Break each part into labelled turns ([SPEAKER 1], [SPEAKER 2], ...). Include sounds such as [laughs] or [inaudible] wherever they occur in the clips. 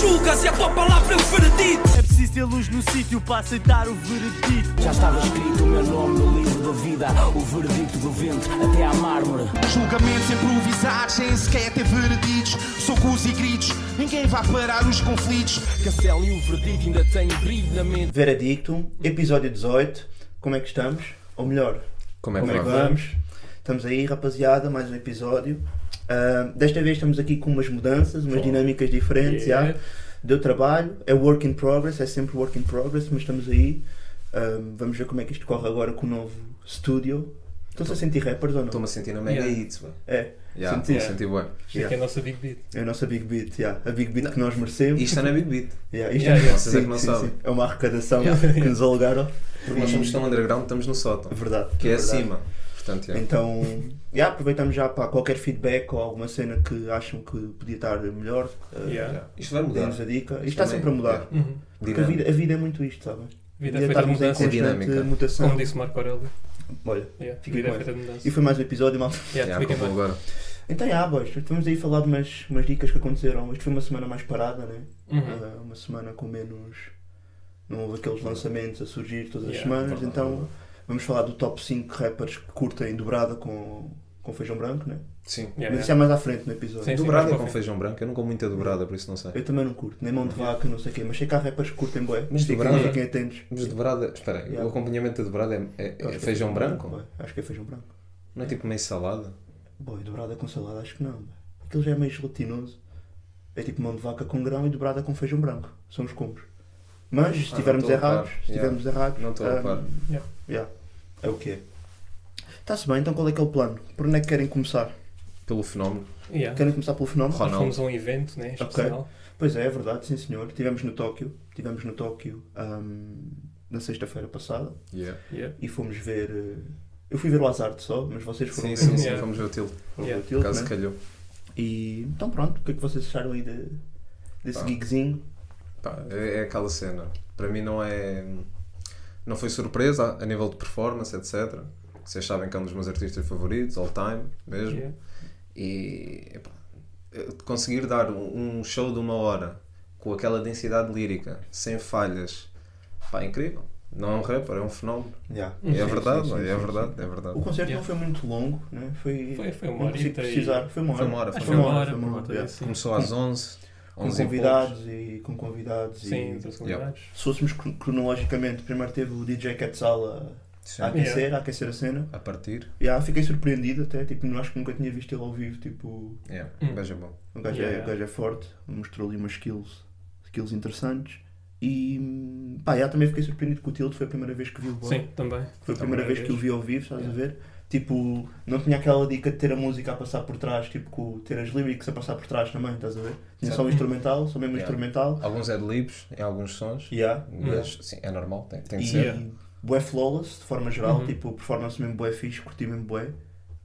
[SPEAKER 1] julgas e a tua palavra é o veredito.
[SPEAKER 2] É preciso ter luz no sítio para aceitar o veredito.
[SPEAKER 3] Já estava escrito o meu nome no livro da vida, o veredito do vento até à mármore.
[SPEAKER 4] Julgamentos improvisados, sem sequer ter vereditos. Socos e gritos, ninguém vai parar os conflitos.
[SPEAKER 5] Castelo e o veredito ainda têm brilho na mente.
[SPEAKER 6] Veredicto, episódio 18. Como é que estamos? Ou melhor,
[SPEAKER 7] Como é que
[SPEAKER 6] como é que
[SPEAKER 7] vamos?
[SPEAKER 6] vamos? Estamos aí, rapaziada, mais um episódio. Ah, desta vez estamos aqui com umas mudanças, umas dinâmicas diferentes.
[SPEAKER 7] Yeah.
[SPEAKER 6] já. Deu trabalho, é work in progress, é sempre work in progress, mas estamos aí. Ah, vamos ver como é que isto corre agora com o novo estúdio. Estão-se a sentir rappers ou não?
[SPEAKER 7] Estou-me a sentir na mega
[SPEAKER 8] Yeah.
[SPEAKER 7] hits, mano.
[SPEAKER 6] É,
[SPEAKER 7] Yeah,
[SPEAKER 6] Senti.
[SPEAKER 7] estou-me a sentir bué.
[SPEAKER 8] Isto é que é a nossa Big Beat.
[SPEAKER 6] é a nossa Big Beat, yeah. a Big Beat que nós merecemos.
[SPEAKER 7] E Isto é na Big Beat.
[SPEAKER 6] Yeah, isto
[SPEAKER 8] Yeah,
[SPEAKER 6] é,
[SPEAKER 8] yeah.
[SPEAKER 6] Sim,
[SPEAKER 7] Vocês é que não
[SPEAKER 6] sim,
[SPEAKER 7] sabem.
[SPEAKER 6] sim. É uma arrecadação
[SPEAKER 7] Yeah.
[SPEAKER 6] que nos alugaram.
[SPEAKER 7] Porque nós somos tão underground, estamos no sótão.
[SPEAKER 6] Verdade.
[SPEAKER 7] Que é
[SPEAKER 6] verdade.
[SPEAKER 7] acima. Portanto, yeah.
[SPEAKER 6] Então, yeah, aproveitamos já para qualquer feedback ou alguma cena que acham que podia estar melhor. eh,
[SPEAKER 8] Yeah.
[SPEAKER 7] Yeah. Isto vai mudar.
[SPEAKER 6] Demos a dica. Isto está
[SPEAKER 7] também,
[SPEAKER 6] sempre a mudar.
[SPEAKER 7] yeah.
[SPEAKER 8] Uhum.
[SPEAKER 6] Porque a
[SPEAKER 7] Dinâmica.
[SPEAKER 6] vida, a vida é muito isto, sabem?
[SPEAKER 8] Vida é feita de
[SPEAKER 6] Já estamos em
[SPEAKER 8] mudança.
[SPEAKER 6] constante eh,
[SPEAKER 7] dinâmica.
[SPEAKER 6] mutação.
[SPEAKER 8] Como disse Marco Aurélio.
[SPEAKER 6] Olha.
[SPEAKER 8] Yeah.
[SPEAKER 6] Fiquem
[SPEAKER 8] Vida é
[SPEAKER 6] com
[SPEAKER 8] feita de mudança.
[SPEAKER 6] E foi mais um episódio, mal.
[SPEAKER 8] Yeah,
[SPEAKER 7] Yeah,
[SPEAKER 8] fiquem
[SPEAKER 7] acabou
[SPEAKER 8] bem.
[SPEAKER 7] agora.
[SPEAKER 6] Então, yeah, boys, vamos aí falar de umas, umas dicas que aconteceram. Isto foi uma semana mais parada, né?
[SPEAKER 8] Uhum.
[SPEAKER 6] Eh, uma semana com menos. Não houve aqueles lançamentos a surgir todas as
[SPEAKER 8] Yeah,
[SPEAKER 6] semanas.
[SPEAKER 7] verdade,
[SPEAKER 6] Então, vamos falar do top 5 rappers que curtem dobrada com, com feijão branco, né?
[SPEAKER 7] Sim.
[SPEAKER 8] Yeah,
[SPEAKER 6] Mas
[SPEAKER 8] yeah.
[SPEAKER 6] isso é mais à frente no episódio.
[SPEAKER 8] Sim,
[SPEAKER 7] dobrada
[SPEAKER 8] mas
[SPEAKER 7] com
[SPEAKER 8] confio.
[SPEAKER 7] feijão branco. Eu não como muita dobrada, por isso não sei.
[SPEAKER 6] Eu também não curto, nem mão de vaca, não sei o quê, mas sei que há rappers que curtem bué.
[SPEAKER 7] Uhum. Mas
[SPEAKER 6] fiquem,
[SPEAKER 7] dobrada.
[SPEAKER 6] fiquem atentos.
[SPEAKER 7] Mas dobrada, espera, aí,
[SPEAKER 6] Yeah.
[SPEAKER 7] o acompanhamento da dobrada é, é- é
[SPEAKER 6] Eu acho que
[SPEAKER 7] feijão branco?
[SPEAKER 6] bué. Acho que é feijão branco.
[SPEAKER 7] Não é tipo meio salada?
[SPEAKER 6] Boi, dobrada com salada, acho que não. bué. Aquilo já é meio gelatinoso. É tipo mão de vaca com grão e dobrada com feijão branco. São os combos. Mas se
[SPEAKER 7] Ah, não
[SPEAKER 6] estivermos
[SPEAKER 7] estou a par.
[SPEAKER 6] errados, se
[SPEAKER 7] Yeah.
[SPEAKER 6] estivermos errados.
[SPEAKER 7] Não estou a
[SPEAKER 6] ah,
[SPEAKER 7] par.
[SPEAKER 8] Yeah.
[SPEAKER 6] yeah, É o que é. Está-se bem, então qual é que é o plano? Por onde é que querem começar?
[SPEAKER 7] Pelo fenómeno.
[SPEAKER 8] Yeah.
[SPEAKER 6] Querem começar pelo fenómeno?
[SPEAKER 8] Nós
[SPEAKER 7] Ronaldo.
[SPEAKER 8] fomos a um evento né, especial.
[SPEAKER 6] Pois é, é verdade, sim senhor. Tivemos no Tóquio. Tivemos no Tóquio ahm, na sexta-feira passada.
[SPEAKER 7] Yeah.
[SPEAKER 8] Yeah.
[SPEAKER 6] e fomos ver. eh, Eu fui ver o Azarte só, mas vocês foram
[SPEAKER 7] Sim,
[SPEAKER 6] ver
[SPEAKER 7] sim, sim.
[SPEAKER 8] Yeah.
[SPEAKER 7] Vamos ver o tilt.
[SPEAKER 6] foram ver o
[SPEAKER 8] Yeah.
[SPEAKER 6] Tilt,
[SPEAKER 7] Caso
[SPEAKER 6] né?
[SPEAKER 7] calhou.
[SPEAKER 6] E então pronto, o que é que vocês acharam aí de, desse
[SPEAKER 7] Pá.
[SPEAKER 6] gigzinho?
[SPEAKER 7] Pá, é, é aquela cena. Para mim não é. Não foi surpresa a, a nível de performance, etc. Vocês sabem que é um dos meus artistas favoritos, all time mesmo.
[SPEAKER 8] Yeah.
[SPEAKER 7] E epá, eu conseguir dar um, um show de uma hora com aquela densidade lírica, sem falhas, pá, é incrível. Não é um rapper, é um fenómeno.
[SPEAKER 6] Yeah.
[SPEAKER 7] É
[SPEAKER 6] Sim,
[SPEAKER 7] verdade,
[SPEAKER 6] sim,
[SPEAKER 7] não é?
[SPEAKER 6] sim,
[SPEAKER 7] é
[SPEAKER 6] sim,
[SPEAKER 7] verdade,
[SPEAKER 6] sim.
[SPEAKER 7] é verdade.
[SPEAKER 6] O concerto
[SPEAKER 8] Yeah.
[SPEAKER 6] não foi muito longo, né? foi,
[SPEAKER 8] Foi- foi uma
[SPEAKER 6] não consigo
[SPEAKER 8] horita e-
[SPEAKER 6] precisar. Foi uma hora.
[SPEAKER 7] Foi uma hora,
[SPEAKER 8] Acho que
[SPEAKER 7] foi
[SPEAKER 8] foi uma
[SPEAKER 7] uma
[SPEAKER 8] hora, por
[SPEAKER 6] hora,
[SPEAKER 8] volta
[SPEAKER 6] yeah.
[SPEAKER 8] disso.
[SPEAKER 7] Começou às 11,
[SPEAKER 6] Com
[SPEAKER 7] 11 e
[SPEAKER 6] convidados e com convidados
[SPEAKER 8] Sim,
[SPEAKER 6] e
[SPEAKER 8] dos
[SPEAKER 7] Yeah.
[SPEAKER 8] convidados.
[SPEAKER 6] se fôssemos cro- cronologicamente, primeiro teve o DJ Quetzal a, a
[SPEAKER 8] Ah,
[SPEAKER 7] pouco. Sim.
[SPEAKER 6] aquecer, a aquecer a cena.
[SPEAKER 7] A partir,
[SPEAKER 6] Yeah, fiquei surpreendido até, tipo, não acho que nunca tinha visto ele ao vivo, tipo,
[SPEAKER 7] yeah,
[SPEAKER 8] Hum.
[SPEAKER 7] gajo é bom.
[SPEAKER 6] O gajo, é,
[SPEAKER 8] Yeah.
[SPEAKER 6] o gajo é forte, mostrou ali umas skills, skills interessantes. E pá, já também fiquei surpreendido com o Tilt, foi a primeira vez que vi o Boy.
[SPEAKER 8] Sim, também. é
[SPEAKER 6] Foi a primeira
[SPEAKER 8] Primeira
[SPEAKER 6] vez que o
[SPEAKER 8] vez.
[SPEAKER 6] vi ao vivo, estás a ver? Tipo, não tinha aquela dica de ter a música a passar por trás, tipo, com- ter as lyrics a passar por trás também, estás a ver? Tinha só o instrumental, só mesmo o
[SPEAKER 7] Yeah.
[SPEAKER 6] instrumental.
[SPEAKER 7] Alguns adlibs em alguns sons,
[SPEAKER 6] Yeah.
[SPEAKER 7] mas sim, é normal, tem, tem de
[SPEAKER 6] E
[SPEAKER 7] ser.
[SPEAKER 8] Yeah.
[SPEAKER 6] bué flawless, de forma geral,
[SPEAKER 8] Uhum.
[SPEAKER 6] tipo, performance mesmo bué fixe, curti mesmo bué.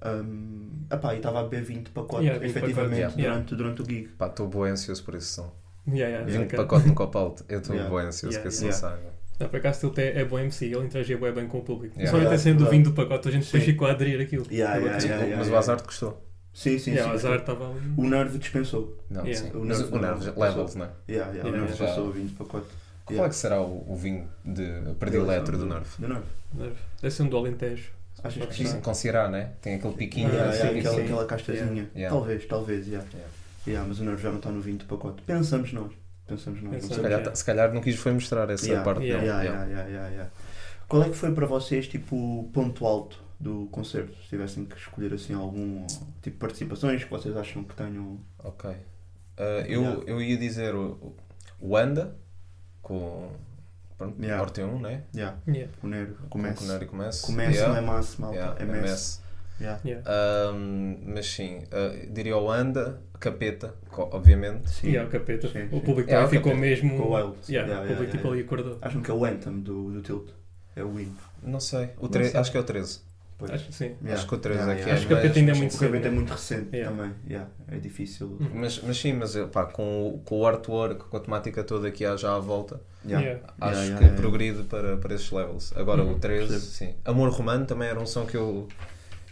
[SPEAKER 6] Um, epá, e estava a beber 20 pacotes,
[SPEAKER 8] Yeah, 20
[SPEAKER 6] efetivamente,
[SPEAKER 8] pacotes, yeah.
[SPEAKER 6] durante, durante o gig.
[SPEAKER 7] Pá, estou boa ansioso por esse som.
[SPEAKER 8] Yeah, yeah,
[SPEAKER 7] Vim de
[SPEAKER 8] ok.
[SPEAKER 7] pacote no copo alto, eu estou
[SPEAKER 6] Yeah.
[SPEAKER 7] boa ansioso
[SPEAKER 8] Yeah,
[SPEAKER 7] que esse som
[SPEAKER 6] yeah.
[SPEAKER 7] saia.
[SPEAKER 8] Não, por acaso ele é, é bom MC, ele interagia bem, bem com o público.
[SPEAKER 7] Yeah.
[SPEAKER 8] Só até
[SPEAKER 6] Verdade,
[SPEAKER 8] sendo o
[SPEAKER 6] verdade.
[SPEAKER 8] vinho do pacote, a gente depois
[SPEAKER 6] Sim.
[SPEAKER 8] ficou a aderir aquilo.
[SPEAKER 6] Yeah, yeah,
[SPEAKER 7] Tipo,
[SPEAKER 6] yeah, yeah,
[SPEAKER 7] mas o
[SPEAKER 6] yeah.
[SPEAKER 7] Azar gostou.
[SPEAKER 6] Sim, sim,
[SPEAKER 8] Yeah,
[SPEAKER 6] sim.
[SPEAKER 8] o azar estava ali.
[SPEAKER 6] O nervo dispensou.
[SPEAKER 7] Não,
[SPEAKER 8] Yeah.
[SPEAKER 7] sim.
[SPEAKER 6] O
[SPEAKER 7] Mas
[SPEAKER 6] nervo
[SPEAKER 7] o nervo
[SPEAKER 6] não.
[SPEAKER 7] levels, não é?
[SPEAKER 6] Yeah, yeah,
[SPEAKER 8] Yeah,
[SPEAKER 6] o nervo
[SPEAKER 8] yeah.
[SPEAKER 6] dispensou o vinho de pacote.
[SPEAKER 7] Qual é que será o, o vinho de
[SPEAKER 6] Predileto
[SPEAKER 7] predileto do Nervo?
[SPEAKER 6] Do nervo.
[SPEAKER 8] Deve ser um do Alentejo.
[SPEAKER 6] Achas que
[SPEAKER 8] Pode
[SPEAKER 6] sim?
[SPEAKER 8] ser.
[SPEAKER 7] Sim, considerar, né? Tem aquele piquinho.
[SPEAKER 6] Yeah, yeah,
[SPEAKER 8] sim,
[SPEAKER 7] aquele
[SPEAKER 6] aquela,
[SPEAKER 8] sim.
[SPEAKER 6] aquela castazinha.
[SPEAKER 7] Yeah.
[SPEAKER 6] Talvez, talvez, yeah.
[SPEAKER 7] Yeah.
[SPEAKER 6] Yeah, mas o nervo já não está no vinho de pacote. Pensamos nós. Pensamos nós.
[SPEAKER 8] Pensamos.
[SPEAKER 7] Se calhar, tá- se calhar não quis foi mostrar essa
[SPEAKER 6] Yeah.
[SPEAKER 7] parte
[SPEAKER 6] Yeah,
[SPEAKER 7] dele.
[SPEAKER 6] yeah, yeah, yeah, yeah, yeah. Qual é que foi para vocês, tipo, o ponto alto do concerto? Se tivessem que escolher, assim, algum tipo de participações que vocês acham que tenham...
[SPEAKER 7] Ok. Uh, eu,
[SPEAKER 6] Yeah.
[SPEAKER 7] eu ia dizer o, o Anda, com. Pronto,
[SPEAKER 6] Yeah.
[SPEAKER 7] Morte 1, né?
[SPEAKER 6] Yeah,
[SPEAKER 8] Yeah.
[SPEAKER 6] o nervo.
[SPEAKER 7] Com
[SPEAKER 6] Comece.
[SPEAKER 7] Conar e Comece.
[SPEAKER 6] Comece,
[SPEAKER 7] Yeah.
[SPEAKER 6] não é massa, malta.
[SPEAKER 7] Yeah,
[SPEAKER 6] É mess.
[SPEAKER 7] MS.
[SPEAKER 6] Yeah.
[SPEAKER 8] Yeah.
[SPEAKER 7] Um, mas sim, uh, diria o Anda, Capeta, co- obviamente.
[SPEAKER 6] Sim.
[SPEAKER 8] E yeah, o capeta.
[SPEAKER 6] Sim, sim.
[SPEAKER 8] O público
[SPEAKER 7] Yeah,
[SPEAKER 8] também
[SPEAKER 7] o
[SPEAKER 8] ficou
[SPEAKER 7] Capeta.
[SPEAKER 8] mesmo.
[SPEAKER 6] Ficou wild.
[SPEAKER 8] Yeah,
[SPEAKER 6] Yeah,
[SPEAKER 8] o
[SPEAKER 6] yeah,
[SPEAKER 8] público
[SPEAKER 6] yeah,
[SPEAKER 8] tipo
[SPEAKER 6] yeah.
[SPEAKER 8] ali acordou.
[SPEAKER 6] Acham que é o anthem do, do Tilt. É o hino.
[SPEAKER 7] Não sei, o tre-
[SPEAKER 6] sei.
[SPEAKER 7] acho que é o 13.
[SPEAKER 6] Pois.
[SPEAKER 8] Acho que sim.
[SPEAKER 6] Yeah.
[SPEAKER 7] Acho que o 13
[SPEAKER 6] Yeah,
[SPEAKER 7] aqui
[SPEAKER 6] yeah.
[SPEAKER 7] é
[SPEAKER 8] Acho que o Capeta ainda é muito
[SPEAKER 6] O cabelo é
[SPEAKER 8] cedo.
[SPEAKER 6] muito recente
[SPEAKER 8] Yeah. Hum.
[SPEAKER 6] também, yeah, é difícil.
[SPEAKER 7] Mas, mas sim, mas pá, com, o- com o artwork, com a temática toda que há já à volta,
[SPEAKER 6] Yeah.
[SPEAKER 8] Yeah.
[SPEAKER 7] acho
[SPEAKER 6] Yeah, yeah,
[SPEAKER 7] que
[SPEAKER 6] yeah.
[SPEAKER 7] progride para, para esses levels. Agora o 13,
[SPEAKER 6] Percebo.
[SPEAKER 7] sim. Amor Romano também era um som que eu,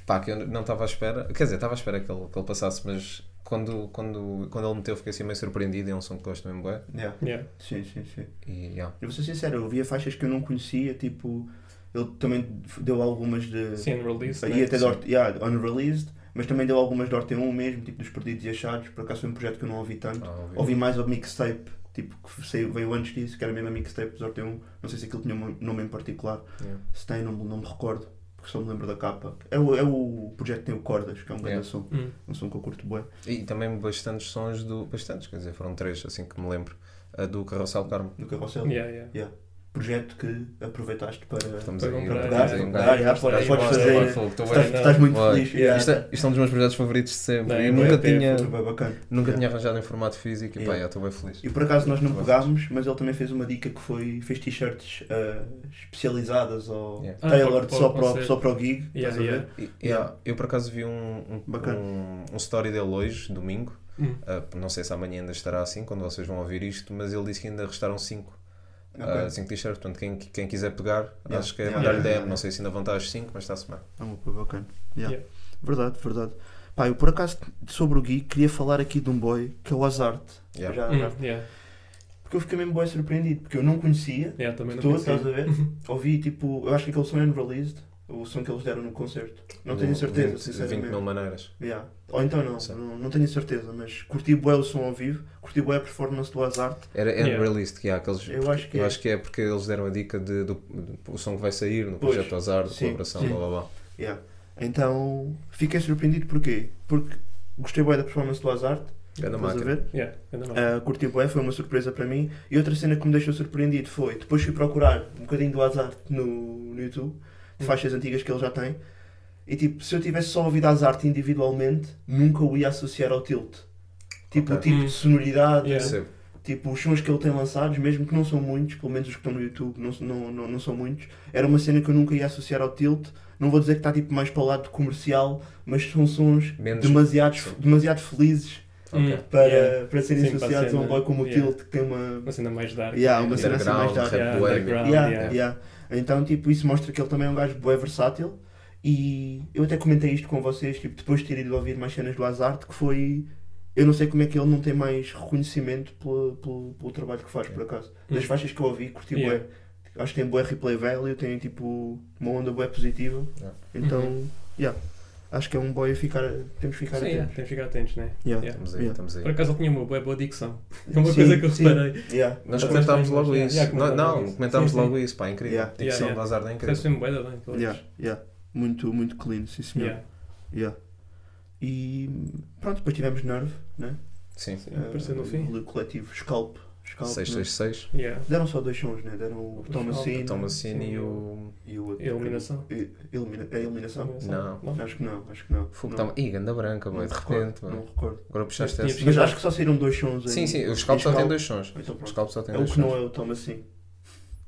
[SPEAKER 7] pá, que eu não estava à espera. Quer dizer, estava à espera que ele, que ele passasse, mas quando, quando, quando ele meteu, fiquei assim meio surpreendido. É um som que gosto mesmo bem.
[SPEAKER 6] Yeah.
[SPEAKER 8] Yeah.
[SPEAKER 6] Sim, sim, sim.
[SPEAKER 7] E yeah.
[SPEAKER 6] Eu vou ser sincero, eu via faixas que eu não conhecia, tipo, ele também deu algumas de.
[SPEAKER 8] Sim, release.
[SPEAKER 6] Aí
[SPEAKER 8] Né?
[SPEAKER 6] até de Orte- yeah, unreleased, mas também deu algumas de Orte 1 mesmo, tipo dos Perdidos e Achados, por acaso foi um projeto que eu não ouvi tanto.
[SPEAKER 7] Ah, ouvi.
[SPEAKER 6] Ouvi mais a mixtape, tipo, que saiu- veio antes disso, que era mesmo a mixtape dos Orte 1, não sei se aquilo tinha um nome em particular,
[SPEAKER 7] Yeah.
[SPEAKER 6] se tem, não, me- não me recordo, porque só me lembro da capa. É o, é o projeto que tem o Cordas, que é um grande
[SPEAKER 7] Yeah.
[SPEAKER 6] som,
[SPEAKER 8] Hum.
[SPEAKER 6] um som que eu curto bué.
[SPEAKER 7] E também bastantes sons do. Bastantes, quer dizer, foram três, assim que me lembro. A do Carrossel do Carmo.
[SPEAKER 6] no Carrossel.
[SPEAKER 8] Yeah, yeah.
[SPEAKER 6] é, Projeto que aproveitaste para.
[SPEAKER 7] Estamos
[SPEAKER 8] Para
[SPEAKER 7] aí,
[SPEAKER 8] comprar,
[SPEAKER 7] estamos
[SPEAKER 8] é,
[SPEAKER 7] aí um
[SPEAKER 8] comprar,
[SPEAKER 7] bocado.
[SPEAKER 6] é, já podes-
[SPEAKER 7] Estás-
[SPEAKER 6] podes
[SPEAKER 7] estás-
[SPEAKER 6] fazer-
[SPEAKER 7] estás- estás-
[SPEAKER 6] Estás,
[SPEAKER 7] estás-
[SPEAKER 6] estás muito
[SPEAKER 7] Boa.
[SPEAKER 6] feliz.
[SPEAKER 8] Yeah.
[SPEAKER 7] Isto, é- isto é um dos meus projetos favoritos de sempre.
[SPEAKER 8] Não,
[SPEAKER 7] eu
[SPEAKER 8] é
[SPEAKER 7] nunca
[SPEAKER 8] bem,
[SPEAKER 7] tinha,
[SPEAKER 6] Foi bué bacana.
[SPEAKER 7] nunca
[SPEAKER 6] Yeah.
[SPEAKER 7] tinha arranjado em formato físico e pá,
[SPEAKER 6] Yeah.
[SPEAKER 7] já estou bem feliz.
[SPEAKER 6] E por acaso nós não
[SPEAKER 7] Boa.
[SPEAKER 6] pegámos, mas ele também fez uma dica que foi fez t-shirts ah, especializadas ou
[SPEAKER 7] Yeah.
[SPEAKER 8] Ah,
[SPEAKER 6] tailored
[SPEAKER 8] para- para
[SPEAKER 6] só,
[SPEAKER 8] o
[SPEAKER 6] para, o-
[SPEAKER 8] concerto.
[SPEAKER 6] só para o gig.
[SPEAKER 8] Yeah,
[SPEAKER 6] estás a ver?
[SPEAKER 8] yeah.
[SPEAKER 7] E-
[SPEAKER 6] Yeah.
[SPEAKER 7] yeah, Eu por acaso vi um, um,
[SPEAKER 6] Bacana.
[SPEAKER 7] um, um story dele hoje, domingo.
[SPEAKER 8] Hum.
[SPEAKER 7] Ah, não sei se amanhã ainda estará assim, quando vocês vão ouvir isto, mas ele disse que ainda restaram 5
[SPEAKER 6] Ok.
[SPEAKER 7] 5 t-shirts. Portanto, quem, quem quiser pegar,
[SPEAKER 6] Yeah.
[SPEAKER 7] acho que é
[SPEAKER 6] Yeah,
[SPEAKER 7] mandar-lhe
[SPEAKER 6] yeah,
[SPEAKER 7] 10.
[SPEAKER 6] yeah,
[SPEAKER 7] Não
[SPEAKER 6] yeah.
[SPEAKER 7] sei se ainda vão estar às 5, mas está a semana.
[SPEAKER 6] É uma coisa bacana. Yeah.
[SPEAKER 8] Yeah.
[SPEAKER 6] Verdade, verdade. Pá, eu por acaso sobre o gig queria falar aqui de um boy que é o Azarte.
[SPEAKER 7] Yeah.
[SPEAKER 6] Já- já-
[SPEAKER 8] Hum, yeah.
[SPEAKER 6] Porque eu fiquei mesmo boy surpreendido, porque eu não conhecia,
[SPEAKER 8] Yeah, também não
[SPEAKER 6] Estou,
[SPEAKER 8] conhecia.
[SPEAKER 6] estás a ver?
[SPEAKER 8] [laughs]
[SPEAKER 6] Ouvi tipo, eu acho que aquele som é unreleased, o som que eles deram no concerto. Não tenho certeza,
[SPEAKER 7] 20, 20
[SPEAKER 6] sinceramente.
[SPEAKER 7] Hum, mil maneiras.
[SPEAKER 6] Yeah. Ou então não,
[SPEAKER 7] Sim.
[SPEAKER 6] não, não tenho certeza, mas curti bué o som ao vivo, curti bué a performance do Azarte.
[SPEAKER 7] Era era
[SPEAKER 8] Yeah.
[SPEAKER 7] realista, que há aqueles.
[SPEAKER 6] Eu acho que
[SPEAKER 7] Eu
[SPEAKER 6] é.
[SPEAKER 7] acho que é porque eles deram a dica de, do, do som que vai sair no
[SPEAKER 6] Pois.
[SPEAKER 7] projeto Azar, de
[SPEAKER 6] Sim,
[SPEAKER 7] colaboração,
[SPEAKER 6] sim.
[SPEAKER 7] blá blá blá.
[SPEAKER 6] Yeah. Então fiquei surpreendido porquê? Porque gostei bué da performance do Azarte,
[SPEAKER 7] Grande
[SPEAKER 6] estás a
[SPEAKER 7] máquina.
[SPEAKER 6] ver?
[SPEAKER 8] Yeah, ainda mais.
[SPEAKER 6] Ah, curti bué, foi uma surpresa para mim. E outra cena que me deixou surpreendido foi, depois fui procurar um bocadinho do Azarte no, no YouTube, de
[SPEAKER 8] Hum.
[SPEAKER 6] faixas antigas que ele já tem. E tipo, se eu tivesse só ouvido Azarte individualmente, nunca o ia associar ao Tilt. Tipo, o
[SPEAKER 7] Ok.
[SPEAKER 6] tipo
[SPEAKER 8] Hum.
[SPEAKER 6] de sonoridade,
[SPEAKER 8] Yeah.
[SPEAKER 7] Percebo.
[SPEAKER 6] Tipo, os sons que ele tem lançados, mesmo que não são muitos, pelo menos os que estão no YouTube não, não, não, não são muitos, era uma cena que eu nunca ia associar ao Tilt. Não vou dizer que está tipo, mais para o lado comercial, mas são sons
[SPEAKER 7] Menos-
[SPEAKER 6] demasiado,
[SPEAKER 7] sim.
[SPEAKER 6] demasiado felizes
[SPEAKER 8] Hum,
[SPEAKER 6] para,
[SPEAKER 8] yeah.
[SPEAKER 6] para serem
[SPEAKER 8] Sim, para
[SPEAKER 6] associados a um
[SPEAKER 8] ser,
[SPEAKER 6] boy como o
[SPEAKER 8] yeah.
[SPEAKER 6] Tilt, que tem uma.
[SPEAKER 8] Uma cena mais dark.
[SPEAKER 6] Yeah, uma
[SPEAKER 8] né?
[SPEAKER 6] cena assim mais
[SPEAKER 7] Underground,
[SPEAKER 6] tarde.
[SPEAKER 7] rap
[SPEAKER 8] Yeah,
[SPEAKER 7] boêmio.
[SPEAKER 8] underground.
[SPEAKER 6] Yeah,
[SPEAKER 8] yeah.
[SPEAKER 6] yeah. Então, tipo, isso mostra que ele também é um gajo bué versátil. E eu até comentei isto com vocês, tipo, depois de ter ido ouvir mais cenas do Azarte, que foi. Eu não sei como é que ele não tem mais reconhecimento pelo, pelo, pelo trabalho que faz, por acaso. Das
[SPEAKER 8] Hum.
[SPEAKER 6] faixas que eu ouvi, curti
[SPEAKER 8] Yeah.
[SPEAKER 6] bué. Acho que tem bué replay value, tem, tipo, uma onda bué positiva.
[SPEAKER 7] Yeah.
[SPEAKER 6] Então,
[SPEAKER 8] Uhum.
[SPEAKER 6] yeah. Acho que é um boy a ficar. Temos que ficar
[SPEAKER 8] Sim, yeah,
[SPEAKER 6] atentos.
[SPEAKER 8] temos que ficar atentos, né?
[SPEAKER 6] Yeah.
[SPEAKER 8] Yeah.
[SPEAKER 7] Estamos aí,
[SPEAKER 6] Yeah.
[SPEAKER 7] estamos aí.
[SPEAKER 8] Por acaso ele tinha uma boa, boa dicção. É uma
[SPEAKER 6] Sim,
[SPEAKER 8] coisa que eu
[SPEAKER 6] sim.
[SPEAKER 8] reparei.
[SPEAKER 6] Yeah.
[SPEAKER 8] Mas-
[SPEAKER 7] Nós
[SPEAKER 8] mas-
[SPEAKER 7] comentámos logo
[SPEAKER 8] mas-
[SPEAKER 7] isso.
[SPEAKER 8] yeah, comentámos
[SPEAKER 7] não, não,
[SPEAKER 8] logo isso.
[SPEAKER 7] comentámos
[SPEAKER 8] Sim,
[SPEAKER 7] logo
[SPEAKER 8] sim.
[SPEAKER 7] isso, pá, é incrível.
[SPEAKER 6] Yeah.
[SPEAKER 7] Dicção
[SPEAKER 8] Yeah, yeah.
[SPEAKER 7] do Azar é incrível.
[SPEAKER 8] Parece-me bué da bem, pelo
[SPEAKER 6] Yeah.
[SPEAKER 8] menos.
[SPEAKER 6] Yeah. Muito, muito clean, sim senhor.
[SPEAKER 8] Yeah.
[SPEAKER 6] Yeah. E pronto, depois tivemos Nerve, né?
[SPEAKER 7] Sim.
[SPEAKER 8] Sim, apareceu no
[SPEAKER 6] Ah,
[SPEAKER 8] fim.
[SPEAKER 6] O coletivo Scalp. Scalp né?
[SPEAKER 7] 666.
[SPEAKER 8] Yeah.
[SPEAKER 6] Deram só dois sons, né? Deram o
[SPEAKER 8] O
[SPEAKER 6] Thomasine
[SPEAKER 8] Scalp.
[SPEAKER 7] Tomacine assim, e o.
[SPEAKER 6] e o outro.
[SPEAKER 8] E a iluminação?
[SPEAKER 6] E- Ilumina... É a iluminação?
[SPEAKER 7] Não.
[SPEAKER 6] Acho que não, acho que não.
[SPEAKER 7] Fogo
[SPEAKER 6] não,
[SPEAKER 7] tava. Ih, ganda branca,
[SPEAKER 6] não
[SPEAKER 7] boy, de
[SPEAKER 6] recordo,
[SPEAKER 7] repente.
[SPEAKER 6] Não
[SPEAKER 7] boy.
[SPEAKER 6] recordo.
[SPEAKER 7] Agora puxaste
[SPEAKER 8] Mas
[SPEAKER 7] essa.
[SPEAKER 8] tinha-
[SPEAKER 6] Mas acho que só saíram dois sons aí.
[SPEAKER 7] Sim, sim, o Scalp só tem dois sons.
[SPEAKER 6] Então
[SPEAKER 7] O
[SPEAKER 6] pronto.
[SPEAKER 7] Scalp só tem
[SPEAKER 6] É o
[SPEAKER 7] dois
[SPEAKER 6] que não
[SPEAKER 7] sons.
[SPEAKER 6] é o Thomasine.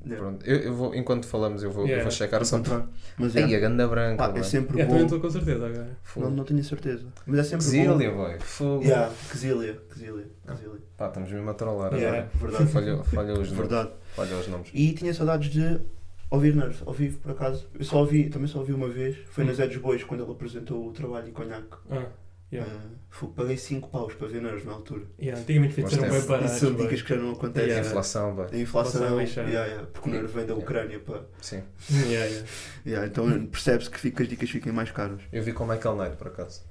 [SPEAKER 6] É.
[SPEAKER 7] Pronto, eu, eu vou, enquanto falamos, eu vou, eu
[SPEAKER 8] Yeah.
[SPEAKER 7] vou checar
[SPEAKER 6] Ao
[SPEAKER 7] só.
[SPEAKER 6] contrário. Mas
[SPEAKER 7] Ei, a
[SPEAKER 6] é,
[SPEAKER 7] ganda branca.
[SPEAKER 6] pá, é
[SPEAKER 7] boy.
[SPEAKER 6] sempre
[SPEAKER 8] Yeah, também
[SPEAKER 6] bom.
[SPEAKER 8] estou com certeza agora.
[SPEAKER 6] Não,
[SPEAKER 7] Fogo.
[SPEAKER 6] não tenho a certeza. Mas é sempre bom.
[SPEAKER 7] Zília, boy. Fogo.
[SPEAKER 6] Yeah, Quesilia, Quesilia, Quesilia.
[SPEAKER 7] Pá, estamos mesmo a trollar
[SPEAKER 6] Yeah,
[SPEAKER 7] agora.
[SPEAKER 6] verdade.
[SPEAKER 7] Falhou falhou os nomes.
[SPEAKER 6] Verdade.
[SPEAKER 7] Falhou os nomes.
[SPEAKER 6] E tinha saudades de ouvir Nerf, ao vivo por acaso. Eu só ouvi, também só ouvi uma vez, foi
[SPEAKER 7] Hum.
[SPEAKER 6] na Zé dos Bois, quando ele apresentou o trabalho em Conhaque.
[SPEAKER 8] Ah, yeah.
[SPEAKER 6] Ah, fu- paguei 5 paus para ver Nerf na altura.
[SPEAKER 8] Yeah, antigamente
[SPEAKER 7] Mas
[SPEAKER 8] feitos eram
[SPEAKER 7] tem-
[SPEAKER 8] bem baratos.
[SPEAKER 6] Isso são
[SPEAKER 8] bué.
[SPEAKER 6] dicas que já não acontecem.
[SPEAKER 8] Yeah.
[SPEAKER 7] Inflação, boy.
[SPEAKER 6] A inflação,
[SPEAKER 8] Inflação baixa.
[SPEAKER 6] yeah, yeah, porque o Nerf vem da
[SPEAKER 7] Yeah.
[SPEAKER 6] Ucrânia para.
[SPEAKER 7] Sim.
[SPEAKER 8] Yeah, yeah.
[SPEAKER 6] Yeah, então percebe-se que, fica- que as dicas fiquem mais caras.
[SPEAKER 7] Eu vi com o Michael Knight, por acaso.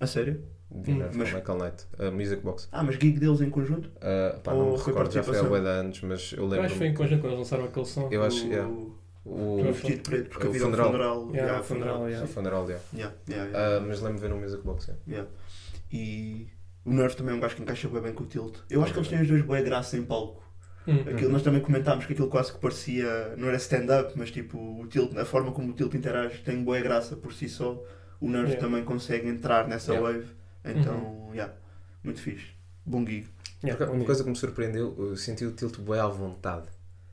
[SPEAKER 6] A sério?
[SPEAKER 7] Vi
[SPEAKER 8] Hum.
[SPEAKER 7] né,
[SPEAKER 6] Mas-
[SPEAKER 7] com o Michael Knight. A Music Box.
[SPEAKER 6] Ah, mas gig deles em conjunto?
[SPEAKER 7] Ah, pá, não
[SPEAKER 6] Ou
[SPEAKER 7] me
[SPEAKER 6] Oh, foi
[SPEAKER 7] recordo, já foi há
[SPEAKER 6] participação?
[SPEAKER 7] bué de anos, mas eu
[SPEAKER 8] Eu acho que foi em
[SPEAKER 7] lembro-me.
[SPEAKER 8] conjunto quando eles lançaram aquele som.
[SPEAKER 7] Eu acho,
[SPEAKER 6] o,
[SPEAKER 7] yeah.
[SPEAKER 6] o
[SPEAKER 7] O
[SPEAKER 8] Foi-
[SPEAKER 6] vestido preto, porque
[SPEAKER 7] o
[SPEAKER 6] havia um
[SPEAKER 7] funeral.
[SPEAKER 6] funeral.
[SPEAKER 8] Yeah,
[SPEAKER 6] yeah,
[SPEAKER 8] o funeral, yeah.
[SPEAKER 7] o funeral, yeah.
[SPEAKER 6] Yeah, yeah, yeah.
[SPEAKER 7] Ah, mas lembro-me de ver no Music Box, yeah.
[SPEAKER 6] Yeah. E o Nerf também é um gajo que encaixa bem, bem com o Tilt. Eu acho que eles têm os dois boa graça em palco.
[SPEAKER 8] Hum.
[SPEAKER 6] Aquilo, nós também comentámos que aquilo quase que parecia, não era stand-up, mas tipo, o tilt, a forma como o Tilt interage tem boa graça por si só. O Nerf
[SPEAKER 8] Yeah.
[SPEAKER 6] também consegue entrar nessa
[SPEAKER 7] Yeah.
[SPEAKER 6] wave. Então, yeah, muito fixe. Bom gig.
[SPEAKER 7] Por acaso,
[SPEAKER 8] Yeah, um
[SPEAKER 7] Uma coisa que me surpreendeu, eu senti o tilt bué à vontade.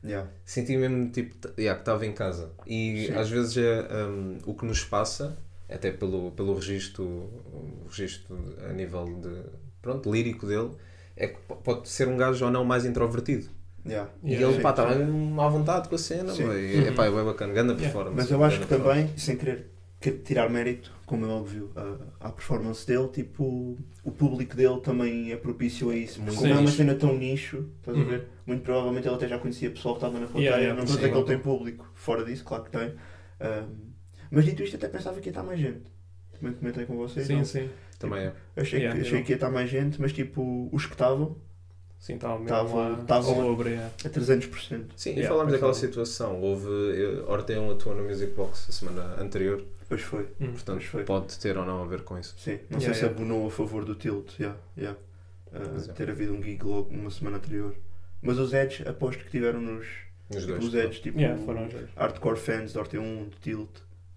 [SPEAKER 6] Yeah.
[SPEAKER 7] Senti mesmo tipo t- yeah, que estava em casa. E às vezes é, hum, o que nos passa, até pelo, pelo registro, o registro a nível de pronto, lírico dele, é que p- pode ser um gajo ou não mais introvertido.
[SPEAKER 6] Yeah.
[SPEAKER 7] e ele
[SPEAKER 6] sim,
[SPEAKER 7] pá,
[SPEAKER 6] sim.
[SPEAKER 7] estava mesmo à vontade com a cena.
[SPEAKER 6] Sim.
[SPEAKER 7] boy. E, epá, É pá, é bem bacana, grande performance.
[SPEAKER 6] Mas eu acho
[SPEAKER 7] grande
[SPEAKER 6] que também, sem querer quero tirar mérito, como é óbvio, à, à performance dele. Tipo, o público dele também é propício a isso. Porque
[SPEAKER 8] Sim,
[SPEAKER 6] como é uma
[SPEAKER 8] nicho.
[SPEAKER 6] cena tão nicho, estás a
[SPEAKER 8] Uhum.
[SPEAKER 6] ver? Muito provavelmente ele até já conhecia pessoal que estava na fronteira.
[SPEAKER 8] Yeah, yeah,
[SPEAKER 6] não estou a dizer
[SPEAKER 8] sim.
[SPEAKER 6] que ele tem público. Fora disso, claro que tem. Ahm, mas dito isto, até pensava que ia estar mais gente. Também comentei com vocês.
[SPEAKER 8] Sim,
[SPEAKER 6] não?
[SPEAKER 8] sim.
[SPEAKER 7] Também é.
[SPEAKER 6] Achei,
[SPEAKER 8] Yeah,
[SPEAKER 6] que, achei
[SPEAKER 8] eu-
[SPEAKER 6] que ia estar mais gente, mas tipo, os que estavam,
[SPEAKER 8] Sim, tá estava mesmo
[SPEAKER 6] Tava-
[SPEAKER 8] lá.
[SPEAKER 6] tava-
[SPEAKER 8] sobre, é.
[SPEAKER 6] a 300%.
[SPEAKER 7] Sim, e
[SPEAKER 8] Yeah,
[SPEAKER 7] falámos
[SPEAKER 8] pois
[SPEAKER 7] daquela
[SPEAKER 8] não.
[SPEAKER 7] situação. Houve. eh, Orteão atuou no Music Box a semana anterior,
[SPEAKER 6] Pois foi.
[SPEAKER 8] Hum.
[SPEAKER 7] portanto
[SPEAKER 6] Pois foi.
[SPEAKER 7] Então, pode ter ou não a ver com isso.
[SPEAKER 6] Sim, não sei
[SPEAKER 8] Yeah,
[SPEAKER 6] se
[SPEAKER 8] yeah.
[SPEAKER 6] abonou a favor do tilt, yeah, yeah. Uh,
[SPEAKER 7] Pois é.
[SPEAKER 6] ter havido um gig logo uma semana anterior. Mas os Edge, aposto que tiveram nos.
[SPEAKER 7] Os
[SPEAKER 6] tipo,
[SPEAKER 7] dois.
[SPEAKER 6] os Edge, tipo,
[SPEAKER 8] Yeah, foram os dois.
[SPEAKER 6] hardcore fans do RT1, do Tilt,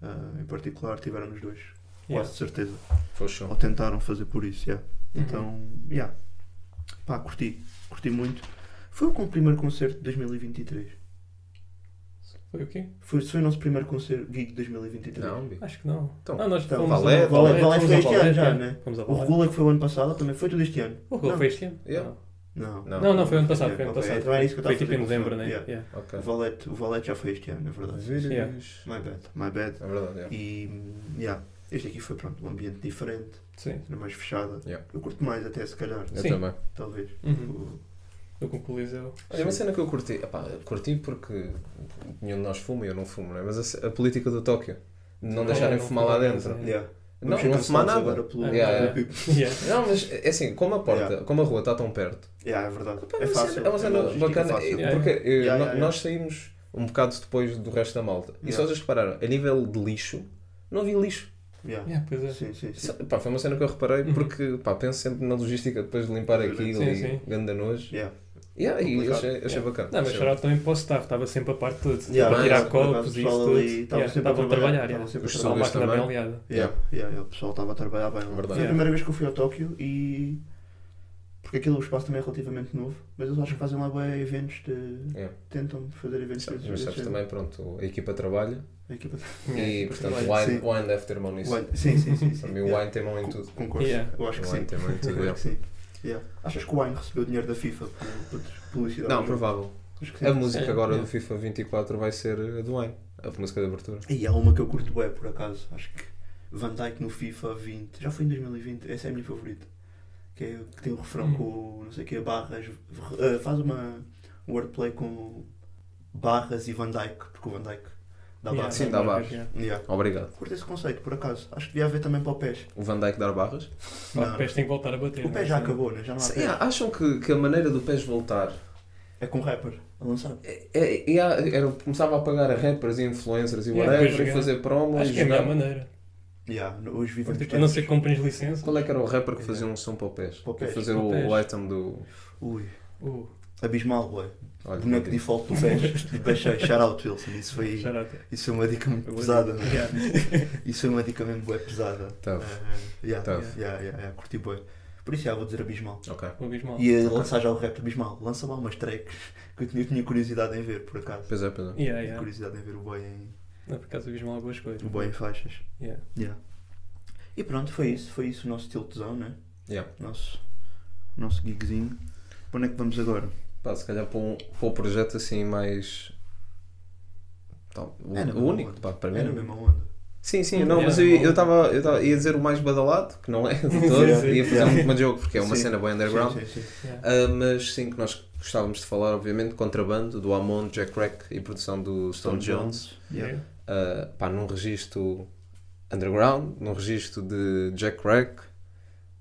[SPEAKER 6] uh, em particular, tiveram nos dois. Quase
[SPEAKER 8] Yeah.
[SPEAKER 6] de certeza.
[SPEAKER 7] Foi o show.
[SPEAKER 6] Ou tentaram fazer por isso, yeah.
[SPEAKER 8] Uhum.
[SPEAKER 6] Então, yeah. Pá, curti. Curti muito. Foi o primeiro concerto de 2023.
[SPEAKER 8] Foi o quê?
[SPEAKER 6] Foi, foi o nosso primeiro concerto gig de 2023.
[SPEAKER 7] Não, Bi.
[SPEAKER 8] Acho que não.
[SPEAKER 7] Então,
[SPEAKER 8] ah, nós
[SPEAKER 6] então,
[SPEAKER 8] fomos
[SPEAKER 7] Valé,
[SPEAKER 8] a
[SPEAKER 6] Valé, Valé
[SPEAKER 8] fomos
[SPEAKER 6] foi
[SPEAKER 8] a
[SPEAKER 6] este ano já,
[SPEAKER 8] yeah.
[SPEAKER 6] né?
[SPEAKER 8] Fomos a
[SPEAKER 6] O
[SPEAKER 8] Valé.
[SPEAKER 6] Regula que foi o ano passado também foi tudo este ano.
[SPEAKER 8] O Regula
[SPEAKER 6] Não.
[SPEAKER 8] foi este ano?
[SPEAKER 7] Yeah.
[SPEAKER 8] Não.
[SPEAKER 6] Não.
[SPEAKER 7] Não.
[SPEAKER 8] Não, não, foi ano passado.
[SPEAKER 6] Ok,
[SPEAKER 8] Foi ano
[SPEAKER 6] ok,
[SPEAKER 8] passado.
[SPEAKER 6] então era isso que eu
[SPEAKER 8] Foi
[SPEAKER 6] tava a
[SPEAKER 8] tipo em
[SPEAKER 6] fazer
[SPEAKER 8] novembro, né?
[SPEAKER 6] confusão.
[SPEAKER 8] Yeah.
[SPEAKER 7] Ok.
[SPEAKER 6] O Valete, o Valete já foi este ano, é verdade.
[SPEAKER 7] Vírus.
[SPEAKER 8] Yeah.
[SPEAKER 6] My bad, my bad.
[SPEAKER 7] É verdade, yeah.
[SPEAKER 6] E, yeah, este aqui foi, pronto, um ambiente diferente,
[SPEAKER 8] Sim.
[SPEAKER 6] era mais fechada.
[SPEAKER 7] Yeah.
[SPEAKER 6] Eu curto mais até, se calhar,
[SPEAKER 7] Eu
[SPEAKER 8] Sim.
[SPEAKER 7] também.
[SPEAKER 6] talvez. Tipo,
[SPEAKER 8] Uhum.
[SPEAKER 6] O-
[SPEAKER 8] Eu com o Coliseu. [laughs]
[SPEAKER 7] Olha, uma cena que eu curti, epá, curti porque nenhum de nós fuma e eu não fumo, não é? mas a, ce- a política do Tóquio, de não
[SPEAKER 8] Não,
[SPEAKER 7] deixarem
[SPEAKER 8] não
[SPEAKER 7] fumar lá
[SPEAKER 8] fumar,
[SPEAKER 7] dentro,
[SPEAKER 8] sim.
[SPEAKER 6] Yeah.
[SPEAKER 7] não,
[SPEAKER 6] Vamos ser
[SPEAKER 7] não fumar
[SPEAKER 6] cancelados
[SPEAKER 7] nada.
[SPEAKER 6] Agora pelo,
[SPEAKER 7] Yeah,
[SPEAKER 6] pelo
[SPEAKER 7] yeah.
[SPEAKER 6] pico.
[SPEAKER 8] Yeah.
[SPEAKER 7] Não, mas é assim, como a porta,
[SPEAKER 6] Yeah.
[SPEAKER 7] como a rua está tão perto,
[SPEAKER 6] Yeah, é verdade.
[SPEAKER 7] epá,
[SPEAKER 6] é
[SPEAKER 7] uma
[SPEAKER 6] fácil.
[SPEAKER 7] cena- é uma cena
[SPEAKER 6] logística
[SPEAKER 7] bacana,
[SPEAKER 6] fácil.
[SPEAKER 7] eh,
[SPEAKER 8] Yeah,
[SPEAKER 7] porque eh,
[SPEAKER 6] Yeah,
[SPEAKER 7] no-
[SPEAKER 6] yeah,
[SPEAKER 7] nós saímos um bocado depois do resto da malta, e só
[SPEAKER 6] Yeah.
[SPEAKER 7] vocês repararam, a nível de lixo, não havia lixo.
[SPEAKER 6] Yeah.
[SPEAKER 8] Yeah, pois é.
[SPEAKER 6] Sim, sim, sim.
[SPEAKER 7] Só- pá, foi uma cena que eu reparei,
[SPEAKER 8] Uhum.
[SPEAKER 7] porque pá, penso sempre na logística depois de limpar
[SPEAKER 6] Verdade.
[SPEAKER 7] aquilo
[SPEAKER 8] Sim,
[SPEAKER 7] e
[SPEAKER 8] sim.
[SPEAKER 7] ganda nojo.
[SPEAKER 6] Yeah.
[SPEAKER 7] Yeah, e
[SPEAKER 6] Complicado.
[SPEAKER 7] achei, achei
[SPEAKER 8] Yeah.
[SPEAKER 7] bacana.
[SPEAKER 8] Não, mas
[SPEAKER 7] Achei-
[SPEAKER 8] chorava também para o staff, estava sempre a parte de tudo.
[SPEAKER 6] Yeah,
[SPEAKER 8] tipo, a
[SPEAKER 7] mas-
[SPEAKER 8] tirar
[SPEAKER 7] mas
[SPEAKER 6] mas o
[SPEAKER 8] copos e
[SPEAKER 6] pessoal
[SPEAKER 8] isso
[SPEAKER 6] ali
[SPEAKER 8] tudo.
[SPEAKER 6] estava
[SPEAKER 8] Yeah,
[SPEAKER 6] sempre
[SPEAKER 8] Estavam
[SPEAKER 6] a
[SPEAKER 8] a
[SPEAKER 6] trabalhar,
[SPEAKER 8] trabalhar,
[SPEAKER 6] estavam sempre
[SPEAKER 8] yeah.
[SPEAKER 6] a
[SPEAKER 8] Estava a máquina
[SPEAKER 7] trabalhar.
[SPEAKER 8] bem
[SPEAKER 7] Também.
[SPEAKER 8] aliada.
[SPEAKER 6] Yeah, yeah, yeah, o pessoal estava a trabalhar bem lá.
[SPEAKER 7] É Verdade.
[SPEAKER 6] Foi a
[SPEAKER 8] Yeah.
[SPEAKER 6] primeira vez que eu fui a Tóquio e. Porque aquele espaço também é relativamente novo, mas eles acho que fazem lá bem eventos de.
[SPEAKER 7] Yeah.
[SPEAKER 6] Tentam fazer eventos
[SPEAKER 7] Sabes,
[SPEAKER 6] desse-
[SPEAKER 7] É. mas
[SPEAKER 6] desse
[SPEAKER 7] sabes
[SPEAKER 6] género.
[SPEAKER 7] também, É pronto, a equipa trabalha
[SPEAKER 6] A equipa-
[SPEAKER 7] e, portanto,
[SPEAKER 8] É, trabalha.
[SPEAKER 7] wine,
[SPEAKER 6] Sim.
[SPEAKER 7] wine deve ter mão nisso.
[SPEAKER 6] Wine- Sim, sim, sim. sim.
[SPEAKER 7] Para mim, o
[SPEAKER 6] Yeah.
[SPEAKER 7] wine tem mão em
[SPEAKER 6] Co-
[SPEAKER 7] tudo.
[SPEAKER 6] Concordo.
[SPEAKER 8] Yeah.
[SPEAKER 6] Eu acho que
[SPEAKER 7] o
[SPEAKER 6] sim.
[SPEAKER 7] wine tem mão em tudo.
[SPEAKER 6] Eu acho
[SPEAKER 7] yeah.
[SPEAKER 6] que sim. Yeah. Achas que o Wine recebeu dinheiro da FIFA por- por publicidade?
[SPEAKER 7] Não, provável.
[SPEAKER 6] Acho que sim.
[SPEAKER 7] A música
[SPEAKER 8] Sim,
[SPEAKER 7] agora
[SPEAKER 8] yeah.
[SPEAKER 7] do FIFA 24 vai ser a do wine, a música de abertura.
[SPEAKER 6] E há uma que eu curto bem, por acaso. Acho que Van Dyke no FIFA 20. Já foi em 2020. Essa é a minha favorita. Que, é, que tem o refrão
[SPEAKER 8] Hum.
[SPEAKER 6] com o- não sei o quê, barras. eh, faz uma um wordplay com barras e Van Dyke, porque o Van Dyke dá
[SPEAKER 8] Yeah,
[SPEAKER 6] barras.
[SPEAKER 7] Sim, dá barras.
[SPEAKER 8] yeah.
[SPEAKER 6] Yeah.
[SPEAKER 7] Obrigado.
[SPEAKER 6] Curto esse conceito, por acaso. Acho que devia haver também para o PES.
[SPEAKER 7] O Van Dijk dar barras.
[SPEAKER 8] Pá,
[SPEAKER 6] Não.
[SPEAKER 8] O pés tem que voltar a bater.
[SPEAKER 6] O PES já acabou, né? já não há
[SPEAKER 7] Se-
[SPEAKER 6] PES.
[SPEAKER 7] yeah, acham que, que a maneira do PES voltar
[SPEAKER 6] É com rapper a lançar.
[SPEAKER 7] é- é- yeah, era, começava a pagar a rappers e influencers e
[SPEAKER 8] Yeah,
[SPEAKER 7] whatever
[SPEAKER 8] depois
[SPEAKER 7] e
[SPEAKER 8] jogar.
[SPEAKER 7] fazer promos
[SPEAKER 8] Acho
[SPEAKER 7] e
[SPEAKER 8] que é a melhor
[SPEAKER 7] jogar.
[SPEAKER 8] maneira.
[SPEAKER 6] Yeah, hoje vivemos
[SPEAKER 8] Tipo, a não ser que
[SPEAKER 6] tempos-
[SPEAKER 8] comprem licença.
[SPEAKER 7] Qual é que era o rapper que fazia um som para o PES?
[SPEAKER 6] Para o
[SPEAKER 7] Para
[SPEAKER 6] PES.
[SPEAKER 7] fazer
[SPEAKER 8] Para o
[SPEAKER 7] o,
[SPEAKER 8] PES.
[SPEAKER 7] o item do.
[SPEAKER 6] Ui,
[SPEAKER 8] Uh,
[SPEAKER 6] abismal, boy.
[SPEAKER 7] Olha,
[SPEAKER 6] Boneco default do PES.
[SPEAKER 8] [laughs]
[SPEAKER 6] Do PES shout out, Wilson. Isso foi.
[SPEAKER 8] charata.
[SPEAKER 6] Isso é uma dica muito
[SPEAKER 8] Agora-
[SPEAKER 6] pesada, né?
[SPEAKER 8] Yeah.
[SPEAKER 6] Isso é uma dica mesmo bué pesada.
[SPEAKER 7] Tough.
[SPEAKER 6] Eh, yeah,
[SPEAKER 7] Tough.
[SPEAKER 6] yeah, yeah, yeah, curti bué. Por isso, já vou dizer abismal.
[SPEAKER 7] Ok.
[SPEAKER 8] é. O abismal.
[SPEAKER 6] E eh, lançar já o rap do abismal. Lança lá umas tracks que eu tinha, eu tinha curiosidade em ver, por acaso.
[SPEAKER 7] Pois é, pois é.
[SPEAKER 8] Yeah,
[SPEAKER 6] Tinha
[SPEAKER 8] yeah.
[SPEAKER 6] curiosidade em ver o boy em,
[SPEAKER 8] Não, por acaso o abismal é boas coisas.
[SPEAKER 6] o boy em faixas.
[SPEAKER 8] Yeah.
[SPEAKER 6] Yeah. E pronto, foi isso. Foi isso o nosso tiltzão, né?
[SPEAKER 7] Yeah.
[SPEAKER 6] Nosso, nosso gigzinho. Para onde é que vamos agora?
[SPEAKER 7] Pá, se calhar para um, para um projeto assim mais. Tal, o,
[SPEAKER 6] Era
[SPEAKER 7] o
[SPEAKER 6] mesmo
[SPEAKER 7] único,
[SPEAKER 6] onde?
[SPEAKER 7] pá, para mim.
[SPEAKER 6] É na mesma onda.
[SPEAKER 7] Sim, sim,
[SPEAKER 8] Hum,
[SPEAKER 7] não,
[SPEAKER 8] era
[SPEAKER 7] mas eu,
[SPEAKER 8] mesmo onde.
[SPEAKER 7] eu, tava, eu tava- ia dizer o mais badalado, que não é
[SPEAKER 6] [laughs]
[SPEAKER 7] de
[SPEAKER 8] Sim,
[SPEAKER 7] todo,
[SPEAKER 8] sim.
[SPEAKER 7] ia fazer
[SPEAKER 6] Yeah.
[SPEAKER 7] um muito jogo, porque é uma
[SPEAKER 6] Sim.
[SPEAKER 7] cena bem underground.
[SPEAKER 6] Sim, sim, sim.
[SPEAKER 8] Yeah.
[SPEAKER 7] Ah, mas sim, que nós gostávamos de falar, obviamente, contrabando do Amon, Jack Crack e produção do Stone, Jones.
[SPEAKER 6] Yeah.
[SPEAKER 8] Yeah.
[SPEAKER 7] Ah, pá, num registro underground, num registro de Jack Crack,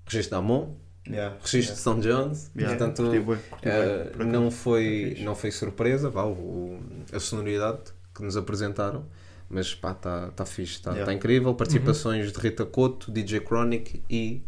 [SPEAKER 7] registro de Amon,
[SPEAKER 6] Yeah.
[SPEAKER 7] registro de Stone Jones.
[SPEAKER 6] Yeah.
[SPEAKER 7] Portanto,
[SPEAKER 6] Curti bué, curti bué,
[SPEAKER 7] Uh,
[SPEAKER 6] por acaso.
[SPEAKER 7] não,
[SPEAKER 6] Foi
[SPEAKER 7] foi,
[SPEAKER 6] fixe.
[SPEAKER 7] não foi surpresa vá, o- o- a sonoridade que nos apresentaram, mas pá, está tá fixe, está
[SPEAKER 6] Yeah. Uhum.
[SPEAKER 7] incrível. Participações de Rita Couto, DJ Chronic e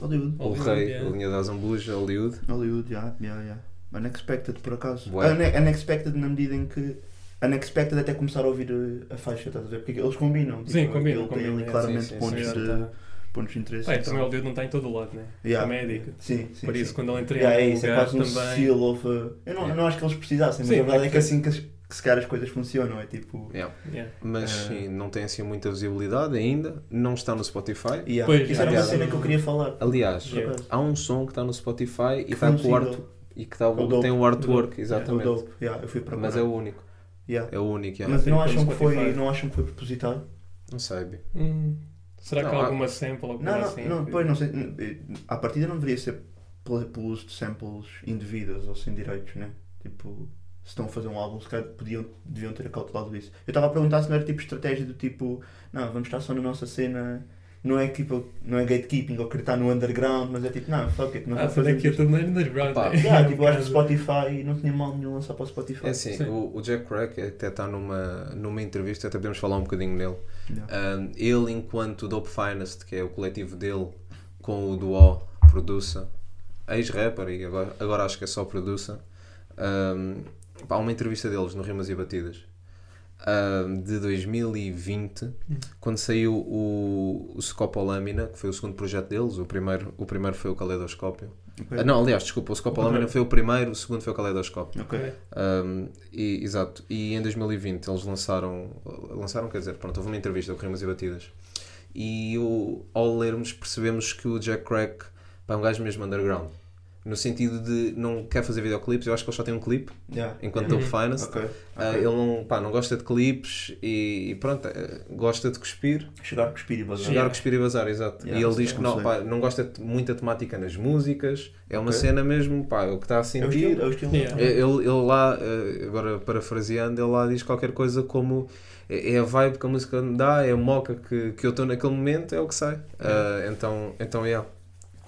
[SPEAKER 6] Hollywood.
[SPEAKER 7] o
[SPEAKER 8] Hollywood,
[SPEAKER 7] rei,
[SPEAKER 8] yeah.
[SPEAKER 7] a linha da Zambuja, Hollywood.
[SPEAKER 6] Hollywood, já, já, já. Unexpected, por acaso.
[SPEAKER 7] Bué.
[SPEAKER 6] Une- unexpected na medida em que. Unexpected até começar a ouvir uh, a faixa, estás a ver? Porque eles combinam. tipo,
[SPEAKER 8] Sim, combina,
[SPEAKER 6] Ele tem
[SPEAKER 8] combina,
[SPEAKER 6] ali
[SPEAKER 8] é,
[SPEAKER 6] claramente
[SPEAKER 7] sim, sim,
[SPEAKER 6] pontos,
[SPEAKER 8] sim,
[SPEAKER 6] de, pontos de interesse.
[SPEAKER 8] Pá, e tá- também o Deus não está em todo o lado, né?
[SPEAKER 6] Yeah.
[SPEAKER 8] Também é dica.
[SPEAKER 6] Sim, sim.
[SPEAKER 8] Por isso,
[SPEAKER 6] sim.
[SPEAKER 8] quando ele entra em
[SPEAKER 6] Yeah, é
[SPEAKER 8] algum
[SPEAKER 6] isso, é
[SPEAKER 8] lugar
[SPEAKER 6] quase um seal of. uh, eu, não, eu não acho que eles precisassem, mas
[SPEAKER 8] Sim,
[SPEAKER 6] a verdade é que
[SPEAKER 8] é
[SPEAKER 6] assim que, as- que se calhar as coisas funcionam. É tipo.
[SPEAKER 8] Yeah.
[SPEAKER 7] Mas
[SPEAKER 6] Ah.
[SPEAKER 7] sim, não tem assim muita visibilidade ainda, não está no Spotify.
[SPEAKER 6] Yeah.
[SPEAKER 8] Pois,
[SPEAKER 6] isso era uma
[SPEAKER 7] yeah.
[SPEAKER 6] cena que eu queria falar.
[SPEAKER 7] Aliás,
[SPEAKER 6] Por acaso.
[SPEAKER 7] há um som que está no Spotify e,
[SPEAKER 6] Foi
[SPEAKER 7] tá
[SPEAKER 6] um
[SPEAKER 7] com o art,
[SPEAKER 6] single, É
[SPEAKER 7] e que tá,
[SPEAKER 6] O Dope. É,
[SPEAKER 7] tem o artwork,
[SPEAKER 6] o
[SPEAKER 7] exatamente.
[SPEAKER 6] dope. Yeah, eu fui para
[SPEAKER 7] mas é o único,
[SPEAKER 6] Yeah.
[SPEAKER 7] é o único. yeah.
[SPEAKER 6] Mas não
[SPEAKER 8] Sim,
[SPEAKER 6] acham,
[SPEAKER 8] pelo
[SPEAKER 6] que foi,
[SPEAKER 8] Spotify.
[SPEAKER 6] não acham que foi propositado?
[SPEAKER 7] Não sei, Bi.
[SPEAKER 8] Hum, será que
[SPEAKER 7] Não,
[SPEAKER 8] há
[SPEAKER 7] há-
[SPEAKER 8] alguma sample ou alguma
[SPEAKER 6] Não, tipo, não,
[SPEAKER 8] assim?
[SPEAKER 6] não,
[SPEAKER 8] que-
[SPEAKER 6] pois não sei. A partida não deveria ser pelo pelo uso de samples indevidos ou sem direitos, né? Tipo, se estão a fazer um álbum, se calhar podiam, deviam ter acautelado isso. Eu estava a perguntar se não era tipo estratégia do tipo, não, vamos estar só na nossa cena, não é, tipo, não é gatekeeping ou querer estar no underground, mas é tipo, não, fuck it, não
[SPEAKER 8] Ah,
[SPEAKER 6] vou
[SPEAKER 8] fazer
[SPEAKER 6] fazer
[SPEAKER 8] aquilo
[SPEAKER 6] isto.
[SPEAKER 8] tudo nas nas Brown. [laughs] né?
[SPEAKER 7] Pá,
[SPEAKER 6] [laughs] Yeah, tipo, eu acho que
[SPEAKER 8] Um bocado.
[SPEAKER 6] Spotify não tinha mal nenhum lançar para o Spotify.
[SPEAKER 7] É assim,
[SPEAKER 8] Sim.
[SPEAKER 7] o, o Jack Crack até está numa, numa entrevista, até podemos falar um bocadinho nele.
[SPEAKER 6] Yeah.
[SPEAKER 7] Um, ele, enquanto Dope Finest, que é o coletivo dele, com o Duo, produça, ex-rapper e agora, agora acho que é só produça, um, pá, uma entrevista deles no Rimas e Batidas um, de 2020,
[SPEAKER 6] Uhum.
[SPEAKER 7] quando saiu o, o Scopolâmina, que foi o segundo projeto deles, o primeiro, o primeiro foi o Caleidoscópio.
[SPEAKER 6] Ok.
[SPEAKER 7] Ah, não, aliás, desculpa, o Scopolâmina foi o primeiro, o segundo foi o Caleidoscópio.
[SPEAKER 6] Ok.
[SPEAKER 7] Um, e, exato, e em 2020 eles lançaram, lançaram, quer dizer, pronto, houve uma entrevista com Rimas e Batidas e o, ao lermos percebemos que o Jack Crack pá, é um gajo mesmo underground, no sentido de não quer fazer videoclipes, eu acho que ele só tem um clipe,
[SPEAKER 6] Yeah.
[SPEAKER 7] enquanto
[SPEAKER 6] yeah.
[SPEAKER 7] ele finance,
[SPEAKER 6] Uhum. Ok.
[SPEAKER 7] Ah, ele não, pá, não gosta de clipes e, e pronto, eh, gosta de cuspir,
[SPEAKER 6] Chegar com o espírito e
[SPEAKER 7] chegar a cuspir e bazar, exato.
[SPEAKER 6] Yeah,
[SPEAKER 7] e ele
[SPEAKER 6] sim,
[SPEAKER 7] diz que não,
[SPEAKER 6] não sei.
[SPEAKER 7] pá, não gosta de muita temática nas músicas, é uma
[SPEAKER 6] Ok.
[SPEAKER 7] cena mesmo, pá, é o que está a
[SPEAKER 6] É o
[SPEAKER 7] sentir,
[SPEAKER 6] estilo, é o estilo.
[SPEAKER 8] Yeah.
[SPEAKER 7] é, Ele, ele lá, eh, agora parafraseando, ele lá diz qualquer coisa como é é a vibe que a música me dá, é a moca que, que eu estou naquele momento, é o que sai. Ah, então, então, yeah.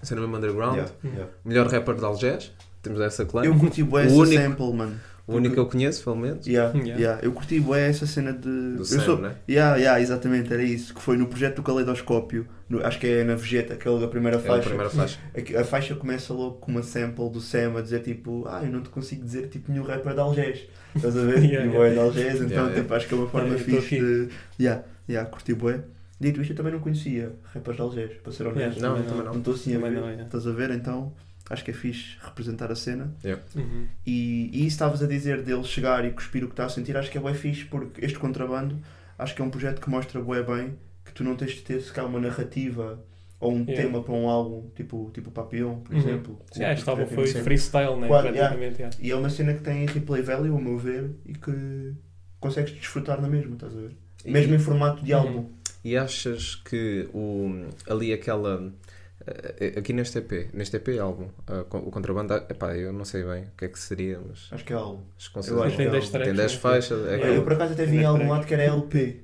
[SPEAKER 7] Sendo mesmo underground,
[SPEAKER 6] Yeah, yeah.
[SPEAKER 7] melhor rapper de Algés, temos essa clã.
[SPEAKER 6] Eu curti
[SPEAKER 7] O
[SPEAKER 6] bué essa
[SPEAKER 7] único-
[SPEAKER 6] sample, mano.
[SPEAKER 7] o único que eu conheço, pelo menos.
[SPEAKER 6] Yeah,
[SPEAKER 8] [laughs] Yeah.
[SPEAKER 6] yeah. Eu curti bué essa cena de.
[SPEAKER 7] Do
[SPEAKER 6] eu
[SPEAKER 7] Sam,
[SPEAKER 6] sou...
[SPEAKER 7] né?
[SPEAKER 6] yeah, yeah, exatamente, era isso. Que foi no projeto do Caleidoscópio, no- acho que é na Vegeta, aquela da primeira
[SPEAKER 7] É a
[SPEAKER 6] faixa.
[SPEAKER 7] primeira faixa.
[SPEAKER 6] A, a faixa começa logo com uma sample do Sam a dizer tipo, ah, eu não te consigo dizer tipo nenhum rapper de Algés. Estás a ver?
[SPEAKER 8] [laughs] Yeah,
[SPEAKER 6] e o
[SPEAKER 8] yeah.
[SPEAKER 6] boé de Algés, então
[SPEAKER 7] Yeah, yeah.
[SPEAKER 6] tipo, acho que é uma
[SPEAKER 8] Ah,
[SPEAKER 6] forma
[SPEAKER 8] eu tô
[SPEAKER 6] fixe
[SPEAKER 8] aqui.
[SPEAKER 6] de. Yeah, yeah, curti bué. Dito isto, eu também não conhecia rappers de Algés, para ser honesto.
[SPEAKER 7] Não, também
[SPEAKER 6] Não
[SPEAKER 7] não.
[SPEAKER 6] estou assim a
[SPEAKER 8] Também
[SPEAKER 6] ver.
[SPEAKER 8] não, é.
[SPEAKER 6] Estás a ver? Então acho que é fixe representar a cena.
[SPEAKER 8] Uhum.
[SPEAKER 6] E, e isso estavas a dizer dele chegar e cuspir o que está a sentir, acho que é bué fixe, porque este contrabando acho que é um projeto que mostra bué bem que tu não tens de ter sequer uma narrativa ou um
[SPEAKER 8] Yeah.
[SPEAKER 6] tema para um álbum, tipo, tipo Papillon, por
[SPEAKER 8] Uhum.
[SPEAKER 6] exemplo.
[SPEAKER 8] Sim, ah, este álbum foi
[SPEAKER 6] Sim.
[SPEAKER 8] freestyle, né?
[SPEAKER 6] Quase,
[SPEAKER 8] Praticamente, yeah.
[SPEAKER 6] E é uma cena que tem replay value, ao meu ver, e que consegues desfrutar na mesma, estás a ver? Mesmo em formato de
[SPEAKER 8] Uhum.
[SPEAKER 6] álbum.
[SPEAKER 7] E achas que o, ali aquela. eh, Aqui neste EP, neste EP álbum, eh, com- o contrabando, ah, epá, eu não sei bem o que é que seria, mas
[SPEAKER 6] Acho que é álbum.
[SPEAKER 7] acho que
[SPEAKER 6] Eu acho
[SPEAKER 7] considero-
[SPEAKER 6] que
[SPEAKER 8] Tem
[SPEAKER 6] é
[SPEAKER 8] 10
[SPEAKER 6] álbum.
[SPEAKER 8] tracks.
[SPEAKER 7] tem 10
[SPEAKER 8] né?
[SPEAKER 7] faixas. é
[SPEAKER 8] Yeah.
[SPEAKER 6] Eu
[SPEAKER 7] aquela-
[SPEAKER 6] por acaso até vi
[SPEAKER 8] Ainda
[SPEAKER 6] em algum
[SPEAKER 8] creio.
[SPEAKER 6] lado que era LP.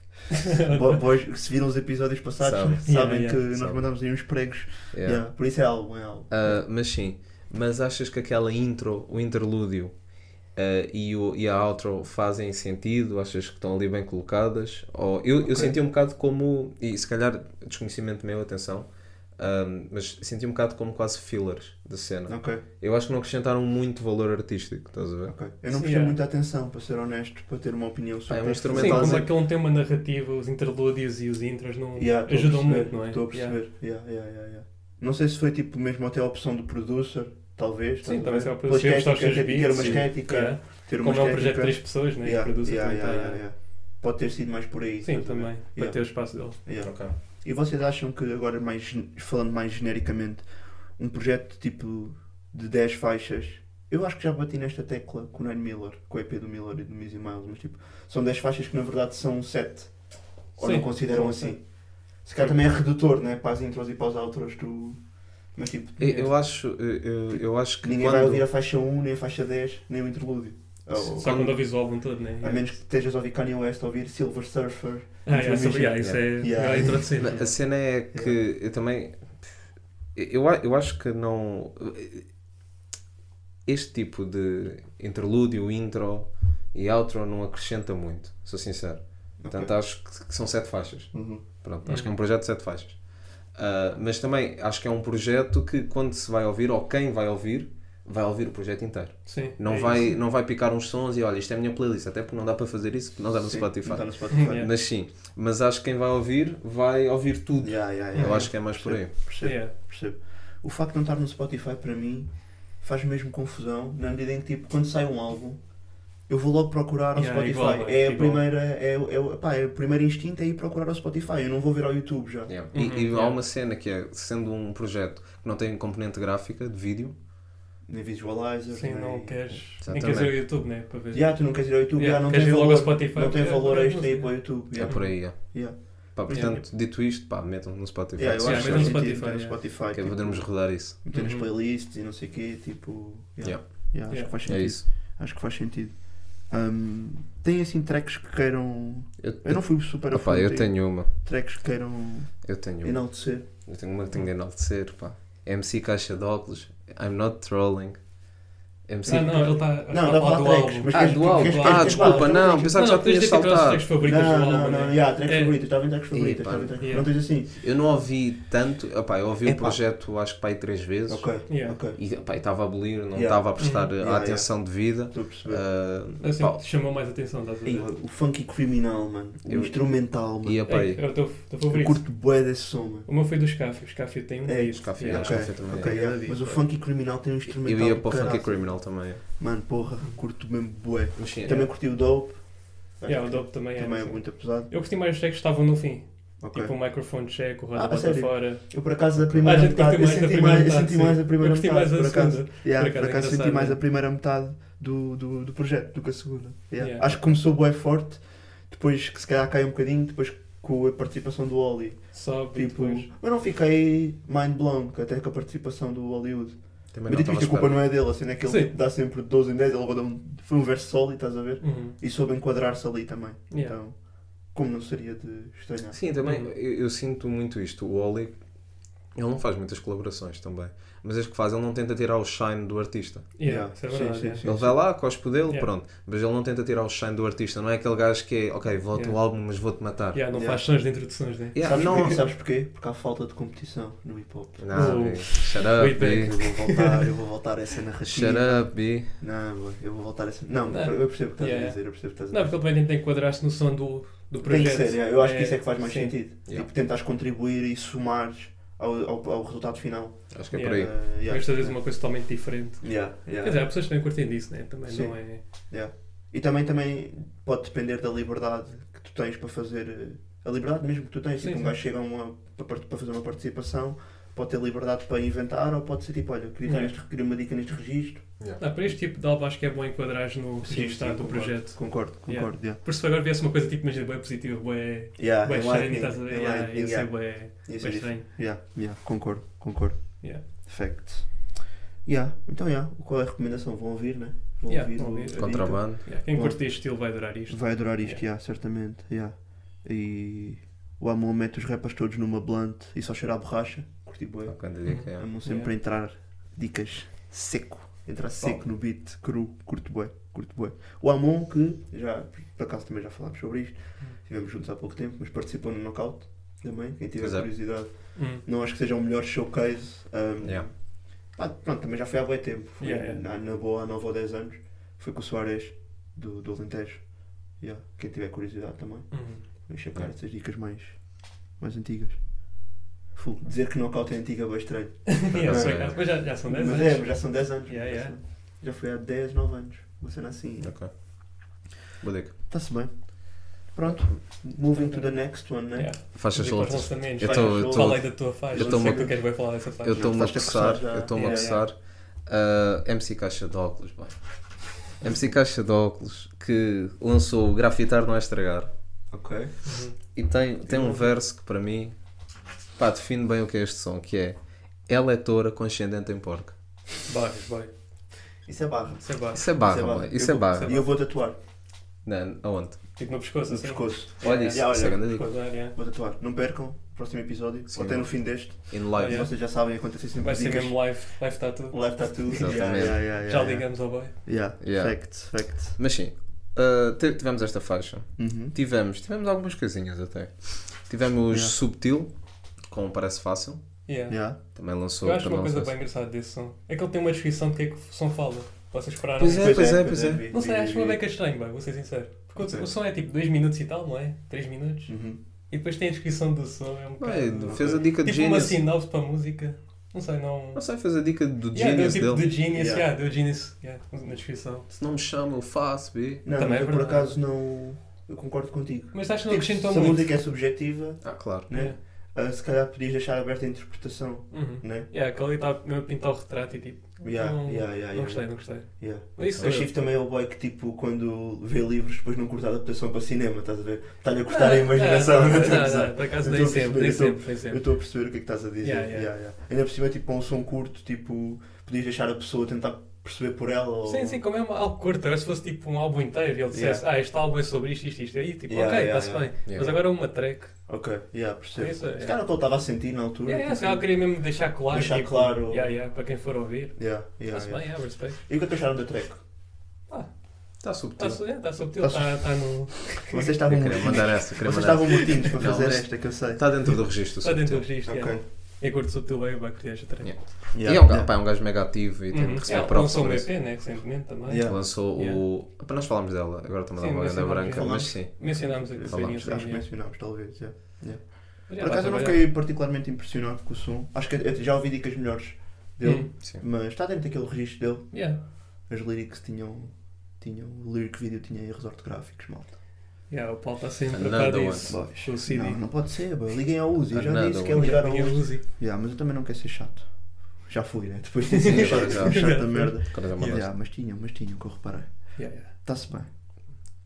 [SPEAKER 6] [laughs]
[SPEAKER 8] [laughs]
[SPEAKER 6] Bo- Pois, se viram os episódios passados,
[SPEAKER 7] Sabem.
[SPEAKER 6] sabem
[SPEAKER 8] Yeah,
[SPEAKER 6] que
[SPEAKER 8] yeah,
[SPEAKER 6] nós
[SPEAKER 7] sabem.
[SPEAKER 6] mandámos aí uns pregos.
[SPEAKER 7] Yeah.
[SPEAKER 6] Yeah, Por isso é álbum, é álbum.
[SPEAKER 7] Ah, mas sim, mas achas que aquela intro, o interlúdio ah, e, o, e a outro fazem sentido? Achas que estão ali bem colocadas? Ou, eu, eu senti um bocado como, e se calhar desconhecimento meu, atenção, ah, mas senti um bocado como quase fillers da cena.
[SPEAKER 6] Ok.
[SPEAKER 7] Eu acho que não acrescentaram muito valor artístico, estás a ver?
[SPEAKER 6] Ok. Eu não
[SPEAKER 8] Sim,
[SPEAKER 6] prestei
[SPEAKER 8] é.
[SPEAKER 6] muita atenção, para ser honesto, para ter uma opinião sobre
[SPEAKER 7] é um
[SPEAKER 6] esta
[SPEAKER 8] Sim,
[SPEAKER 7] instrumental.
[SPEAKER 8] como
[SPEAKER 7] Mentalzinho.
[SPEAKER 8] aquele tema narrativo, os interlúdios e os intros não
[SPEAKER 6] cena. Yeah, estou a
[SPEAKER 8] ajudam
[SPEAKER 6] perceber,
[SPEAKER 8] muito, não é?
[SPEAKER 6] Estou a perceber. Yeah, yeah, yeah, yeah. Não sei se foi tipo mesmo até a opção do producer, talvez.
[SPEAKER 8] Sim,
[SPEAKER 6] estás a
[SPEAKER 8] talvez
[SPEAKER 6] ver?
[SPEAKER 8] é o producer
[SPEAKER 6] Pela
[SPEAKER 8] gostar dos seus
[SPEAKER 6] estética, ter- Ter
[SPEAKER 8] beats.
[SPEAKER 6] uma
[SPEAKER 8] sim.
[SPEAKER 6] estética.
[SPEAKER 8] Yeah.
[SPEAKER 6] Ter uma
[SPEAKER 8] Como é um projeto
[SPEAKER 6] estética.
[SPEAKER 8] de 3 pessoas, né?
[SPEAKER 6] Yeah,
[SPEAKER 8] E produz
[SPEAKER 6] yeah,
[SPEAKER 8] também.
[SPEAKER 6] yeah,
[SPEAKER 8] tá-
[SPEAKER 6] yeah, yeah. Pode ter sido mais por aí.
[SPEAKER 8] Sim,
[SPEAKER 6] estás a ver?
[SPEAKER 8] também. Para
[SPEAKER 6] Yeah.
[SPEAKER 8] ter o espaço dele.
[SPEAKER 6] Yeah.
[SPEAKER 7] Ok.
[SPEAKER 6] E vocês acham que agora, mais, gen- falando mais genericamente, um projeto tipo de 10 faixas, eu acho que já bati nesta tecla com o Nine Miller, com o EP do Miller e do Mizzy Miles, mas tipo, são 10 faixas que na verdade são 7, ou
[SPEAKER 8] Sim,
[SPEAKER 6] não consideram
[SPEAKER 8] sim,
[SPEAKER 6] assim. Se calhar também é redutor, né, para as intros e para os outros do... Mas tipo,
[SPEAKER 7] Eu, eu acho, eu, eu acho que
[SPEAKER 6] que ninguém vai
[SPEAKER 7] quando-
[SPEAKER 6] ouvir a faixa 1, nem a faixa 10, nem o interlúdio. Ou-
[SPEAKER 8] Só quando ouvis o álbum todo, né?
[SPEAKER 6] a menos que estejas a ouvir Kanye West, a ouvir Silver Surfer,
[SPEAKER 8] Ah, yeah, sobre- yeah, isso é é
[SPEAKER 6] Yeah.
[SPEAKER 8] a intro de cena.
[SPEAKER 7] A cena é que eu também. Eu, a- eu acho que não. Este tipo de interlúdio, intro e outro não acrescenta muito, sou sincero. Portanto, acho que, que são sete faixas.
[SPEAKER 6] Uhum.
[SPEAKER 7] Pronto, acho que é um projeto de sete faixas. Ah, mas também acho que é um projeto que quando se vai ouvir, ou quem vai ouvir, vai ouvir o projeto inteiro.
[SPEAKER 8] Sim,
[SPEAKER 7] Não,
[SPEAKER 8] é
[SPEAKER 7] vai,
[SPEAKER 8] isso.
[SPEAKER 7] não vai picar uns sons e olha, isto é a minha playlist, até porque não dá para fazer isso, porque não dá no
[SPEAKER 6] Sim,
[SPEAKER 7] Spotify.
[SPEAKER 6] não está no Spotify.
[SPEAKER 8] [laughs] Yeah.
[SPEAKER 7] Mas sim, mas acho que quem vai ouvir, vai ouvir tudo.
[SPEAKER 6] Yeah, yeah, yeah.
[SPEAKER 7] Eu acho que é mais por aí.
[SPEAKER 6] Percebo,
[SPEAKER 8] Yeah.
[SPEAKER 6] percebo. O facto de não estar no Spotify para mim faz mesmo confusão, na medida em que tipo, quando sai um álbum, eu vou logo procurar ao
[SPEAKER 8] Yeah,
[SPEAKER 6] Spotify.
[SPEAKER 8] igual, mano,
[SPEAKER 6] é, a
[SPEAKER 8] igual.
[SPEAKER 6] primeira, é, o- é, o- pá, é o primeiro instinto é ir procurar ao Spotify, eu não vou ver ao YouTube já.
[SPEAKER 7] Yeah. E,
[SPEAKER 8] Uhum,
[SPEAKER 7] e há
[SPEAKER 8] yeah.
[SPEAKER 7] uma cena que é, sendo um projeto que não tem componente gráfica de vídeo,
[SPEAKER 6] Nem visualizers,
[SPEAKER 8] Sim,
[SPEAKER 6] nem...
[SPEAKER 8] não queres. Nem
[SPEAKER 7] Exatamente.
[SPEAKER 8] queres ir ao YouTube, né? Para ver.
[SPEAKER 6] Yeah, tu não queres ir ao YouTube,
[SPEAKER 8] Yeah,
[SPEAKER 6] yeah, não
[SPEAKER 8] queres
[SPEAKER 6] tem
[SPEAKER 8] ir logo
[SPEAKER 6] valor,
[SPEAKER 8] ao Spotify,
[SPEAKER 6] não tem
[SPEAKER 8] yeah,
[SPEAKER 6] valor
[SPEAKER 8] não
[SPEAKER 6] extra
[SPEAKER 8] sei.
[SPEAKER 6] ir para o YouTube.
[SPEAKER 7] é
[SPEAKER 6] yeah.
[SPEAKER 7] por aí. é.
[SPEAKER 6] Yeah.
[SPEAKER 7] Pá, portanto, dito isto, pá, metam no Spotify.
[SPEAKER 6] Yeah, eu
[SPEAKER 8] Yeah,
[SPEAKER 6] acho
[SPEAKER 8] mas
[SPEAKER 6] que faz
[SPEAKER 8] no
[SPEAKER 6] sentido,
[SPEAKER 8] Spotify,
[SPEAKER 6] meter no
[SPEAKER 8] yeah.
[SPEAKER 6] Spotify.
[SPEAKER 7] que é
[SPEAKER 6] tipo,
[SPEAKER 7] podermos rodar isso.
[SPEAKER 6] meter nas
[SPEAKER 8] Uhum.
[SPEAKER 6] playlists e não sei o quê, tipo.
[SPEAKER 7] Yeah.
[SPEAKER 6] Yeah, acho que faz
[SPEAKER 7] É
[SPEAKER 6] sentido.
[SPEAKER 7] isso.
[SPEAKER 6] Acho que faz sentido. Ahm, tem assim tracks que queiram.
[SPEAKER 7] Eu,
[SPEAKER 6] Eu não fui super a
[SPEAKER 7] Opa,
[SPEAKER 6] fundo,
[SPEAKER 7] Ah,
[SPEAKER 6] tipo.
[SPEAKER 7] eu
[SPEAKER 6] tem
[SPEAKER 7] tenho uma.
[SPEAKER 6] Tracks que queiram
[SPEAKER 7] Eu tenho uma.
[SPEAKER 6] enaltecer.
[SPEAKER 7] Eu tenho uma que tenho de enaltecer, pá. MC Caixa de Óculos. I'm not trolling. MC.
[SPEAKER 8] Ah, não, ele está
[SPEAKER 6] Não, dá para falar tracks, mas
[SPEAKER 7] Ah,
[SPEAKER 6] queres-
[SPEAKER 7] do
[SPEAKER 6] queres-
[SPEAKER 7] álbum.
[SPEAKER 6] queres-
[SPEAKER 7] Ah,
[SPEAKER 6] queres-
[SPEAKER 7] desculpa,
[SPEAKER 6] queres-
[SPEAKER 7] não.
[SPEAKER 6] queres-
[SPEAKER 7] Pensava que já tinha saltado.
[SPEAKER 8] favoritas
[SPEAKER 6] Não,
[SPEAKER 8] do álbum,
[SPEAKER 6] não, não,
[SPEAKER 8] né?
[SPEAKER 6] yeah, tracks
[SPEAKER 8] É.
[SPEAKER 6] favoritas, estava em tracks favoritas,
[SPEAKER 7] pá,
[SPEAKER 6] estava em tracks-
[SPEAKER 8] yeah.
[SPEAKER 6] não tens assim?
[SPEAKER 7] Eu não ouvi tanto. Opa, eu ouvi o
[SPEAKER 6] Epá.
[SPEAKER 7] projeto, acho que pai três vezes.
[SPEAKER 6] Ok,
[SPEAKER 8] Yeah.
[SPEAKER 6] ok,
[SPEAKER 7] E opa, estava a abolir, não
[SPEAKER 6] Yeah. Uhum.
[SPEAKER 7] estava a prestar
[SPEAKER 6] Yeah,
[SPEAKER 7] a
[SPEAKER 6] yeah.
[SPEAKER 7] atenção devida.
[SPEAKER 6] estou a perceber.
[SPEAKER 7] Ah,
[SPEAKER 8] Assim,
[SPEAKER 7] pá,
[SPEAKER 8] te chamou mais atenção, estás a
[SPEAKER 6] Ei,
[SPEAKER 8] ver?
[SPEAKER 6] o funky criminal, mano. O
[SPEAKER 7] Eu-
[SPEAKER 6] instrumental, mano.
[SPEAKER 7] e
[SPEAKER 8] É,
[SPEAKER 7] opa, e-
[SPEAKER 8] era o teu, teu
[SPEAKER 6] Eu
[SPEAKER 8] favorito.
[SPEAKER 6] curto bué desse som, mano.
[SPEAKER 8] O meu foi do Scafio. O Scafio tem um
[SPEAKER 6] É,
[SPEAKER 8] hit.
[SPEAKER 7] Scafio,
[SPEAKER 8] Yeah.
[SPEAKER 7] acho que foi também.
[SPEAKER 6] Ok, yeah, mas o funky criminal tem um instrumental.
[SPEAKER 7] é eu ia
[SPEAKER 6] do
[SPEAKER 7] para o
[SPEAKER 6] caralho.
[SPEAKER 7] Funky Criminal também. é.
[SPEAKER 6] Mano, porra, curto mesmo bué.
[SPEAKER 7] Mas sim, é.
[SPEAKER 6] Também curti o dope.
[SPEAKER 8] Yeah, o Dope também, é.
[SPEAKER 6] Também é
[SPEAKER 8] assim.
[SPEAKER 6] muito pesado.
[SPEAKER 8] Eu gostei mais dos tracks que estavam no fim.
[SPEAKER 6] Ok.
[SPEAKER 8] Tipo o microfone check, o
[SPEAKER 6] Ah,
[SPEAKER 8] radar
[SPEAKER 6] a
[SPEAKER 8] para
[SPEAKER 6] sério?
[SPEAKER 8] fora.
[SPEAKER 6] Eu por acaso da
[SPEAKER 8] Ah, a
[SPEAKER 6] primeira
[SPEAKER 8] gente
[SPEAKER 6] metade, eu
[SPEAKER 8] curtiu mais da
[SPEAKER 6] senti
[SPEAKER 8] primeira
[SPEAKER 6] mais, eu
[SPEAKER 8] metade,
[SPEAKER 6] senti
[SPEAKER 8] sim.
[SPEAKER 6] mais a
[SPEAKER 8] Eu
[SPEAKER 6] primeira
[SPEAKER 8] gostei mais
[SPEAKER 6] metade, por
[SPEAKER 8] da
[SPEAKER 6] acaso.
[SPEAKER 8] segunda.
[SPEAKER 6] Yeah,
[SPEAKER 8] Por acaso
[SPEAKER 6] por
[SPEAKER 8] é
[SPEAKER 6] acaso senti
[SPEAKER 8] engraçado,
[SPEAKER 6] mais
[SPEAKER 8] né?
[SPEAKER 6] a primeira metade do, do, do projeto do que a segunda. Yeah.
[SPEAKER 8] Yeah.
[SPEAKER 6] Acho que começou bué forte, depois que se calhar cai um bocadinho, depois com a participação do Oli.
[SPEAKER 8] Sobe e
[SPEAKER 6] Tipo,
[SPEAKER 8] depois.
[SPEAKER 6] mas não fiquei mind blown que até com a participação do Hollywood.
[SPEAKER 7] Também
[SPEAKER 6] Mas,
[SPEAKER 7] não
[SPEAKER 6] tipo,
[SPEAKER 7] estava
[SPEAKER 6] isto
[SPEAKER 7] à
[SPEAKER 6] a culpa
[SPEAKER 7] espera.
[SPEAKER 6] não é dele, assim, é que ele
[SPEAKER 8] Sim.
[SPEAKER 6] dá sempre de 12 em 10, ele dá um, foi um verso solo, e estás a ver?
[SPEAKER 8] Uhum.
[SPEAKER 6] E soube enquadrar-se ali também.
[SPEAKER 8] Yeah.
[SPEAKER 6] Então, como não seria de estranhar?
[SPEAKER 7] Sim, também
[SPEAKER 8] Uhum.
[SPEAKER 7] eu, eu sinto muito isto. O Oli, ele não faz muitas colaborações também, mas as que faz, ele não tenta tirar o shine do artista.
[SPEAKER 8] Yeah, Isso é
[SPEAKER 6] Sim,
[SPEAKER 8] verdade.
[SPEAKER 6] sim,
[SPEAKER 8] yeah.
[SPEAKER 6] sim.
[SPEAKER 7] Ele vai lá, cospe o dele,
[SPEAKER 8] Yeah.
[SPEAKER 7] pronto, mas ele não tenta tirar o shine do artista. Não é aquele gajo que é, ok, vou ao teu
[SPEAKER 8] Yeah.
[SPEAKER 7] álbum, mas vou-te matar.
[SPEAKER 8] Yeah, não
[SPEAKER 6] Yeah.
[SPEAKER 8] faz sons de introduções, né?
[SPEAKER 7] Yeah,
[SPEAKER 6] sabes,
[SPEAKER 7] não.
[SPEAKER 6] porquê? sabes porquê? Porque há falta de competição no hip hop.
[SPEAKER 7] Não,
[SPEAKER 8] Oh.
[SPEAKER 7] B. Shut up,
[SPEAKER 8] Wait,
[SPEAKER 7] B.
[SPEAKER 6] Eu vou voltar, eu vou voltar a essa narrativa.
[SPEAKER 7] Shut up, B.
[SPEAKER 6] Não, boy, eu vou voltar a essa. Não,
[SPEAKER 8] Não.
[SPEAKER 6] eu percebo o que estás
[SPEAKER 8] Yeah.
[SPEAKER 6] a dizer, eu percebo o que estás
[SPEAKER 8] Não,
[SPEAKER 6] a
[SPEAKER 8] porque
[SPEAKER 6] dizer.
[SPEAKER 8] ele também tenta enquadrar-se no som do, do
[SPEAKER 6] Tem
[SPEAKER 8] projeto.
[SPEAKER 6] que ser, yeah, eu acho que isso é que faz mais
[SPEAKER 8] sim.
[SPEAKER 6] sentido.
[SPEAKER 7] Yeah.
[SPEAKER 6] Tipo, tentares contribuir e somares ao, ao, ao resultado final.
[SPEAKER 7] Acho que é por
[SPEAKER 8] Yeah.
[SPEAKER 7] aí.
[SPEAKER 6] Uh, yeah.
[SPEAKER 8] Mas às vezes uma coisa totalmente diferente.
[SPEAKER 6] Yeah, yeah.
[SPEAKER 8] Quer dizer, há pessoas que também curtem disso, né? Também
[SPEAKER 6] Sim.
[SPEAKER 8] não é.
[SPEAKER 6] E também, também pode depender da liberdade que tu tens para fazer. eh, A liberdade mesmo que tu tens.
[SPEAKER 8] Sim,
[SPEAKER 6] tipo, um
[SPEAKER 8] sim.
[SPEAKER 6] gajo chega a uma, para, part- para fazer uma participação, pode ter liberdade para inventar ou pode ser tipo: olha, eu queria, ter
[SPEAKER 8] Yeah.
[SPEAKER 6] este- queria uma dica neste registro.
[SPEAKER 8] Não, para este tipo de álbum acho que é bom enquadrar no
[SPEAKER 6] Sim,
[SPEAKER 8] registro
[SPEAKER 6] sim,
[SPEAKER 8] do
[SPEAKER 6] concordo.
[SPEAKER 8] projeto.
[SPEAKER 6] Concordo,
[SPEAKER 8] Yeah.
[SPEAKER 6] concordo. Yeah.
[SPEAKER 8] Por se agora viesse uma coisa tipo, imagina, bem positiva, bem.
[SPEAKER 6] Yeah,
[SPEAKER 8] bem shiny,
[SPEAKER 6] enlightening,
[SPEAKER 8] estás a ver? Yeah,
[SPEAKER 6] enlightening,
[SPEAKER 8] Isso é
[SPEAKER 6] yeah.
[SPEAKER 8] bem
[SPEAKER 6] Isso é
[SPEAKER 8] estranho.
[SPEAKER 6] Yeah, yeah, concordo, concordo.
[SPEAKER 8] Yeah.
[SPEAKER 6] Fact. Yeah, então, yeah, qual é a recomendação? Vão ouvir, né? Vão
[SPEAKER 8] Yeah,
[SPEAKER 6] ouvir
[SPEAKER 8] vão
[SPEAKER 6] o-
[SPEAKER 8] ouvir.
[SPEAKER 6] a dita.
[SPEAKER 7] Contrabando.
[SPEAKER 8] Yeah, Quem
[SPEAKER 6] Bom.
[SPEAKER 8] curte este estilo vai adorar isto.
[SPEAKER 6] Vai adorar isto, yeah, certamente. Yeah. E o Amon mete os rappers todos numa blunt e só cheira a borracha. Curti bué.
[SPEAKER 7] Só quando digo que é.
[SPEAKER 6] Amon sempre a entrar dicas seco. Entrar seco no beat, cru, curto bué, curto bué. O Amon que, já, por acaso também já falámos sobre isto, estivemos juntos há pouco tempo, mas participou no Knockout também, quem tiver
[SPEAKER 7] Pois é.
[SPEAKER 6] curiosidade.
[SPEAKER 8] Hum.
[SPEAKER 6] Não acho que seja o melhor showcase. um,
[SPEAKER 7] Yeah.
[SPEAKER 6] pá, pronto, também já foi há bué tempo. Foi
[SPEAKER 8] Yeah, yeah.
[SPEAKER 6] Na, na boa, há 9 ou 10 anos. Foi com o Soares, do, do Alentejo. Yeah, Quem tiver curiosidade também.
[SPEAKER 8] Uhum.
[SPEAKER 6] Vamos sacar essas dicas mais, mais antigas. Fu, dizer que knockout é antiga é bem estranho.
[SPEAKER 8] Yeah,
[SPEAKER 7] acaso
[SPEAKER 8] [laughs] por
[SPEAKER 7] é.
[SPEAKER 8] acaso, Mas já, já são 10
[SPEAKER 6] Uhum. Mas
[SPEAKER 8] anos.
[SPEAKER 6] é, mas já são 10 anos.
[SPEAKER 8] Yeah,
[SPEAKER 6] já
[SPEAKER 8] yeah.
[SPEAKER 6] são- Já foi há 10, 9 anos. Uma cena assim.
[SPEAKER 7] Ok. Boa dica.
[SPEAKER 6] Está-se bem. Pronto. Moving to the next one, né?
[SPEAKER 8] Yeah.
[SPEAKER 7] Faixas
[SPEAKER 8] Fazer com os
[SPEAKER 7] soltas.
[SPEAKER 8] lançamentos.
[SPEAKER 7] Eu
[SPEAKER 8] vai.
[SPEAKER 7] estou- eu
[SPEAKER 8] Fala aí
[SPEAKER 7] estou-
[SPEAKER 8] da tua faixa.
[SPEAKER 7] eu
[SPEAKER 8] Eu
[SPEAKER 7] tô
[SPEAKER 8] sei
[SPEAKER 7] uma-
[SPEAKER 8] que tu queres bem falar dessa faixa.
[SPEAKER 7] Eu estou-me a
[SPEAKER 6] Estás-te a coçar
[SPEAKER 7] coçar,
[SPEAKER 6] já.
[SPEAKER 7] eu estou-me a
[SPEAKER 6] Yeah,
[SPEAKER 7] coçar. Ah, MC Caixa de Óculos, bem.
[SPEAKER 6] Uhum.
[SPEAKER 7] MC Caixa de Óculos que lançou o Grafitar Não É Estragar
[SPEAKER 6] Ok.
[SPEAKER 8] Uhum.
[SPEAKER 7] e tem, tem
[SPEAKER 6] Uhum.
[SPEAKER 7] um verso que para mim pá, define bem o que é este som, que é Ela é toura com ascendente em porca.
[SPEAKER 8] Barras, boy.
[SPEAKER 6] Isso é barra.
[SPEAKER 8] Isso é barra.
[SPEAKER 7] Isso é barra, mãe. Isso é
[SPEAKER 6] Eu vou-
[SPEAKER 7] barra.
[SPEAKER 6] E eu vou tatuar
[SPEAKER 7] Não, aonde?
[SPEAKER 8] Tipo no pescoço,
[SPEAKER 6] no
[SPEAKER 8] assim.
[SPEAKER 6] pescoço.
[SPEAKER 7] Olha isso,
[SPEAKER 6] Yeah,
[SPEAKER 7] isso é
[SPEAKER 6] olha.
[SPEAKER 7] grande dica.
[SPEAKER 8] Pois é, yeah.
[SPEAKER 6] Vou tatuar. Não percam. Próximo episódio.
[SPEAKER 7] Sim,
[SPEAKER 6] ou até
[SPEAKER 7] não.
[SPEAKER 6] no fim deste.
[SPEAKER 7] In live.
[SPEAKER 8] Ah, Yeah.
[SPEAKER 6] Vocês já sabem, acontece sempre
[SPEAKER 8] Vai ser
[SPEAKER 6] dicas.
[SPEAKER 8] mesmo live. Live está tudo.
[SPEAKER 6] Left tattoo.
[SPEAKER 7] Exatamente.
[SPEAKER 6] Yeah, yeah, yeah,
[SPEAKER 8] Já
[SPEAKER 6] yeah,
[SPEAKER 8] ligamos ao boy.
[SPEAKER 6] Yeah.
[SPEAKER 7] Yeah.
[SPEAKER 6] Facts, facts.
[SPEAKER 7] Mas sim, ah, te- tivemos esta faixa.
[SPEAKER 6] Uhum.
[SPEAKER 7] Tivemos, tivemos algumas coisinhas até. Tivemos
[SPEAKER 6] Yeah.
[SPEAKER 7] Subtil, com Parece Fácil.
[SPEAKER 8] Yeah.
[SPEAKER 6] Yeah.
[SPEAKER 7] Também lançou.
[SPEAKER 8] Eu acho
[SPEAKER 7] também assim.
[SPEAKER 8] uma coisa
[SPEAKER 7] lançou-
[SPEAKER 8] bem engraçada desse som. É que ele tem uma descrição do que é que o som fala. Vocês esperaram.
[SPEAKER 7] Pois é,
[SPEAKER 8] isso?
[SPEAKER 7] pois é, pois é.
[SPEAKER 6] vi,
[SPEAKER 8] Não sei,
[SPEAKER 6] vi,
[SPEAKER 8] acho uma
[SPEAKER 6] vi.
[SPEAKER 8] beca estranho, bem, vou ser sincero. Porque o-
[SPEAKER 6] Ok.
[SPEAKER 8] o som é tipo 2 minutos e tal, não é? 3 minutos.
[SPEAKER 6] Uhum.
[SPEAKER 8] E depois tem a descrição do som, é um
[SPEAKER 7] Bem,
[SPEAKER 8] bocado.
[SPEAKER 7] fez a dica de
[SPEAKER 8] Tipo uma
[SPEAKER 7] genius.
[SPEAKER 8] sinopse para a música. Não sei, não.
[SPEAKER 7] Não sei, fez a dica
[SPEAKER 8] Yeah,
[SPEAKER 7] do
[SPEAKER 8] deu
[SPEAKER 7] genius
[SPEAKER 8] tipo
[SPEAKER 7] dele.
[SPEAKER 8] do Genius,
[SPEAKER 6] Yeah.
[SPEAKER 8] yeah, deu Genius yeah, na descrição.
[SPEAKER 7] Se não me chama, eu faço, B.
[SPEAKER 6] Não,
[SPEAKER 8] Também
[SPEAKER 6] mas
[SPEAKER 8] é
[SPEAKER 6] eu por
[SPEAKER 8] verdade.
[SPEAKER 6] acaso não. Eu concordo contigo.
[SPEAKER 8] Mas acho que não
[SPEAKER 6] Tipo, se
[SPEAKER 8] acrescentou
[SPEAKER 6] a
[SPEAKER 8] muito.
[SPEAKER 6] música é subjetiva,
[SPEAKER 7] Ah, claro.
[SPEAKER 6] né? ah, se calhar podias deixar aberta a interpretação,
[SPEAKER 8] Uhum.
[SPEAKER 6] né?
[SPEAKER 8] Yeah, aquele ali está mesmo a tá pintar o retrato e tipo.
[SPEAKER 6] Yeah,
[SPEAKER 8] não,
[SPEAKER 6] yeah, Ah, yeah,
[SPEAKER 8] não
[SPEAKER 6] yeah.
[SPEAKER 8] gostei, não gostei.
[SPEAKER 6] Yeah.
[SPEAKER 8] Isso
[SPEAKER 6] o
[SPEAKER 8] é-
[SPEAKER 6] Chief também é o boy que, tipo, quando vê livros, depois não curta a adaptação para cinema, estás a ver? Está-lhe a
[SPEAKER 8] Ah,
[SPEAKER 6] cortar a imaginação.
[SPEAKER 8] Não,
[SPEAKER 6] não
[SPEAKER 8] não,
[SPEAKER 6] estou a
[SPEAKER 8] não,
[SPEAKER 6] gozar.
[SPEAKER 8] não, por acaso
[SPEAKER 6] Eu
[SPEAKER 8] nem
[SPEAKER 6] estou a
[SPEAKER 8] sempre,
[SPEAKER 6] perceber,
[SPEAKER 8] nem
[SPEAKER 6] eu estou-
[SPEAKER 8] sempre, nem
[SPEAKER 6] Eu
[SPEAKER 8] sempre.
[SPEAKER 6] estou a perceber o que é que estás a dizer.
[SPEAKER 8] ah, Yeah, yeah.
[SPEAKER 6] Yeah, yeah. Ainda por cima, tipo, é um som curto, tipo, podias deixar a pessoa tentar perceber por ela. Ou...
[SPEAKER 8] Sim, sim, como é uma- algo curto, era se fosse tipo um álbum inteiro e ele dissesse, ah, este álbum é sobre isto, isto, isto, aí, tipo,
[SPEAKER 6] Yeah,
[SPEAKER 8] ok,
[SPEAKER 6] yeah,
[SPEAKER 8] está-se
[SPEAKER 6] yeah.
[SPEAKER 8] bem.
[SPEAKER 7] Yeah.
[SPEAKER 8] Mas agora uma track.
[SPEAKER 6] Ok, yeah, percebo.
[SPEAKER 8] Isso,
[SPEAKER 6] Isso,
[SPEAKER 8] yeah.
[SPEAKER 6] Se calhar é o que ele estava a sentir na altura.
[SPEAKER 8] Yeah, yeah, se
[SPEAKER 6] tipo,
[SPEAKER 8] calhar eu queria mesmo deixar claro.
[SPEAKER 6] Deixar
[SPEAKER 8] tipo,
[SPEAKER 6] claro.
[SPEAKER 8] Yeah, yeah, para quem for ouvir.
[SPEAKER 6] yeah, yeah,
[SPEAKER 8] Está-se
[SPEAKER 6] yeah.
[SPEAKER 8] bem, yeah, respeito.
[SPEAKER 6] E o que é que acharam
[SPEAKER 7] [laughs]
[SPEAKER 6] da track?
[SPEAKER 7] Está subtil.
[SPEAKER 8] Está-se yeah, tá subtil,
[SPEAKER 6] Tá su-
[SPEAKER 8] está tá no.
[SPEAKER 6] Vocês
[SPEAKER 7] Eu
[SPEAKER 6] estavam
[SPEAKER 7] queria
[SPEAKER 6] mortinhos.
[SPEAKER 7] mandar essa. Queria
[SPEAKER 6] [laughs] Vocês
[SPEAKER 7] mandar essa.
[SPEAKER 6] estavam mortinhos para
[SPEAKER 7] Não,
[SPEAKER 6] fazer
[SPEAKER 7] mas- tá
[SPEAKER 6] esta que eu sei.
[SPEAKER 7] Está dentro do registro.
[SPEAKER 8] Está Tá dentro do
[SPEAKER 7] subtil.
[SPEAKER 8] registro.
[SPEAKER 6] Ok.
[SPEAKER 8] yeah. Eu curto subtil bem, vai curtir esta track.
[SPEAKER 7] Yeah.
[SPEAKER 6] Yeah,
[SPEAKER 7] E é um,
[SPEAKER 6] yeah.
[SPEAKER 7] gajo- pá, é um gajo mega ativo e tem
[SPEAKER 8] Uhum.
[SPEAKER 7] que receber
[SPEAKER 8] Yeah,
[SPEAKER 7] props
[SPEAKER 8] Lançou
[SPEAKER 7] por
[SPEAKER 8] um
[SPEAKER 7] isso.
[SPEAKER 8] EP, né, recentemente também.
[SPEAKER 6] Yeah.
[SPEAKER 7] Lançou
[SPEAKER 8] Yeah.
[SPEAKER 7] o. Para nós falámos dela, agora estou a dar
[SPEAKER 8] Sim,
[SPEAKER 7] uma
[SPEAKER 8] mas
[SPEAKER 7] ganda
[SPEAKER 8] sim,
[SPEAKER 7] branca,
[SPEAKER 6] falámos.
[SPEAKER 7] mas sim.
[SPEAKER 8] Mencionámos aqui.
[SPEAKER 7] Falámos,
[SPEAKER 6] Acho que mencionámos, talvez. yeah.
[SPEAKER 8] Por
[SPEAKER 6] Por acaso eu não fiquei particularmente impressionado com o som. Acho que eu já ouvi dicas melhores dele,
[SPEAKER 8] Hum,
[SPEAKER 7] sim.
[SPEAKER 6] mas está dentro daquele registro dele. As lyrics tinham. tinham o lyric video tinha aí resorte gráficos, malta.
[SPEAKER 8] Yeah, o Paulo está sempre a par
[SPEAKER 7] Another
[SPEAKER 8] disso.
[SPEAKER 6] Boys.
[SPEAKER 8] O CD.
[SPEAKER 6] Não, não pode ser, boy. liguem ao Uzi. Eu já
[SPEAKER 7] Nada,
[SPEAKER 6] disse que é
[SPEAKER 7] boy.
[SPEAKER 6] ligar ao
[SPEAKER 8] Ninguém
[SPEAKER 6] Uzi.
[SPEAKER 8] usa.
[SPEAKER 6] Yeah, mas eu também não quero ser chato. Já fui, né? Depois de ser chato,
[SPEAKER 7] Agora já.
[SPEAKER 6] um chato da merda.
[SPEAKER 7] Agora já mandaste.
[SPEAKER 6] Yeah, mas tinham, mas tinham, que eu reparei.
[SPEAKER 8] Yeah, yeah.
[SPEAKER 6] Está-se bem.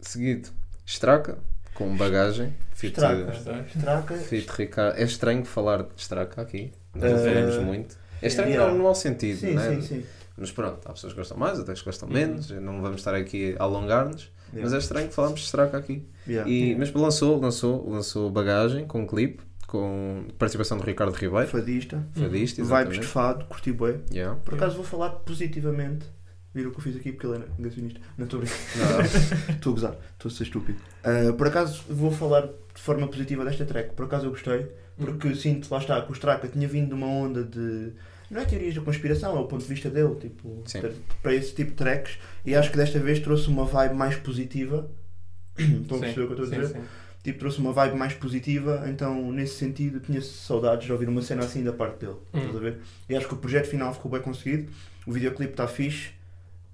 [SPEAKER 7] Seguido, Straca, com bagagem. Fit,
[SPEAKER 6] Straca.
[SPEAKER 8] Mas tá.
[SPEAKER 6] Traca.
[SPEAKER 7] fit Ricardo. É estranho falar de Straca aqui, nós
[SPEAKER 6] Eh,
[SPEAKER 7] não falamos muito. É estranho
[SPEAKER 6] yeah.
[SPEAKER 7] não, no mau sentido,
[SPEAKER 6] Sim,
[SPEAKER 7] né?
[SPEAKER 6] sim, Uhum. sim.
[SPEAKER 7] mas pronto, há pessoas que gostam mais, outras que gostam menos, não vamos estar aqui a alongar-nos, mas é estranho que falamos de Straca aqui.
[SPEAKER 6] Yeah.
[SPEAKER 7] E, mas lançou, lançou, lançou bagagem com um clipe, com participação do Ricardo Ribeiro,
[SPEAKER 6] Fadista.
[SPEAKER 7] foi disto,
[SPEAKER 6] Vibes de
[SPEAKER 7] exatamente.
[SPEAKER 6] fado, curti bem.
[SPEAKER 7] Yeah.
[SPEAKER 6] Por acaso vou falar positivamente. Viram o que eu fiz aqui porque ele era negacionista. Não estou a brincar.
[SPEAKER 7] Ah,
[SPEAKER 6] [laughs] Estou a gozar. Estou a ser estúpido. Ah, por acaso vou falar de forma positiva desta track. Por acaso eu gostei. Porque eu sinto, lá está, que o Straka tinha vindo de uma onda de. Não é teorias da conspiração, é o ponto de vista dele, tipo,
[SPEAKER 7] Sim.
[SPEAKER 6] ter- para esse tipo de tracks. E acho que desta vez trouxe uma vibe mais positiva. [clears throat] Estão a
[SPEAKER 8] Sim,
[SPEAKER 6] perceber Então o que eu estou a
[SPEAKER 8] sim,
[SPEAKER 6] dizer?
[SPEAKER 8] sim.
[SPEAKER 6] Tipo, trouxe uma vibe mais positiva, então nesse sentido eu tinha saudades de ouvir uma cena assim da parte dele.
[SPEAKER 8] Hum.
[SPEAKER 6] Estás a ver? E acho que o projeto final ficou bem conseguido, o videoclipe está fixe,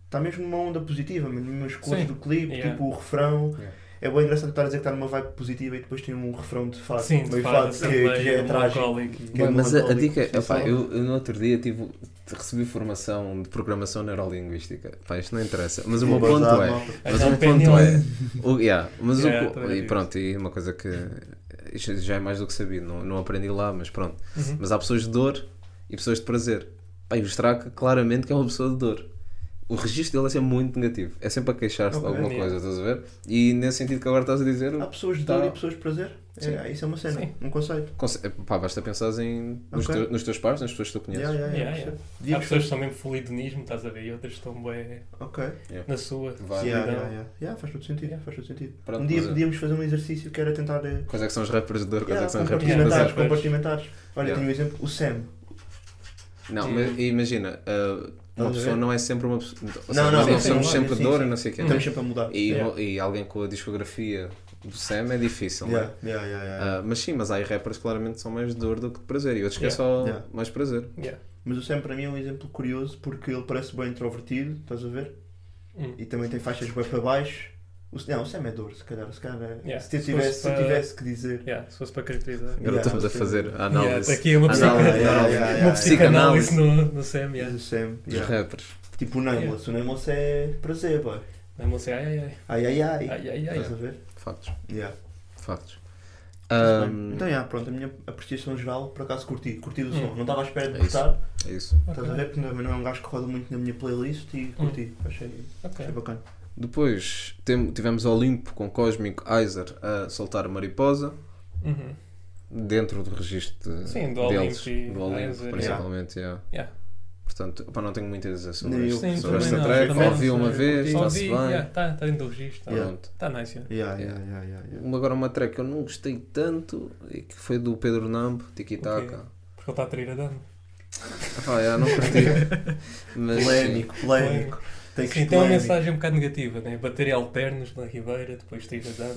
[SPEAKER 6] está mesmo numa onda positiva, mesmo as cores
[SPEAKER 8] Sim.
[SPEAKER 6] do clipe,
[SPEAKER 8] Yeah.
[SPEAKER 6] tipo o refrão.
[SPEAKER 7] Yeah.
[SPEAKER 6] É bem engraçado estar a dizer que está numa vibe positiva e depois tem um refrão de fado,
[SPEAKER 8] Sim, de um
[SPEAKER 6] meio
[SPEAKER 8] fato,
[SPEAKER 6] fado, que, que já é trágico. Que é
[SPEAKER 7] Bem, mas a, a
[SPEAKER 6] melancólico,
[SPEAKER 7] dica é,
[SPEAKER 6] por si
[SPEAKER 7] pá,
[SPEAKER 6] só.
[SPEAKER 7] eu, eu no outro dia tive, recebi formação de programação neurolinguística. Pá, isto não interessa. Mas o meu
[SPEAKER 6] Vou
[SPEAKER 7] ponto
[SPEAKER 6] bazar,
[SPEAKER 7] é.
[SPEAKER 6] malta.
[SPEAKER 7] Mas
[SPEAKER 8] Então,
[SPEAKER 7] um
[SPEAKER 8] opinião.
[SPEAKER 7] ponto é. o- yeah, mas o
[SPEAKER 8] Yeah,
[SPEAKER 7] co-
[SPEAKER 8] É, também
[SPEAKER 7] e
[SPEAKER 8] digo.
[SPEAKER 7] pronto, e uma coisa que. Isto já é mais do que sabido, não, não aprendi lá, mas pronto.
[SPEAKER 8] Uhum.
[SPEAKER 7] Mas há pessoas de dor e pessoas de prazer. Pá, e o Straca claramente que é uma pessoa de dor. O registro dele é sempre muito negativo. É sempre a queixar-se de
[SPEAKER 6] Ok.
[SPEAKER 7] alguma
[SPEAKER 8] Yeah.
[SPEAKER 7] coisa, estás a ver? E nesse sentido que agora estás a dizer.
[SPEAKER 6] Há pessoas de
[SPEAKER 7] tá-
[SPEAKER 6] dor e pessoas de prazer. É, isso é uma cena,
[SPEAKER 8] Sim.
[SPEAKER 6] um conceito.
[SPEAKER 7] conce- Pá, basta pensar em, nos,
[SPEAKER 6] Ok.
[SPEAKER 7] teus, nos teus pais, nas pessoas que tu conheces.
[SPEAKER 6] Yeah, yeah,
[SPEAKER 8] Yeah,
[SPEAKER 6] yeah,
[SPEAKER 8] yeah.
[SPEAKER 6] percebo.
[SPEAKER 8] Há
[SPEAKER 6] Devíamos-
[SPEAKER 8] pessoas que são mesmo full hedonismo, estás a ver, e outras estão bem
[SPEAKER 6] Ok.
[SPEAKER 8] na sua.
[SPEAKER 7] Vai.
[SPEAKER 6] Yeah,
[SPEAKER 8] solidão.
[SPEAKER 6] yeah, yeah. Yeah, faz todo sentido, faz todo sentido.
[SPEAKER 7] Pronto,
[SPEAKER 6] um dia
[SPEAKER 7] mas é.
[SPEAKER 6] podíamos fazer um exercício que era tentar eh,
[SPEAKER 7] Quais é que são os rappers de dor? Quais é que são os rappers de
[SPEAKER 8] compartilhar.
[SPEAKER 7] prazer?
[SPEAKER 6] compartimentares, compartimentares. Olha,
[SPEAKER 7] Yeah.
[SPEAKER 6] tenho um exemplo, o Sam.
[SPEAKER 7] Não, mas imagina, uh, uma
[SPEAKER 6] a
[SPEAKER 7] pessoa
[SPEAKER 6] ver?
[SPEAKER 7] não é sempre uma pessoa. Ou
[SPEAKER 6] Não,
[SPEAKER 7] seja,
[SPEAKER 6] não,
[SPEAKER 7] nós não
[SPEAKER 6] sim,
[SPEAKER 7] somos
[SPEAKER 6] sim,
[SPEAKER 7] sempre
[SPEAKER 6] sim,
[SPEAKER 7] um dor
[SPEAKER 6] sim.
[SPEAKER 7] e não sei o quê.
[SPEAKER 6] Estamos sempre a mudar.
[SPEAKER 7] E,
[SPEAKER 6] yeah.
[SPEAKER 7] e alguém com a discografia do Sam é difícil, não é?
[SPEAKER 6] Yeah, yeah, yeah, yeah.
[SPEAKER 7] Uh, mas sim, mas há aí rappers que claramente são mais de dor do que de prazer e outros que é
[SPEAKER 8] Yeah.
[SPEAKER 7] só
[SPEAKER 6] Yeah.
[SPEAKER 7] mais prazer.
[SPEAKER 8] Yeah.
[SPEAKER 6] Mas o Sam para mim é um exemplo curioso porque ele parece bem introvertido, estás a ver?
[SPEAKER 8] Hum.
[SPEAKER 6] E também tem faixas bem para baixo. O, não, o Sam é dor, se calhar. Se, calhar é-
[SPEAKER 8] Yeah.
[SPEAKER 6] se, eu
[SPEAKER 8] Se
[SPEAKER 6] tivesse,
[SPEAKER 8] fosse
[SPEAKER 6] se eu
[SPEAKER 8] para-
[SPEAKER 6] tivesse que dizer.
[SPEAKER 8] Yeah, se fosse para caracterizar.
[SPEAKER 7] Agora
[SPEAKER 6] Yeah,
[SPEAKER 7] estamos a
[SPEAKER 6] sim.
[SPEAKER 7] fazer a
[SPEAKER 8] Yeah,
[SPEAKER 7] análise.
[SPEAKER 8] tá aqui uma
[SPEAKER 7] Análise,
[SPEAKER 8] psicanálise.
[SPEAKER 7] análise.
[SPEAKER 6] Yeah, yeah,
[SPEAKER 8] Uma
[SPEAKER 6] yeah.
[SPEAKER 8] psicanálise no, no Sam,
[SPEAKER 6] Mas
[SPEAKER 8] yeah.
[SPEAKER 6] o Sam,
[SPEAKER 7] Os
[SPEAKER 6] yeah.
[SPEAKER 7] rappers.
[SPEAKER 6] tipo o Nameless. O Nameless é prazer, boy.
[SPEAKER 8] Lembram-se, ai, ai,
[SPEAKER 6] Ai ai ai.
[SPEAKER 8] ai, ai, ai, ai.
[SPEAKER 6] Estás a ver?
[SPEAKER 7] Factos.
[SPEAKER 6] Yeah.
[SPEAKER 7] Factos.
[SPEAKER 6] Mas
[SPEAKER 7] Um,
[SPEAKER 6] bem. Então, yeah, pronto, a minha apreciação geral, por acaso curti, curti do som.
[SPEAKER 8] Hum.
[SPEAKER 6] Não estava à espera de
[SPEAKER 7] É isso.
[SPEAKER 6] gostar,
[SPEAKER 7] é isso.
[SPEAKER 6] estás a ver? Porque também não é um gajo que roda muito na minha playlist e curti, achei,
[SPEAKER 8] Hum. Ok.
[SPEAKER 6] achei bacana.
[SPEAKER 7] Depois tem- tivemos Olimpo com Cósmico Aizer a soltar Mariposa.
[SPEAKER 8] Uhum.
[SPEAKER 7] dentro do registro de-
[SPEAKER 8] Sim, do
[SPEAKER 7] deles,
[SPEAKER 8] Olimpo e-
[SPEAKER 7] do Olimpo,
[SPEAKER 8] Aizer,
[SPEAKER 7] principalmente. yeah.
[SPEAKER 8] Yeah.
[SPEAKER 7] Portanto, pá, não tenho muito a dizer sobre,
[SPEAKER 6] Nem
[SPEAKER 7] este-
[SPEAKER 6] eu.
[SPEAKER 8] Sim,
[SPEAKER 7] sobre
[SPEAKER 8] também
[SPEAKER 7] esta
[SPEAKER 8] não,
[SPEAKER 7] track.
[SPEAKER 8] também não
[SPEAKER 7] Ouvi uma
[SPEAKER 8] sei.
[SPEAKER 7] vez,
[SPEAKER 8] Só
[SPEAKER 7] está-se
[SPEAKER 8] vi,
[SPEAKER 7] bem.
[SPEAKER 8] yeah, tá, tá dentro do registro, está
[SPEAKER 7] Pronto.
[SPEAKER 8] tá nice, yeah.
[SPEAKER 6] Yeah,
[SPEAKER 7] Yeah.
[SPEAKER 6] yeah, yeah, yeah, yeah.
[SPEAKER 7] Uma- Agora uma track que eu não gostei tanto e que foi do Pedro Nambo, Tiki Taka.
[SPEAKER 8] porque ele está a trair a dama.
[SPEAKER 7] Ah, yeah,
[SPEAKER 8] [laughs]
[SPEAKER 7] não curti. Mas, sim.
[SPEAKER 6] Polémico, polémico. Tem que
[SPEAKER 8] Sim,
[SPEAKER 6] ser
[SPEAKER 8] tem uma
[SPEAKER 6] polémico.
[SPEAKER 8] mensagem um bocado negativa, né? Bater alternos na Ribeira, depois trair a dama.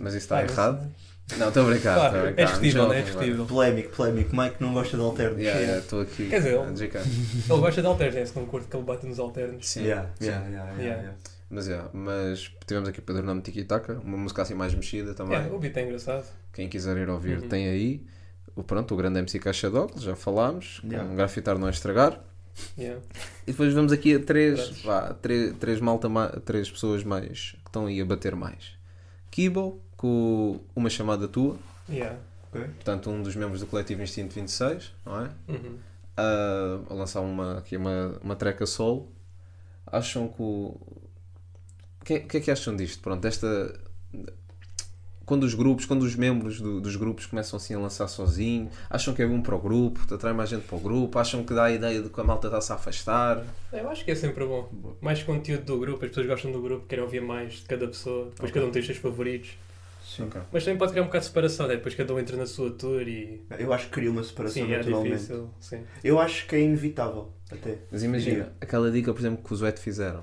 [SPEAKER 7] mas isso está
[SPEAKER 8] Ah, não
[SPEAKER 7] errado?
[SPEAKER 8] sei.
[SPEAKER 7] Não, estou a brincar.
[SPEAKER 8] Claro,
[SPEAKER 7] estou a brincar.
[SPEAKER 8] é discutível,
[SPEAKER 7] Jovem,
[SPEAKER 8] né? É discutível.
[SPEAKER 6] Polémico, polémico. Mike não gosta de
[SPEAKER 7] vai.
[SPEAKER 6] alternos.
[SPEAKER 7] Yeah, yeah, Estou aqui.
[SPEAKER 8] Quer dizer,
[SPEAKER 7] a é. JK.
[SPEAKER 8] Ele gosta de alternos, né? Se não curte que ele bate nos alternos.
[SPEAKER 7] Sim.
[SPEAKER 6] Yeah,
[SPEAKER 7] sim.
[SPEAKER 6] yeah, yeah, yeah,
[SPEAKER 8] Yeah.
[SPEAKER 6] yeah.
[SPEAKER 7] Mas, yeah, mas tivemos aqui o Pedro Nambo, Tiki Taka, uma música assim mais mexida também.
[SPEAKER 8] Yeah, o beat é engraçado.
[SPEAKER 7] Quem quiser ir ouvir tem aí. O, pronto, o grande MC Caixa de Óculos, já falámos.
[SPEAKER 6] Yeah.
[SPEAKER 7] Com grafitar não é estragar.
[SPEAKER 8] Yeah.
[SPEAKER 7] E depois vamos aqui a três, vá, três, três, malta, ma- três pessoas mais que estão aí a bater mais. Kibo, com uma chamada tua,
[SPEAKER 8] Yeah.
[SPEAKER 7] portanto, um dos membros do coletivo Instinto 26, não é?
[SPEAKER 8] Uhum.
[SPEAKER 7] a, a lançar uma, aqui uma, uma treca solo. Acham que o. O que, é- o que é que acham disto? Pronto, desta. Quando os grupos, quando os membros do- dos grupos começam assim a lançar sozinho, acham que é bom para o grupo, atrai mais gente para o grupo, acham que dá a ideia de que a malta está-se a afastar.
[SPEAKER 8] Eu acho que é sempre bom. Mais conteúdo do grupo, as pessoas gostam do grupo, querem ouvir mais de cada pessoa, depois cada um tem os seus favoritos.
[SPEAKER 6] Sim.
[SPEAKER 8] Mas também pode criar um bocado de separação, né? depois cada um entra na sua tour e.
[SPEAKER 6] Eu acho que cria uma separação
[SPEAKER 8] Sim, é
[SPEAKER 6] naturalmente.
[SPEAKER 8] difícil. Sim.
[SPEAKER 6] Eu acho que é inevitável, até.
[SPEAKER 7] Mas imagina,
[SPEAKER 6] Sim.
[SPEAKER 7] aquela dica, por exemplo, que o Zuete fizeram,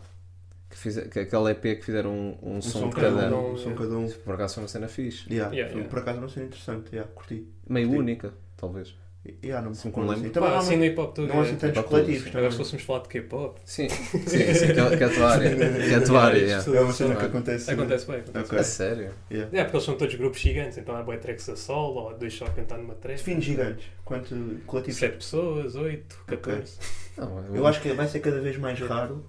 [SPEAKER 7] que, fize- que aquela EP que fizeram um, um
[SPEAKER 6] Um
[SPEAKER 7] som,
[SPEAKER 6] som
[SPEAKER 7] de cada
[SPEAKER 8] cada
[SPEAKER 7] um.
[SPEAKER 6] um. um som cada um.
[SPEAKER 7] Por acaso foi uma cena fixe.
[SPEAKER 6] Yeah,
[SPEAKER 8] Yeah,
[SPEAKER 6] foi-
[SPEAKER 8] yeah.
[SPEAKER 6] Por acaso não ser interessante, yeah, curti.
[SPEAKER 7] Meio
[SPEAKER 6] Sim.
[SPEAKER 7] única, talvez.
[SPEAKER 6] Yeah, não me
[SPEAKER 7] Sim,
[SPEAKER 6] recordo
[SPEAKER 7] lembro.
[SPEAKER 6] assim. Também
[SPEAKER 8] Pá,
[SPEAKER 6] não,
[SPEAKER 8] assim no hip hop
[SPEAKER 6] não,
[SPEAKER 8] tudo.
[SPEAKER 6] há assim
[SPEAKER 8] é.
[SPEAKER 6] tantos
[SPEAKER 7] Para todos.
[SPEAKER 6] coletivos.
[SPEAKER 8] Agora se
[SPEAKER 6] também.
[SPEAKER 8] fôssemos falar de K-pop,
[SPEAKER 7] Sim, sim, sim que, é- que é a tua área. Que é a tua área, yeah.
[SPEAKER 6] É uma cena que
[SPEAKER 7] Sim.
[SPEAKER 6] acontece.
[SPEAKER 8] acontece bem. Acontece.
[SPEAKER 6] Ok.
[SPEAKER 7] A sério?
[SPEAKER 6] Yeah.
[SPEAKER 8] É, porque eles são todos grupos gigantes, então há boy tracks a solo, ou dois só a cantar numa track.
[SPEAKER 6] Define gigantes. Quanto coletivos.
[SPEAKER 8] Sete pessoas, oito,
[SPEAKER 6] Ok.
[SPEAKER 8] 14.
[SPEAKER 7] Não,
[SPEAKER 6] Eu acho que vai ser cada vez mais raro,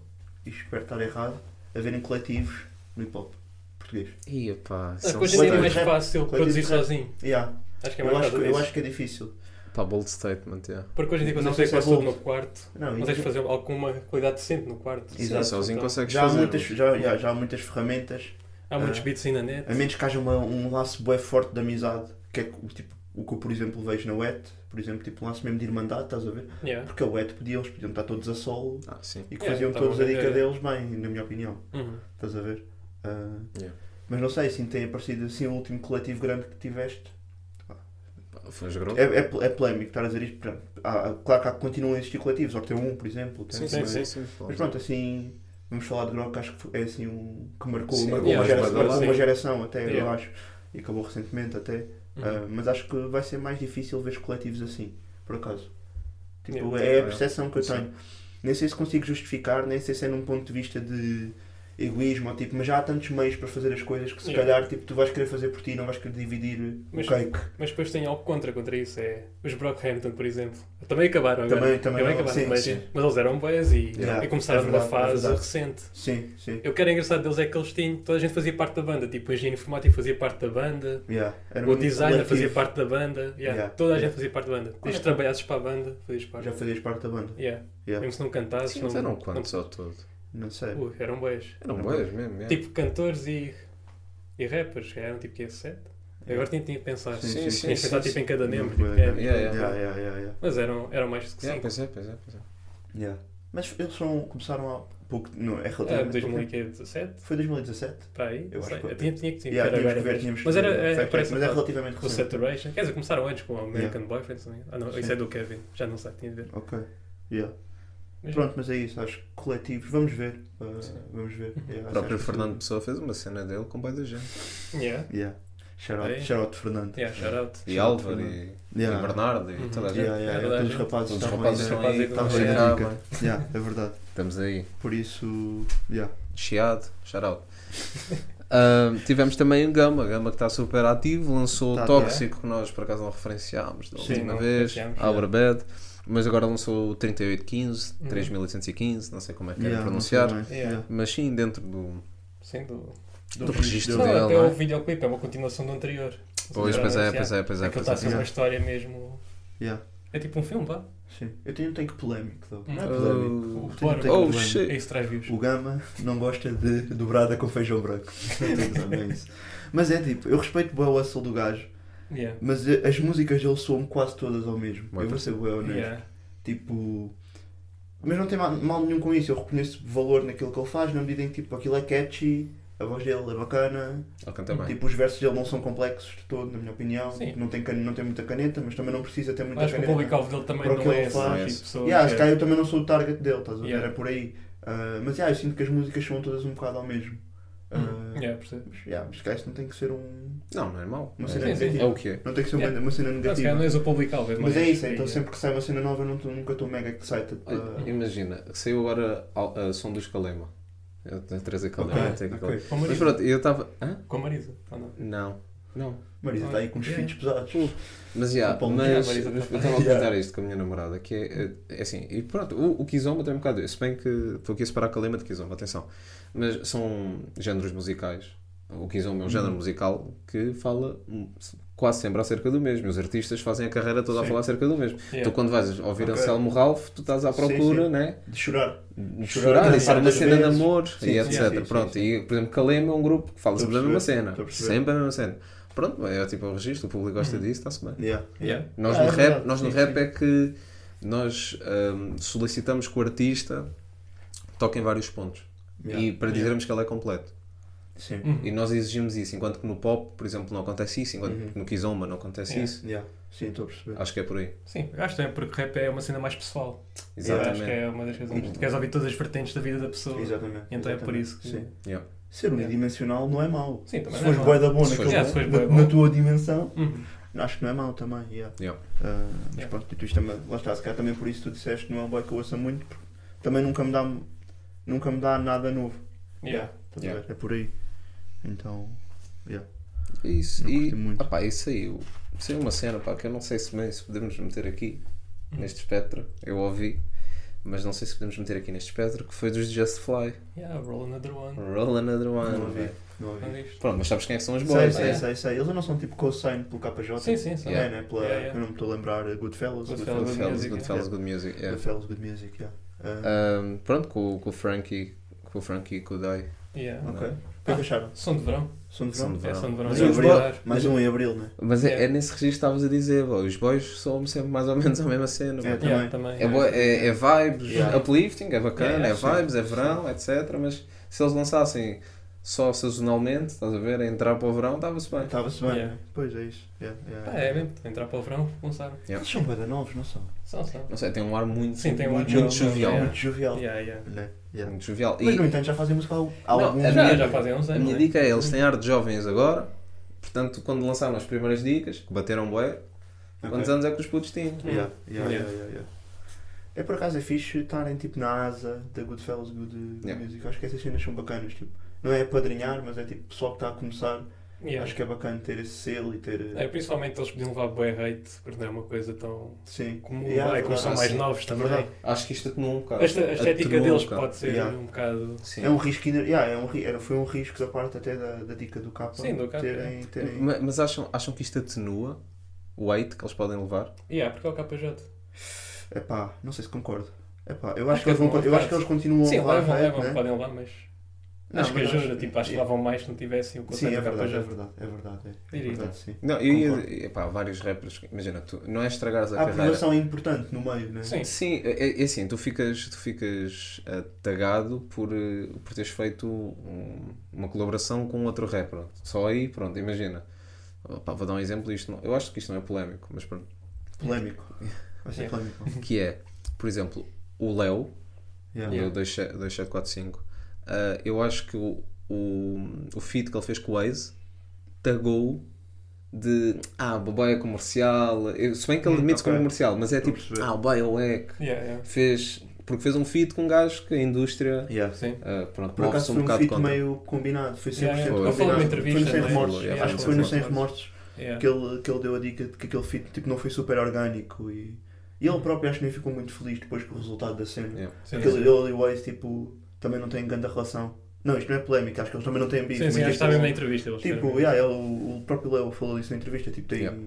[SPEAKER 6] e espero estar errado, haverem coletivos no hip hop português.
[SPEAKER 7] Ia pá,
[SPEAKER 8] Ah,
[SPEAKER 7] isso é
[SPEAKER 8] que
[SPEAKER 7] um
[SPEAKER 8] hoje em dia é mais
[SPEAKER 6] coletivos rap.
[SPEAKER 8] fácil
[SPEAKER 6] Coletivos
[SPEAKER 8] produzir
[SPEAKER 6] rap.
[SPEAKER 8] sozinho.
[SPEAKER 6] Yeah.
[SPEAKER 8] Acho que é mais
[SPEAKER 6] Eu, acho,
[SPEAKER 8] fácil.
[SPEAKER 6] que- eu acho que é difícil.
[SPEAKER 7] pá, bold statement, yeah.
[SPEAKER 8] Porque hoje em dia
[SPEAKER 6] Não
[SPEAKER 8] consegues
[SPEAKER 6] sei
[SPEAKER 8] ter
[SPEAKER 6] se é
[SPEAKER 8] quase tudo
[SPEAKER 6] bold.
[SPEAKER 8] no quarto.
[SPEAKER 6] Não,
[SPEAKER 8] Consegues fazer alguma qualidade decente no quarto.
[SPEAKER 6] Exato.
[SPEAKER 7] Sim, sozinho
[SPEAKER 8] Então,
[SPEAKER 7] consegues
[SPEAKER 6] já, há
[SPEAKER 7] fazer.
[SPEAKER 6] muitas, já, yeah, já há muitas ferramentas,
[SPEAKER 8] Há muitos
[SPEAKER 6] Ah.
[SPEAKER 8] beats aí na net.
[SPEAKER 6] a menos que haja uma- um laço bué forte de amizade, que é o, tipo, o que eu, por exemplo, vejo na UET, por exemplo, tipo um laço mesmo de irmandade, estás a ver?
[SPEAKER 8] Yeah.
[SPEAKER 6] Porque a UET podia, eles podiam estar todos a solo
[SPEAKER 7] Ah, sim.
[SPEAKER 6] e que
[SPEAKER 8] É,
[SPEAKER 6] faziam
[SPEAKER 8] tá
[SPEAKER 6] todos
[SPEAKER 8] bom,
[SPEAKER 6] a dica
[SPEAKER 8] é.
[SPEAKER 6] deles bem, na minha opinião.
[SPEAKER 8] Uhum.
[SPEAKER 6] Estás a ver? Ah,
[SPEAKER 7] Yeah.
[SPEAKER 6] Mas não sei, assim, tem aparecido assim o último coletivo grande que tiveste.
[SPEAKER 7] Pá, Foi um grupo.
[SPEAKER 6] É, é, pol- é polémico estar a dizer isto. Pronto, há- há- claro que há, continuam a existir coletivos, ou tem um, por exemplo. tem-
[SPEAKER 7] Sim, sim,
[SPEAKER 6] mas,
[SPEAKER 7] sim. sim,
[SPEAKER 6] mas pronto, assim, vamos falar de rock, acho que foi- é assim um que marcou
[SPEAKER 7] Sim,
[SPEAKER 6] uma,
[SPEAKER 7] é
[SPEAKER 6] uma
[SPEAKER 8] mais
[SPEAKER 6] geração,
[SPEAKER 7] badalado.
[SPEAKER 6] marcou uma geração até, eu
[SPEAKER 8] Yeah.
[SPEAKER 6] acho. E acabou recentemente até.
[SPEAKER 8] Uhum.
[SPEAKER 6] Ah, mas acho que vai ser mais difícil ver coletivos assim, por acaso. Tipo,
[SPEAKER 8] Yeah.
[SPEAKER 6] é a percepção que eu
[SPEAKER 7] Sim.
[SPEAKER 6] tenho. Nem sei se consigo justificar, nem sei se é num ponto de vista de egoísmo, ou tipo, mas já há tantos meios para fazer as coisas que se
[SPEAKER 8] Yeah.
[SPEAKER 6] calhar tipo, tu vais querer fazer por ti, não vais querer dividir
[SPEAKER 8] Mas-
[SPEAKER 6] o cake.
[SPEAKER 8] Mas depois tem algo contra contra isso. É os Brockhampton, por exemplo. Também acabaram agora.
[SPEAKER 6] Também- também não-
[SPEAKER 8] acabaram.
[SPEAKER 6] sim,
[SPEAKER 8] mas,
[SPEAKER 6] sim.
[SPEAKER 8] mas eles eram boas e,
[SPEAKER 6] Yeah.
[SPEAKER 8] e começaram
[SPEAKER 6] É
[SPEAKER 8] numa
[SPEAKER 6] verdade, é
[SPEAKER 8] fase
[SPEAKER 6] verdade.
[SPEAKER 8] recente.
[SPEAKER 6] Sim, sim.
[SPEAKER 8] Eu quero engraçado deles é que eles tinham. Toda a gente fazia parte da banda. Tipo, o engenheiro informático fazia parte da banda.
[SPEAKER 6] Yeah, era
[SPEAKER 8] o
[SPEAKER 6] muito
[SPEAKER 8] designer
[SPEAKER 6] coletivo.
[SPEAKER 8] fazia parte da banda. Yeah,
[SPEAKER 6] Yeah.
[SPEAKER 8] Toda a
[SPEAKER 6] Yeah.
[SPEAKER 8] gente fazia parte da banda. Desde
[SPEAKER 6] Claro.
[SPEAKER 8] que trabalhasses para a banda, fazias parte.
[SPEAKER 6] Já fazias parte da banda?
[SPEAKER 8] Yeah.
[SPEAKER 6] Yeah.
[SPEAKER 8] Mesmo se não cantasses.
[SPEAKER 7] Sim,
[SPEAKER 8] não,
[SPEAKER 7] mas eram
[SPEAKER 8] não-
[SPEAKER 7] quantos ao todo?
[SPEAKER 6] Não sei.
[SPEAKER 8] Ui, eram boas.
[SPEAKER 7] Eram
[SPEAKER 6] Não.
[SPEAKER 7] boas é mesmo, yeah.
[SPEAKER 8] Tipo cantores e, e rappers, eram tipo que é 7. Agora tinha tinha que pensar.
[SPEAKER 6] Sim,
[SPEAKER 8] Tinha
[SPEAKER 6] sim,
[SPEAKER 8] que pensar tipo em cada membro. tipo,
[SPEAKER 6] Yeah,
[SPEAKER 8] é.
[SPEAKER 7] yeah, yeah.
[SPEAKER 6] yeah, yeah, yeah, yeah.
[SPEAKER 8] Mas eram, eram mais do que 5.
[SPEAKER 7] Yeah, pois é, pois é, pois é.
[SPEAKER 6] Yeah. Mas eles são, começaram há pouco. Não, é
[SPEAKER 8] É,
[SPEAKER 6] relativamente. pouco tempo.
[SPEAKER 8] 2017,
[SPEAKER 6] Foi 2017?
[SPEAKER 8] para aí.
[SPEAKER 6] Eu
[SPEAKER 8] Eu
[SPEAKER 6] acho que foi.
[SPEAKER 8] tinha, tinha que tinha
[SPEAKER 6] Yeah,
[SPEAKER 8] que ver
[SPEAKER 6] tínhamos que
[SPEAKER 8] agora.
[SPEAKER 6] ver,
[SPEAKER 8] mas-
[SPEAKER 6] tínhamos que
[SPEAKER 8] mas
[SPEAKER 6] ver.
[SPEAKER 8] era, é,
[SPEAKER 6] Fact check,
[SPEAKER 8] parece
[SPEAKER 6] mas é relativamente
[SPEAKER 8] o né?
[SPEAKER 6] recente.
[SPEAKER 8] Saturation. Quer dizer, começaram antes com o American
[SPEAKER 6] Yeah.
[SPEAKER 8] Boyfriend. se não me engano. Ah não, isso
[SPEAKER 6] Sim.
[SPEAKER 8] é do Kevin. Já não sei, tinha de ver.
[SPEAKER 6] Ok. Yeah.
[SPEAKER 8] Mas-
[SPEAKER 6] Pronto, mas é isso, acho que coletivos, vamos ver. uh,
[SPEAKER 7] Sim.
[SPEAKER 6] vamos ver. Yeah,
[SPEAKER 7] O
[SPEAKER 6] acho-
[SPEAKER 7] próprio
[SPEAKER 6] acho que-
[SPEAKER 7] Fernando Pessoa fez uma cena dele com boa da gente.
[SPEAKER 8] Yeah.
[SPEAKER 6] Yeah. Shout
[SPEAKER 8] Aí.
[SPEAKER 6] out, shout out Fernando.
[SPEAKER 8] É. Yeah, shout out.
[SPEAKER 7] E Álvaro, e,
[SPEAKER 6] Yeah.
[SPEAKER 7] e Bernardo, e
[SPEAKER 8] Uhum.
[SPEAKER 7] toda a gente.
[SPEAKER 6] Yeah, Tá yeah,
[SPEAKER 8] É
[SPEAKER 6] yeah,
[SPEAKER 8] verdade.
[SPEAKER 6] Todos os rapazes
[SPEAKER 7] É Todos os
[SPEAKER 6] estavam
[SPEAKER 7] rapazes
[SPEAKER 6] aí.
[SPEAKER 7] estão aí,
[SPEAKER 8] Estavam
[SPEAKER 7] estão
[SPEAKER 6] aí,
[SPEAKER 7] a
[SPEAKER 6] dica.
[SPEAKER 7] chegar, mano.
[SPEAKER 6] Yeah, é verdade.
[SPEAKER 7] Estamos aí.
[SPEAKER 6] Por isso, yeah.
[SPEAKER 7] Chiado, shout out. [laughs] Ahm, tivemos também o Gama, Gama que está super ativo, lançou
[SPEAKER 6] Tá,
[SPEAKER 7] o
[SPEAKER 6] tá.
[SPEAKER 7] Tóxico, que nós por acaso não referenciámos da
[SPEAKER 6] Sim,
[SPEAKER 7] última
[SPEAKER 8] não
[SPEAKER 7] vez,
[SPEAKER 8] referenciámos,
[SPEAKER 7] Our Bad, mas agora lançou o 3815, 3815, não sei como é que é
[SPEAKER 6] Uhum. Yeah, não sei
[SPEAKER 7] pronunciar,
[SPEAKER 6] bem.
[SPEAKER 8] Yeah.
[SPEAKER 6] Yeah.
[SPEAKER 7] mas sim dentro do,
[SPEAKER 8] Sim, do...
[SPEAKER 7] do, registro
[SPEAKER 8] Não,
[SPEAKER 7] dele,
[SPEAKER 8] até
[SPEAKER 7] não
[SPEAKER 8] o
[SPEAKER 7] é?
[SPEAKER 8] videoclipe é uma continuação do anterior.
[SPEAKER 7] Pois, pois é, pois é, pois é.
[SPEAKER 8] Aquilo
[SPEAKER 7] Pois
[SPEAKER 8] está a ser
[SPEAKER 7] é.
[SPEAKER 8] uma
[SPEAKER 6] Yeah.
[SPEAKER 8] história mesmo.
[SPEAKER 6] Yeah.
[SPEAKER 8] É tipo um filme, pá.
[SPEAKER 6] Sim. Eu tenho um tanque polémico, though. Não é
[SPEAKER 8] Oh.
[SPEAKER 6] polémico. Eu tenho um
[SPEAKER 8] Oh,
[SPEAKER 6] tanque
[SPEAKER 7] Ah, Oh
[SPEAKER 6] polémico.
[SPEAKER 8] É
[SPEAKER 7] shit!
[SPEAKER 8] isso que traz views.
[SPEAKER 6] O Gama não gosta de dobrada com feijão branco. [laughs] Não é isso. Mas é tipo, eu respeito bem o hustle do gajo,
[SPEAKER 8] Yeah.
[SPEAKER 6] mas eh, as músicas dele soam quase todas ao mesmo.
[SPEAKER 7] Muito.
[SPEAKER 6] Eu vou ser bem honesto.
[SPEAKER 8] Yeah.
[SPEAKER 6] Tipo. Mas não tem ma- mal nenhum com isso, eu reconheço valor naquilo que ele faz, na medida em que tipo, aquilo é catchy, a voz dele é bacana,
[SPEAKER 7] Ele canta bem.
[SPEAKER 6] tipo, os versos dele não são complexos de todo, na minha opinião,
[SPEAKER 8] Sim.
[SPEAKER 6] Tipo, não tem, can- não tem muita caneta, mas também não precisa ter muita
[SPEAKER 8] Acho que o
[SPEAKER 6] caneta.
[SPEAKER 8] público-alvo dele também
[SPEAKER 6] Para o que
[SPEAKER 8] não é
[SPEAKER 6] ele
[SPEAKER 8] esse
[SPEAKER 7] faz.
[SPEAKER 8] tipo de pessoa.
[SPEAKER 6] Yeah, se
[SPEAKER 8] que-
[SPEAKER 6] calhar eu também não sou o target dele, estás a ver?
[SPEAKER 8] Yeah.
[SPEAKER 6] É por aí. Ah, mas yeah, eu sinto que as músicas são todas um bocado ao mesmo. Ah,
[SPEAKER 8] Hum. Yeah, percebo.
[SPEAKER 6] Mas, yeah, mas calhar isso não tem que ser um.
[SPEAKER 7] Não, não é mau.
[SPEAKER 6] Uma
[SPEAKER 7] É-
[SPEAKER 6] cena assim.
[SPEAKER 8] Sim, sim.
[SPEAKER 7] É
[SPEAKER 6] negativa.
[SPEAKER 7] o que é.
[SPEAKER 6] Não tem que ser uma,
[SPEAKER 8] Yeah.
[SPEAKER 6] uma cena
[SPEAKER 8] Ah, se calhar
[SPEAKER 6] negativa.
[SPEAKER 8] não és o público-alvo.
[SPEAKER 6] mas é
[SPEAKER 8] mais-
[SPEAKER 6] isso, então sempre que sai uma cena nova eu não tô- nunca estou mega excited. para-
[SPEAKER 7] Olha, Imagina, saiu agora ao- a som dos Calema. Eu tenho a Teresa Calema,
[SPEAKER 6] Ok,
[SPEAKER 7] eu tenho que
[SPEAKER 6] ok.
[SPEAKER 7] Calema.
[SPEAKER 8] Com a
[SPEAKER 7] Mas
[SPEAKER 8] Marisa.
[SPEAKER 7] pronto, eu estava. Hã?
[SPEAKER 8] Com a Marisa. ou não?
[SPEAKER 7] Não. Não.
[SPEAKER 6] Marisa está aí com uns
[SPEAKER 8] Yeah.
[SPEAKER 6] feats pesados.
[SPEAKER 7] Uh, Mas, yeah,
[SPEAKER 6] Opa, um
[SPEAKER 7] mas
[SPEAKER 6] dia vai
[SPEAKER 7] eu
[SPEAKER 6] exatamente. [laughs]
[SPEAKER 7] estava a
[SPEAKER 6] Yeah.
[SPEAKER 7] comentar isto com a minha namorada, que é, é assim, e pronto, o, o Kizomba tem um bocado, se bem que estou aqui a separar Kalema de Kizomba, atenção, mas são géneros musicais, o
[SPEAKER 6] Uhum.
[SPEAKER 7] Kizomba é um género musical que fala hum, quase sempre acerca do mesmo, os artistas fazem a carreira toda a
[SPEAKER 6] Sim.
[SPEAKER 7] falar acerca do mesmo,
[SPEAKER 8] Yeah.
[SPEAKER 7] tu quando vais ouvir
[SPEAKER 6] Ok.
[SPEAKER 7] Anselmo Ralph, tu estás à
[SPEAKER 6] Sim,
[SPEAKER 7] procura,
[SPEAKER 6] sim.
[SPEAKER 7] né,
[SPEAKER 6] De chorar.
[SPEAKER 7] de
[SPEAKER 6] Chorar,
[SPEAKER 7] chorar, e
[SPEAKER 6] dançar
[SPEAKER 7] ser uma
[SPEAKER 6] duas
[SPEAKER 7] cena de
[SPEAKER 6] vezes.
[SPEAKER 7] amor
[SPEAKER 6] Sim,
[SPEAKER 7] e
[SPEAKER 6] sim,
[SPEAKER 7] etc.
[SPEAKER 6] sim, sim,
[SPEAKER 7] Pronto,
[SPEAKER 6] sim.
[SPEAKER 7] e por exemplo, Calema é um grupo que fala
[SPEAKER 6] Estou
[SPEAKER 7] sempre
[SPEAKER 6] a
[SPEAKER 7] da mesma
[SPEAKER 6] perceber,
[SPEAKER 7] cena,
[SPEAKER 6] estou a perceber. Uhum.
[SPEAKER 7] sempre a mesma cena. Pronto, é tipo o registro, o público gosta disso, está-se bem.
[SPEAKER 6] Yeah.
[SPEAKER 8] Yeah.
[SPEAKER 7] Nós
[SPEAKER 6] Ah,
[SPEAKER 7] no
[SPEAKER 6] é
[SPEAKER 7] rap,
[SPEAKER 6] verdade,
[SPEAKER 7] nós no
[SPEAKER 6] sim,
[SPEAKER 7] rap
[SPEAKER 6] sim.
[SPEAKER 7] é que nós hum, solicitamos que o artista toque em vários pontos
[SPEAKER 6] Yeah.
[SPEAKER 7] e para dizermos que ele é completo.
[SPEAKER 6] Sim.
[SPEAKER 7] E nós exigimos isso, enquanto que no pop, por exemplo, não acontece isso, enquanto que no Kizomba não acontece
[SPEAKER 8] Yeah.
[SPEAKER 7] isso.
[SPEAKER 6] Uhum. Yeah. Sim, estou a perceber.
[SPEAKER 7] Acho que é por aí.
[SPEAKER 8] Sim, eu acho também porque rap é uma cena mais pessoal.
[SPEAKER 7] Exatamente.
[SPEAKER 8] Acho que é uma das razões. Tu queres ouvir todas as vertentes da vida da pessoa.
[SPEAKER 6] Exatamente.
[SPEAKER 8] Então é por
[SPEAKER 6] exatamente.
[SPEAKER 8] isso que-
[SPEAKER 6] Sim.
[SPEAKER 7] Yeah.
[SPEAKER 6] Ser unidimensional não é mau.
[SPEAKER 8] Sim, também
[SPEAKER 6] se
[SPEAKER 8] não é
[SPEAKER 6] fores
[SPEAKER 8] mau.
[SPEAKER 6] bué da bom
[SPEAKER 7] Se
[SPEAKER 6] naquele-
[SPEAKER 7] fores-
[SPEAKER 8] Yeah, se fores
[SPEAKER 6] na,
[SPEAKER 8] bué bom.
[SPEAKER 6] na tua dimensão,
[SPEAKER 8] Uhum.
[SPEAKER 6] acho que não é mau também. Yeah.
[SPEAKER 7] Yeah.
[SPEAKER 6] Ah, mas
[SPEAKER 8] Yeah.
[SPEAKER 6] pronto, e tu isto também, lá está, se calhar também por isso tu disseste que não é um boy que eu ouça muito, porque também nunca me dá, nunca me dá nada novo.
[SPEAKER 8] Yeah.
[SPEAKER 6] Estás a
[SPEAKER 7] Yeah.
[SPEAKER 6] ver? É por aí. Então,
[SPEAKER 7] É Isso,
[SPEAKER 6] Não
[SPEAKER 7] e
[SPEAKER 6] curti muito.
[SPEAKER 7] ah, pá, isso aí, saiu uma cena pá, que eu não sei se, bem se podemos meter aqui
[SPEAKER 6] Uhum.
[SPEAKER 7] neste espectro, eu ouvi, mas não sei se podemos meter aqui neste espectro, que foi dos Just Fly,
[SPEAKER 8] Yeah, roll another one.
[SPEAKER 7] Roll Another One.
[SPEAKER 6] não ouvi.
[SPEAKER 7] velho.
[SPEAKER 6] Não ouvi.
[SPEAKER 8] Não diz?
[SPEAKER 7] Pronto, mas sabes quem é que são os
[SPEAKER 6] Sei,
[SPEAKER 7] boys,
[SPEAKER 6] sei,
[SPEAKER 7] né?
[SPEAKER 6] sei, sei. Eles não são tipo co-sign pelo KJ?
[SPEAKER 8] Sim, sim, sim.
[SPEAKER 6] Também,
[SPEAKER 7] Yeah.
[SPEAKER 6] né? Pela,
[SPEAKER 8] Yeah, yeah.
[SPEAKER 6] Eu não me estou a lembrar. uh,
[SPEAKER 8] Goodfellas,
[SPEAKER 6] Goodfellas.
[SPEAKER 7] Good
[SPEAKER 8] Good
[SPEAKER 7] Fellas,
[SPEAKER 8] Music,
[SPEAKER 7] Good
[SPEAKER 8] yeah.
[SPEAKER 7] Fellas, Good Music. yeah.
[SPEAKER 6] Goodfellas, Good Music, yeah. Ah,
[SPEAKER 7] Ahm, pronto, com, o- com o Frankie, com o Frankie e com o Dai. Ah,
[SPEAKER 8] Yeah.
[SPEAKER 6] ok. O que é que acharam?
[SPEAKER 8] Som de verão.
[SPEAKER 6] São de
[SPEAKER 7] São
[SPEAKER 6] verão?
[SPEAKER 7] de
[SPEAKER 8] É
[SPEAKER 7] verão.
[SPEAKER 8] som de verão.
[SPEAKER 6] Mas
[SPEAKER 7] Sim,
[SPEAKER 8] É
[SPEAKER 6] em
[SPEAKER 7] os
[SPEAKER 6] abril,
[SPEAKER 8] verdade.
[SPEAKER 6] mais um em abril, né?
[SPEAKER 7] Mas é,
[SPEAKER 8] Yeah.
[SPEAKER 7] é nesse registro que estavas a dizer, bó, os boys somos sempre mais ou menos a mesma cena.
[SPEAKER 6] É,
[SPEAKER 7] bó.
[SPEAKER 8] Yeah,
[SPEAKER 6] também.
[SPEAKER 8] também.
[SPEAKER 7] É, boa- é- é vibes,
[SPEAKER 6] Yeah.
[SPEAKER 7] uplifting, é bacana,
[SPEAKER 8] Yeah,
[SPEAKER 7] é
[SPEAKER 8] yeah, sim.
[SPEAKER 7] vibes, é verão, etc. Mas se eles lançassem só sazonalmente, estás a ver, a entrar para o verão, estava-se bem.
[SPEAKER 6] Estava-se bem.
[SPEAKER 8] Yeah.
[SPEAKER 6] Pois é isso. Yeah, yeah.
[SPEAKER 8] Pá, é mesmo. Entrar para o verão, lançaram.
[SPEAKER 6] Eles são bada novos, não são?
[SPEAKER 8] São, são.
[SPEAKER 7] Não sei, tem um ar muito,
[SPEAKER 8] Sim, tem um ar jovial,
[SPEAKER 7] muito, muito jovial.
[SPEAKER 8] Yeah.
[SPEAKER 6] Muito jovial.
[SPEAKER 8] Yeah, yeah.
[SPEAKER 6] Né? Yeah.
[SPEAKER 7] Muito jovial.
[SPEAKER 6] Mas no
[SPEAKER 7] E
[SPEAKER 6] entanto já fazem música há há
[SPEAKER 7] Não,
[SPEAKER 6] alguns
[SPEAKER 7] a
[SPEAKER 8] Já,
[SPEAKER 7] minha-
[SPEAKER 8] já fazem uns
[SPEAKER 7] a
[SPEAKER 8] anos.
[SPEAKER 7] minha
[SPEAKER 8] né?
[SPEAKER 7] dica é, eles têm ar de jovens agora, portanto, quando lançaram as primeiras dicas, que bateram bué, quantos anos é que os putos tinham?
[SPEAKER 6] Yeah, yeah,
[SPEAKER 8] Yeah.
[SPEAKER 6] yeah, yeah, yeah. É por acaso é fixe estarem tipo na asa da Goodfellas Good Good
[SPEAKER 7] Yeah.
[SPEAKER 6] Music. Acho que essas cenas são bacanas. Tipo, não é padrinhar, mas é tipo pessoal que está a começar.
[SPEAKER 8] Yeah.
[SPEAKER 6] Acho que é bacana ter esse selo e ter.
[SPEAKER 8] É, principalmente eles podiam levar bué hate, porque não é uma coisa tão
[SPEAKER 6] Sim,
[SPEAKER 8] comum.
[SPEAKER 6] Yeah,
[SPEAKER 8] é como são
[SPEAKER 7] verdade.
[SPEAKER 8] mais
[SPEAKER 7] Sim.
[SPEAKER 8] novos também.
[SPEAKER 6] Verdade.
[SPEAKER 7] Acho que isto atenuou um bocado.
[SPEAKER 8] A este- é a estética
[SPEAKER 7] Atenuou um
[SPEAKER 8] deles
[SPEAKER 7] bocado.
[SPEAKER 8] pode ser
[SPEAKER 6] Yeah.
[SPEAKER 8] um bocado.
[SPEAKER 7] Sim.
[SPEAKER 6] É um risco. iner- Yeah, é um ri- era, foi um risco da parte até da, da dica do capa
[SPEAKER 8] Sim, do K,
[SPEAKER 6] terem. terem...
[SPEAKER 7] Ma- Mas acham, acham que isto atenua o hate que eles podem levar?
[SPEAKER 8] Yeah, porque é o KJ.
[SPEAKER 6] Epá, não sei se concordo. Epá, eu acho,
[SPEAKER 8] Acho
[SPEAKER 6] que, eles
[SPEAKER 8] que
[SPEAKER 6] vão,
[SPEAKER 8] é bom,
[SPEAKER 6] eu acho que
[SPEAKER 8] faz.
[SPEAKER 6] eles continuam
[SPEAKER 8] Sim,
[SPEAKER 6] a levar
[SPEAKER 8] levam,
[SPEAKER 6] hype,
[SPEAKER 8] levam,
[SPEAKER 6] né?
[SPEAKER 8] podem levar, mas
[SPEAKER 6] Não,
[SPEAKER 8] acho que
[SPEAKER 6] mas
[SPEAKER 8] ajuda. Tipo, acho que levam mais se não tivessem o
[SPEAKER 6] Sim,
[SPEAKER 8] conceito
[SPEAKER 6] é
[SPEAKER 8] do
[SPEAKER 6] verdade, é
[SPEAKER 8] KJ.
[SPEAKER 6] verdade, é verdade. É, é
[SPEAKER 8] Diria. então.
[SPEAKER 6] verdade, sim.
[SPEAKER 7] Não, eu
[SPEAKER 6] Concordo.
[SPEAKER 7] ia. Epá, vários rappers. Imagina, tu não é estragares a
[SPEAKER 6] A
[SPEAKER 7] carreira.
[SPEAKER 6] aprovação é importante no meio, né?
[SPEAKER 8] Sim,
[SPEAKER 7] Sim, é, é assim, tu ficas, tu ficas ah, tagado por, eh, por teres feito um- uma colaboração com outro rapper. Só aí, pronto, imagina. Opá, vou dar um exemplo disto. não- Eu acho que isto não é polémico, mas pronto.
[SPEAKER 6] Polémico. Vai ser
[SPEAKER 8] Yeah.
[SPEAKER 7] [laughs]
[SPEAKER 6] polémico.
[SPEAKER 7] Que é, por exemplo, o Léo,
[SPEAKER 6] Yeah.
[SPEAKER 7] Leo 2745, ah, eu acho que o, o, o feat que ele fez com o Waze tagou de ah, o boy é comercial. Eu- se bem que ele admite se
[SPEAKER 6] Hum, ok.
[SPEAKER 7] como comercial, mas é
[SPEAKER 6] Estou a
[SPEAKER 7] tipo,
[SPEAKER 6] perceber.
[SPEAKER 7] ah, o boy é wack.
[SPEAKER 8] Yeah, yeah.
[SPEAKER 7] Fez, porque fez um feat com um gajo que a indústria.
[SPEAKER 6] Yeah.
[SPEAKER 8] Sim.
[SPEAKER 7] ah, pronto,
[SPEAKER 6] Por
[SPEAKER 7] move-se
[SPEAKER 6] acaso
[SPEAKER 7] um
[SPEAKER 6] foi um,
[SPEAKER 7] bocado
[SPEAKER 6] feat
[SPEAKER 7] contra.
[SPEAKER 6] meio combinado, foi 100%
[SPEAKER 8] Yeah,
[SPEAKER 7] yeah.
[SPEAKER 6] combinado.
[SPEAKER 7] Ele falou numa
[SPEAKER 8] entrevista né?
[SPEAKER 6] foi no Sem
[SPEAKER 8] também.
[SPEAKER 6] Remorsos,
[SPEAKER 7] Yeah,
[SPEAKER 6] acho que foi no Sem Remorsos
[SPEAKER 8] Yeah.
[SPEAKER 6] que ele, que ele deu a dica de que aquele feat tipo, não foi super orgânico e, e ele próprio acho que nem ficou muito feliz depois com o resultado da cena.
[SPEAKER 7] Yeah.
[SPEAKER 8] Sim,
[SPEAKER 6] Aquele
[SPEAKER 8] sim.
[SPEAKER 6] ele e o Waze tipo, também não têm grande relação. Não, isto não é polémico, acho que eles também não têm bife.
[SPEAKER 8] Sim, sim, acho que
[SPEAKER 6] mas
[SPEAKER 8] está
[SPEAKER 6] tipo,
[SPEAKER 8] mesmo na entrevista. eles
[SPEAKER 6] Tipo,
[SPEAKER 8] disseram.
[SPEAKER 6] yeah, ele- o, o próprio Leo falou isso na entrevista, tipo, tem,
[SPEAKER 7] Yeah.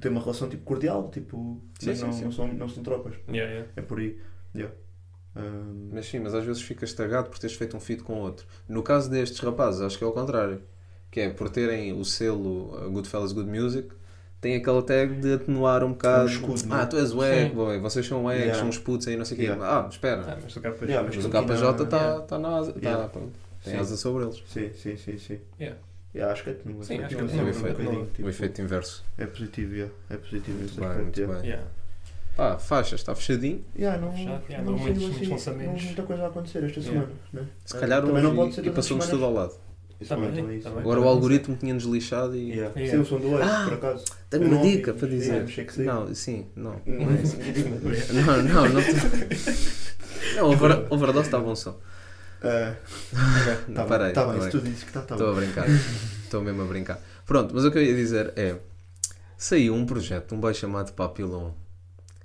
[SPEAKER 6] tem uma relação tipo cordial, tipo,
[SPEAKER 7] Sim,
[SPEAKER 6] mas
[SPEAKER 7] sim,
[SPEAKER 6] não,
[SPEAKER 7] sim.
[SPEAKER 6] Não, são, não são tropas.
[SPEAKER 8] Yeah, yeah.
[SPEAKER 6] É por aí. Yeah. Um,
[SPEAKER 7] Mas sim, mas às vezes ficas tagado por teres feito um feat com outro. No caso destes rapazes, acho que é o contrário. Que é por terem o selo uh, Goodfellas Good Music, tem aquela tag de atenuar um bocado.
[SPEAKER 6] escudo, não é?
[SPEAKER 7] ah, tu és wack,
[SPEAKER 8] Sim.
[SPEAKER 7] boy, vocês são wack,
[SPEAKER 6] Yeah.
[SPEAKER 7] são uns putos aí, não sei o quê.
[SPEAKER 6] Yeah.
[SPEAKER 7] Ah, espera.
[SPEAKER 8] Ah, mas o KJ.
[SPEAKER 6] yeah, mas
[SPEAKER 7] mas o
[SPEAKER 6] tu aqui não-
[SPEAKER 7] KJ está
[SPEAKER 8] Yeah.
[SPEAKER 7] tá na asa. tá,
[SPEAKER 6] Yeah.
[SPEAKER 7] pronto, tem
[SPEAKER 6] Sim.
[SPEAKER 7] asa sobre eles.
[SPEAKER 6] Sim, sim, sim, sim.
[SPEAKER 8] Yeah.
[SPEAKER 6] Yeah, acho que é atenua.
[SPEAKER 8] Sim, acho que
[SPEAKER 7] Tem
[SPEAKER 8] atenua
[SPEAKER 7] o
[SPEAKER 8] um
[SPEAKER 7] efeito,
[SPEAKER 8] bocadinho,
[SPEAKER 6] Tipo,
[SPEAKER 7] o efeito inverso.
[SPEAKER 6] É positivo, yeah. é positivo
[SPEAKER 7] Muito
[SPEAKER 6] esse
[SPEAKER 7] bem,
[SPEAKER 6] aspecto,
[SPEAKER 7] muito
[SPEAKER 6] yeah.
[SPEAKER 7] bem.
[SPEAKER 8] Yeah.
[SPEAKER 7] Pá, faixa, está fechadinho.
[SPEAKER 6] Yeah, não,
[SPEAKER 8] Fechado, yeah,
[SPEAKER 6] não,
[SPEAKER 8] não há muitos-
[SPEAKER 6] saiu
[SPEAKER 8] muitos
[SPEAKER 6] assim-
[SPEAKER 8] lançamentos.
[SPEAKER 6] não- muita coisa a acontecer esta
[SPEAKER 8] Yeah.
[SPEAKER 6] semana, né?
[SPEAKER 7] Se
[SPEAKER 6] Ah,
[SPEAKER 7] calhar
[SPEAKER 6] também não pode
[SPEAKER 7] houve
[SPEAKER 6] ser
[SPEAKER 7] e, e
[SPEAKER 6] todas as
[SPEAKER 7] passou-nos tudo
[SPEAKER 6] semanas.
[SPEAKER 7] ao lado.
[SPEAKER 6] Isso
[SPEAKER 8] Tá
[SPEAKER 6] também,
[SPEAKER 8] bem,
[SPEAKER 6] também
[SPEAKER 8] tá
[SPEAKER 6] isso.
[SPEAKER 8] bem.
[SPEAKER 7] Agora o algoritmo tinha-nos lixado e.
[SPEAKER 6] Yeah.
[SPEAKER 8] Yeah.
[SPEAKER 6] Sim, o som do Waze,
[SPEAKER 7] Ah!
[SPEAKER 6] por acaso.
[SPEAKER 7] Tem
[SPEAKER 6] Eu
[SPEAKER 7] uma
[SPEAKER 6] não ouvi.
[SPEAKER 7] dica para
[SPEAKER 6] Yeah,
[SPEAKER 7] dizer.
[SPEAKER 6] achei que saiu.
[SPEAKER 7] Não, sim, não.
[SPEAKER 6] Não,
[SPEAKER 7] Não é isso.
[SPEAKER 6] não é.
[SPEAKER 7] [laughs] Não, não, não. Não, over, overdose está bom só.
[SPEAKER 6] Ah, ok, tá bem,
[SPEAKER 7] Parei,
[SPEAKER 6] tá bem,
[SPEAKER 7] parei.
[SPEAKER 6] se tu dizes que está, tá
[SPEAKER 7] Estou
[SPEAKER 6] bem.
[SPEAKER 7] a brincar. Estou mesmo a brincar. Pronto, mas o que eu ia dizer é: saiu um projeto de um boy chamado Papilon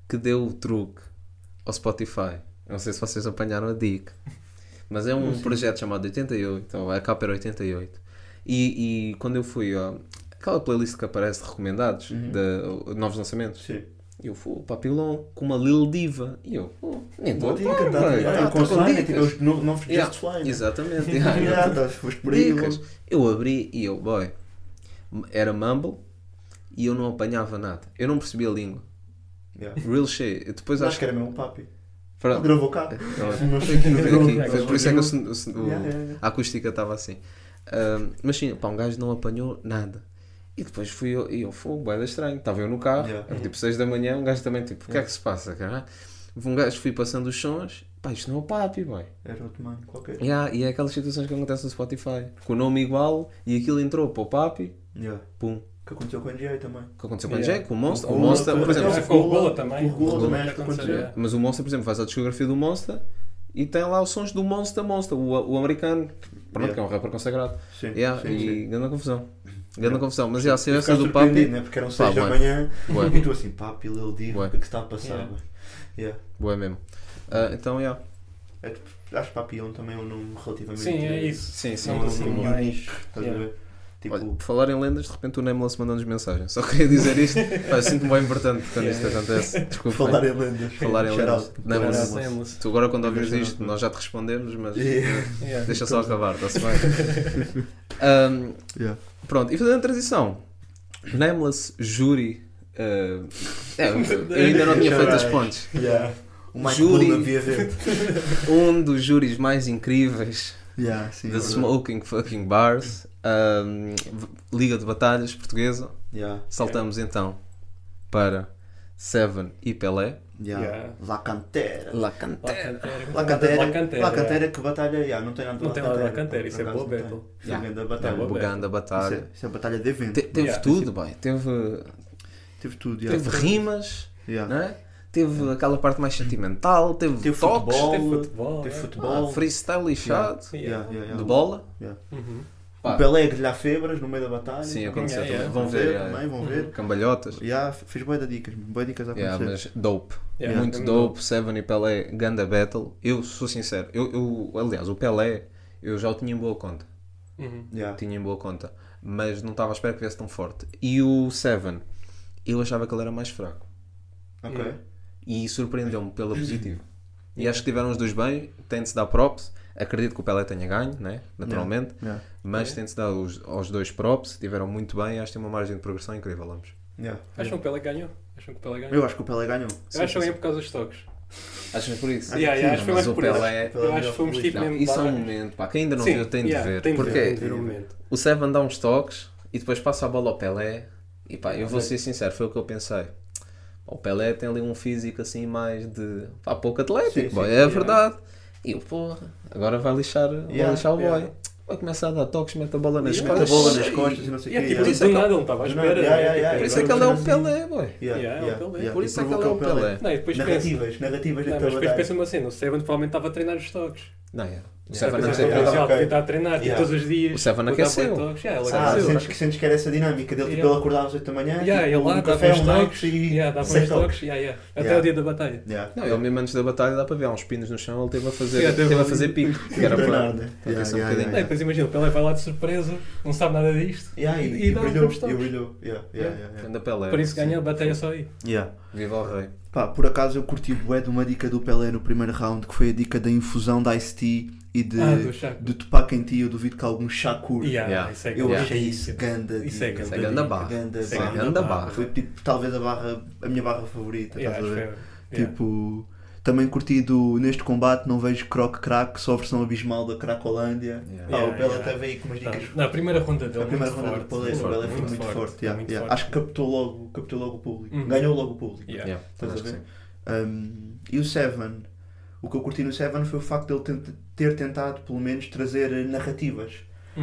[SPEAKER 7] que deu o truque ao Spotify. Eu Não sei se vocês apanharam a dica, mas é um projeto chamado 88, ou a capa era 88. E, e quando eu fui a aquela playlist que aparece de recomendados de, de novos lançamentos,
[SPEAKER 6] Sim.
[SPEAKER 7] e eu fui o Papilon com uma Lil Diva. E eu, pô, nem estou a
[SPEAKER 6] Boa dica,
[SPEAKER 7] par,
[SPEAKER 6] tá,
[SPEAKER 7] mano.
[SPEAKER 6] yeah,
[SPEAKER 7] Ah,
[SPEAKER 6] o
[SPEAKER 7] tô com
[SPEAKER 6] conselho é
[SPEAKER 7] dicas.
[SPEAKER 6] tipo, [laughs] os no- novos
[SPEAKER 7] Yeah,
[SPEAKER 6] Just Fly. né? [laughs]
[SPEAKER 7] Exatamente. [laughs] yeah,
[SPEAKER 6] Yeah, tá, foste por aí.
[SPEAKER 7] Dicas. Eu abri e eu, boy, era mumble e eu não apanhava nada. Eu não percebia a língua.
[SPEAKER 6] Yeah.
[SPEAKER 7] Real shit. Depois
[SPEAKER 6] Acho
[SPEAKER 7] acho,
[SPEAKER 6] que era mesmo o papi. Ele
[SPEAKER 7] Pronto.
[SPEAKER 6] gravou cá.
[SPEAKER 7] Não,
[SPEAKER 6] Mas foi aqui no
[SPEAKER 7] foi
[SPEAKER 6] verão.
[SPEAKER 7] aqui, foi por isso é que o sen- o sen- o-
[SPEAKER 6] Yeah, yeah, yeah.
[SPEAKER 7] a acústica estava assim. Ahm, mas sim, pá, um gajo não apanhou nada. E depois fui eu, e eu fui, boeda estranho. Estava eu no carro,
[SPEAKER 6] Yeah.
[SPEAKER 7] era tipo 6 da manhã, um gajo também, tipo, o que é que se passa, cara? Um gajo fui passando os sons, pá, isto não é o papi, boy.
[SPEAKER 6] Era outro mano qualquer.
[SPEAKER 7] Yeah, e é aquelas situações que acontecem no Spotify. Com o nome igual e aquilo entrou para o papi,
[SPEAKER 6] Yeah.
[SPEAKER 7] pum.
[SPEAKER 6] Que aconteceu com o NGA também.
[SPEAKER 7] O que aconteceu com o
[SPEAKER 8] Yeah.
[SPEAKER 7] Jack, com o Monster. O
[SPEAKER 6] Com o
[SPEAKER 7] Monster,
[SPEAKER 6] Monster,
[SPEAKER 7] por exemplo,
[SPEAKER 8] Mas ficou Ah, o Gola também.
[SPEAKER 6] O Gola também acho que aconteceu.
[SPEAKER 8] é.
[SPEAKER 7] mas o Monster, por exemplo, faz a discografia do Monster e tem lá os sons do Monster Monster, o, o americano, pronto,
[SPEAKER 6] Yeah.
[SPEAKER 7] que é um rapper consagrado.
[SPEAKER 6] Sim,
[SPEAKER 7] Yeah,
[SPEAKER 6] sim,
[SPEAKER 7] e
[SPEAKER 6] sim.
[SPEAKER 7] grande confusão. Grande confusão. Mas yeah, se
[SPEAKER 6] Eu
[SPEAKER 7] essa
[SPEAKER 6] fiquei
[SPEAKER 7] do Papi.
[SPEAKER 6] surpreendido, né? Porque eram
[SPEAKER 7] Pá,
[SPEAKER 6] 6 da
[SPEAKER 7] bué.
[SPEAKER 6] manhã
[SPEAKER 7] Bué.
[SPEAKER 6] e tu assim, papi, Lil Divo,
[SPEAKER 7] Bué.
[SPEAKER 6] o que é que está a passar?
[SPEAKER 8] Yeah.
[SPEAKER 6] bué? Yeah.
[SPEAKER 7] Boa mesmo. Ah, então, yeah.
[SPEAKER 6] É tipo, acho que papi é um- também é um nome relativamente.
[SPEAKER 8] Sim, é isso.
[SPEAKER 7] Sim, sim.
[SPEAKER 8] Não,
[SPEAKER 6] Não,
[SPEAKER 8] assim,
[SPEAKER 7] sim.
[SPEAKER 6] um nome
[SPEAKER 8] mais-
[SPEAKER 6] único, estás a
[SPEAKER 8] yeah.
[SPEAKER 6] ver? Tipo,
[SPEAKER 7] Olha, por falar em lendas, de repente o Nameless mandou-nos mensagem. Só queria dizer
[SPEAKER 6] [laughs]
[SPEAKER 7] isto, pá, eu sinto-me bem importante quando isto acontece. Desculpa.
[SPEAKER 6] falar em lendas.
[SPEAKER 7] Falar em
[SPEAKER 6] Shout
[SPEAKER 7] lendas.
[SPEAKER 6] out.
[SPEAKER 7] Não, mas-
[SPEAKER 6] Shout out.
[SPEAKER 7] Tu agora quando ouvires
[SPEAKER 6] Imagina.
[SPEAKER 7] isto, nós já te respondemos, mas
[SPEAKER 6] [laughs] Yeah. Então.
[SPEAKER 8] Yeah.
[SPEAKER 7] deixa só acabar, está-se
[SPEAKER 6] [laughs]
[SPEAKER 7] bem. Ahm,
[SPEAKER 6] Yeah.
[SPEAKER 7] Pronto, e fazendo a transição, Nameless Júri. ah, é, eu ainda não
[SPEAKER 6] [laughs]
[SPEAKER 7] tinha feito as pontes.
[SPEAKER 6] Yeah. O Mike
[SPEAKER 7] Júri.
[SPEAKER 6] Bullen
[SPEAKER 7] [laughs]
[SPEAKER 6] via verde.
[SPEAKER 7] Um dos júris mais incríveis
[SPEAKER 6] Yeah, sim.
[SPEAKER 7] da Smoking Fucking Bars, ahm, Liga de Batalhas Portuguesa.
[SPEAKER 6] Yeah,
[SPEAKER 7] Saltamos então para Seven e Pelé.
[SPEAKER 6] yeah.
[SPEAKER 8] Yeah.
[SPEAKER 6] La Cantera.
[SPEAKER 7] La
[SPEAKER 6] La Cantera. La Cantera, que batalha. Yeah, não tem nada de
[SPEAKER 8] Não
[SPEAKER 6] La
[SPEAKER 8] tem nada de La
[SPEAKER 6] Cantera.
[SPEAKER 8] Cantera, isso
[SPEAKER 6] por
[SPEAKER 8] é
[SPEAKER 6] acaso
[SPEAKER 8] boa
[SPEAKER 6] não tem.
[SPEAKER 8] battle.
[SPEAKER 6] Isso é grande
[SPEAKER 8] É boa
[SPEAKER 6] batalha.
[SPEAKER 7] Buganda
[SPEAKER 6] Isso
[SPEAKER 7] Batalha.
[SPEAKER 6] é, isso é batalha de evento.
[SPEAKER 7] Te- teve
[SPEAKER 8] Yeah,
[SPEAKER 7] tudo, bem. Teve,
[SPEAKER 6] Teve tudo. Yeah.
[SPEAKER 7] teve rimas,
[SPEAKER 6] Yeah.
[SPEAKER 7] não é? Teve aquela parte mais sentimental, teve,
[SPEAKER 6] Teve
[SPEAKER 7] toques,
[SPEAKER 6] futebol.
[SPEAKER 8] Tem futebol.
[SPEAKER 6] Teve
[SPEAKER 8] é.
[SPEAKER 6] futebol.
[SPEAKER 7] ah, freestyle lixado,
[SPEAKER 8] Yeah.
[SPEAKER 6] Yeah, yeah, yeah.
[SPEAKER 7] de bola.
[SPEAKER 6] O Pelé a grelhar febras no meio da batalha.
[SPEAKER 7] Sim, aconteceu
[SPEAKER 8] Yeah,
[SPEAKER 7] também.
[SPEAKER 8] yeah.
[SPEAKER 7] Vão ver. é. yeah,
[SPEAKER 6] também,
[SPEAKER 7] yeah.
[SPEAKER 6] vão ver.
[SPEAKER 7] Cambalhotas.
[SPEAKER 6] Yeah, fiz boia de dicas, boia de dicas a
[SPEAKER 7] Yeah,
[SPEAKER 6] acontecer.
[SPEAKER 7] mas dope.
[SPEAKER 8] Yeah.
[SPEAKER 7] Muito dope. Seven e Pelé, ganda battle. Eu sou sincero. Eu, eu, aliás, o Pelé, eu já o tinha em boa conta.
[SPEAKER 8] Uhum.
[SPEAKER 6] Yeah.
[SPEAKER 7] Tinha em boa conta. Mas não estava à espera que viesse tão forte. E o Seven, eu achava que ele era mais fraco.
[SPEAKER 6] Ok.
[SPEAKER 7] E surpreendeu-me pela positiva. E acho que tiveram os dois bem. Tem de se dar props. Acredito que o Pelé tenha ganho, né? naturalmente.
[SPEAKER 6] Yeah.
[SPEAKER 7] Mas tem de se dar os- aos dois props. Tiveram muito bem. Acho que tem uma margem de progressão incrível, ambos.
[SPEAKER 6] Yeah.
[SPEAKER 8] Acham que é um o Pelé ganhou? Acham que o Pelé ganhou?
[SPEAKER 6] Eu acho que o Pelé ganhou.
[SPEAKER 8] Eu acho que ganhou por causa dos toques.
[SPEAKER 7] Achas por isso?
[SPEAKER 8] Yeah, yeah, acho que foi mais
[SPEAKER 7] mas o
[SPEAKER 8] por isso.
[SPEAKER 7] Pelé-
[SPEAKER 8] Eu acho que fomos tipo
[SPEAKER 7] Não,
[SPEAKER 8] mesmo.
[SPEAKER 7] isso é um
[SPEAKER 8] barra-
[SPEAKER 7] momento, pá. Quem ainda não
[SPEAKER 8] Sim,
[SPEAKER 7] viu tem de
[SPEAKER 8] yeah,
[SPEAKER 7] ver.
[SPEAKER 8] tem de
[SPEAKER 7] porque
[SPEAKER 8] ver, tem de ver o momento.
[SPEAKER 7] o Seven dá uns toques e depois passa a bola ao Pelé. E pá, eu vou ser sincero, foi o que eu pensei. Pá, O Pelé tem ali um físico assim mais de. pá, pouco atlético,
[SPEAKER 6] Sim,
[SPEAKER 7] boy,
[SPEAKER 6] sim,
[SPEAKER 7] é verdade. E eu, porra, agora vai lixar, vai
[SPEAKER 6] Yeah,
[SPEAKER 7] lixar o boy.
[SPEAKER 6] yeah.
[SPEAKER 7] Vai começar a dar toques, mete a bola nas
[SPEAKER 8] Yeah.
[SPEAKER 6] Mete a
[SPEAKER 7] costas.
[SPEAKER 6] bola nas costas e não sei o
[SPEAKER 8] E é
[SPEAKER 6] quê,
[SPEAKER 8] tipo,
[SPEAKER 6] yeah.
[SPEAKER 7] isso é
[SPEAKER 8] do
[SPEAKER 7] que-
[SPEAKER 8] nada ele não estava à
[SPEAKER 6] do
[SPEAKER 8] espera.
[SPEAKER 6] nada,
[SPEAKER 8] né?
[SPEAKER 6] yeah, yeah, yeah.
[SPEAKER 8] Tipo,
[SPEAKER 7] Por isso é que ele é
[SPEAKER 6] agora
[SPEAKER 7] o
[SPEAKER 6] assim-
[SPEAKER 7] Pelé, boy.
[SPEAKER 6] Yeah,
[SPEAKER 8] Yeah,
[SPEAKER 6] yeah,
[SPEAKER 8] o Pelé.
[SPEAKER 6] yeah.
[SPEAKER 7] Por
[SPEAKER 6] E
[SPEAKER 7] isso é que ele é
[SPEAKER 6] provoca
[SPEAKER 7] o Pelé.
[SPEAKER 8] Não, e depois pensa.
[SPEAKER 6] Narrativas,
[SPEAKER 8] Não,
[SPEAKER 6] narrativas da
[SPEAKER 8] mas depois
[SPEAKER 6] batalha.
[SPEAKER 8] pensam assim, o Seven provavelmente estava a treinar os toques.
[SPEAKER 7] Não, yeah. O
[SPEAKER 8] Seven
[SPEAKER 7] Seven
[SPEAKER 6] não
[SPEAKER 8] não
[SPEAKER 6] sei
[SPEAKER 7] aqueceu.
[SPEAKER 6] treinar.
[SPEAKER 8] estava
[SPEAKER 6] Ok.
[SPEAKER 8] a treinar tipo,
[SPEAKER 6] Yeah.
[SPEAKER 8] todos os dias.
[SPEAKER 7] O Seven
[SPEAKER 8] quando dava
[SPEAKER 7] aqueceu.
[SPEAKER 8] toques. Yeah, ele
[SPEAKER 6] Ah,
[SPEAKER 8] aqueceu.
[SPEAKER 6] sentes que, sentes que era essa dinâmica dele, tipo,
[SPEAKER 8] Yeah.
[SPEAKER 6] ele acordava às 8 da manhã,
[SPEAKER 8] Yeah, ele
[SPEAKER 6] tipo,
[SPEAKER 8] lá
[SPEAKER 6] um
[SPEAKER 8] dava
[SPEAKER 6] café,
[SPEAKER 8] uns
[SPEAKER 6] um
[SPEAKER 8] toques.
[SPEAKER 6] Nike e
[SPEAKER 8] yeah, dava
[SPEAKER 6] seis
[SPEAKER 8] uns toques. Yeah, yeah. Até
[SPEAKER 6] Yeah.
[SPEAKER 8] o dia da batalha.
[SPEAKER 6] Yeah.
[SPEAKER 7] Não, ele mesmo antes da batalha dá para ver há uns pinos no chão, ele teve a fazer,
[SPEAKER 8] Yeah,
[SPEAKER 7] teve
[SPEAKER 8] teve
[SPEAKER 7] a fazer
[SPEAKER 6] [laughs]
[SPEAKER 7] pico. Que era para,
[SPEAKER 6] Treinar, né?
[SPEAKER 7] para
[SPEAKER 6] Yeah,
[SPEAKER 7] aquecer um
[SPEAKER 6] yeah,
[SPEAKER 7] bocadinho.
[SPEAKER 8] Não, e depois imagina, o Pelé vai lá de surpresa, não sabe nada disto.
[SPEAKER 6] Yeah, e,
[SPEAKER 8] E- e
[SPEAKER 6] e
[SPEAKER 8] dá uns
[SPEAKER 6] brilhou,
[SPEAKER 8] bons toques.
[SPEAKER 6] e brilhou. Yeah, yeah, yeah, yeah.
[SPEAKER 7] Anda Pelé.
[SPEAKER 8] Por isso
[SPEAKER 7] sim.
[SPEAKER 8] ganha a batalha só aí.
[SPEAKER 6] Yeah.
[SPEAKER 7] Viva o rei.
[SPEAKER 6] Pá, por acaso eu curti bué de uma dica do Pelé no primeiro round, que foi a dica da infusão da Ice-T e de,
[SPEAKER 8] Ah, do Shakur.
[SPEAKER 6] de Tupac em Ti, eu duvido que algum Shakur.
[SPEAKER 8] Yeah,
[SPEAKER 7] Yeah.
[SPEAKER 8] Isso é
[SPEAKER 6] Eu
[SPEAKER 8] grande.
[SPEAKER 6] achei isso ganda
[SPEAKER 8] Isso é grande.
[SPEAKER 6] dica.
[SPEAKER 7] Isso é grande barra.
[SPEAKER 6] Ganda
[SPEAKER 7] Isso é
[SPEAKER 6] barra.
[SPEAKER 7] grande barra.
[SPEAKER 6] Foi tipo, talvez a barra, a minha barra favorita,
[SPEAKER 8] Yeah,
[SPEAKER 6] estás a
[SPEAKER 8] acho
[SPEAKER 6] ver?
[SPEAKER 8] que é- yeah.
[SPEAKER 6] Tipo, também curti do Neste Combate, não vejo Croc Crack, só a versão abismal da Cracolândia.
[SPEAKER 7] Yeah.
[SPEAKER 6] Pá,
[SPEAKER 8] Yeah,
[SPEAKER 6] o Pelé
[SPEAKER 8] yeah. Tá.
[SPEAKER 6] até veio com umas dicas.
[SPEAKER 8] Não, a primeira ronda dele
[SPEAKER 6] A primeira
[SPEAKER 8] muito
[SPEAKER 6] ronda do
[SPEAKER 8] forte,
[SPEAKER 6] Pelé, o Pelé foi é muito forte. yeah,
[SPEAKER 8] muito
[SPEAKER 6] yeah.
[SPEAKER 8] forte.
[SPEAKER 6] Acho que captou logo, captou logo o público,
[SPEAKER 8] Uhum.
[SPEAKER 6] ganhou logo o público.
[SPEAKER 8] Yeah.
[SPEAKER 7] Yeah,
[SPEAKER 6] Estás
[SPEAKER 7] acho
[SPEAKER 6] a
[SPEAKER 7] que
[SPEAKER 6] ver?
[SPEAKER 7] sim.
[SPEAKER 6] Um, e o Seven? O que eu curti no Seven foi o facto de ele ter tentado, pelo menos, trazer narrativas.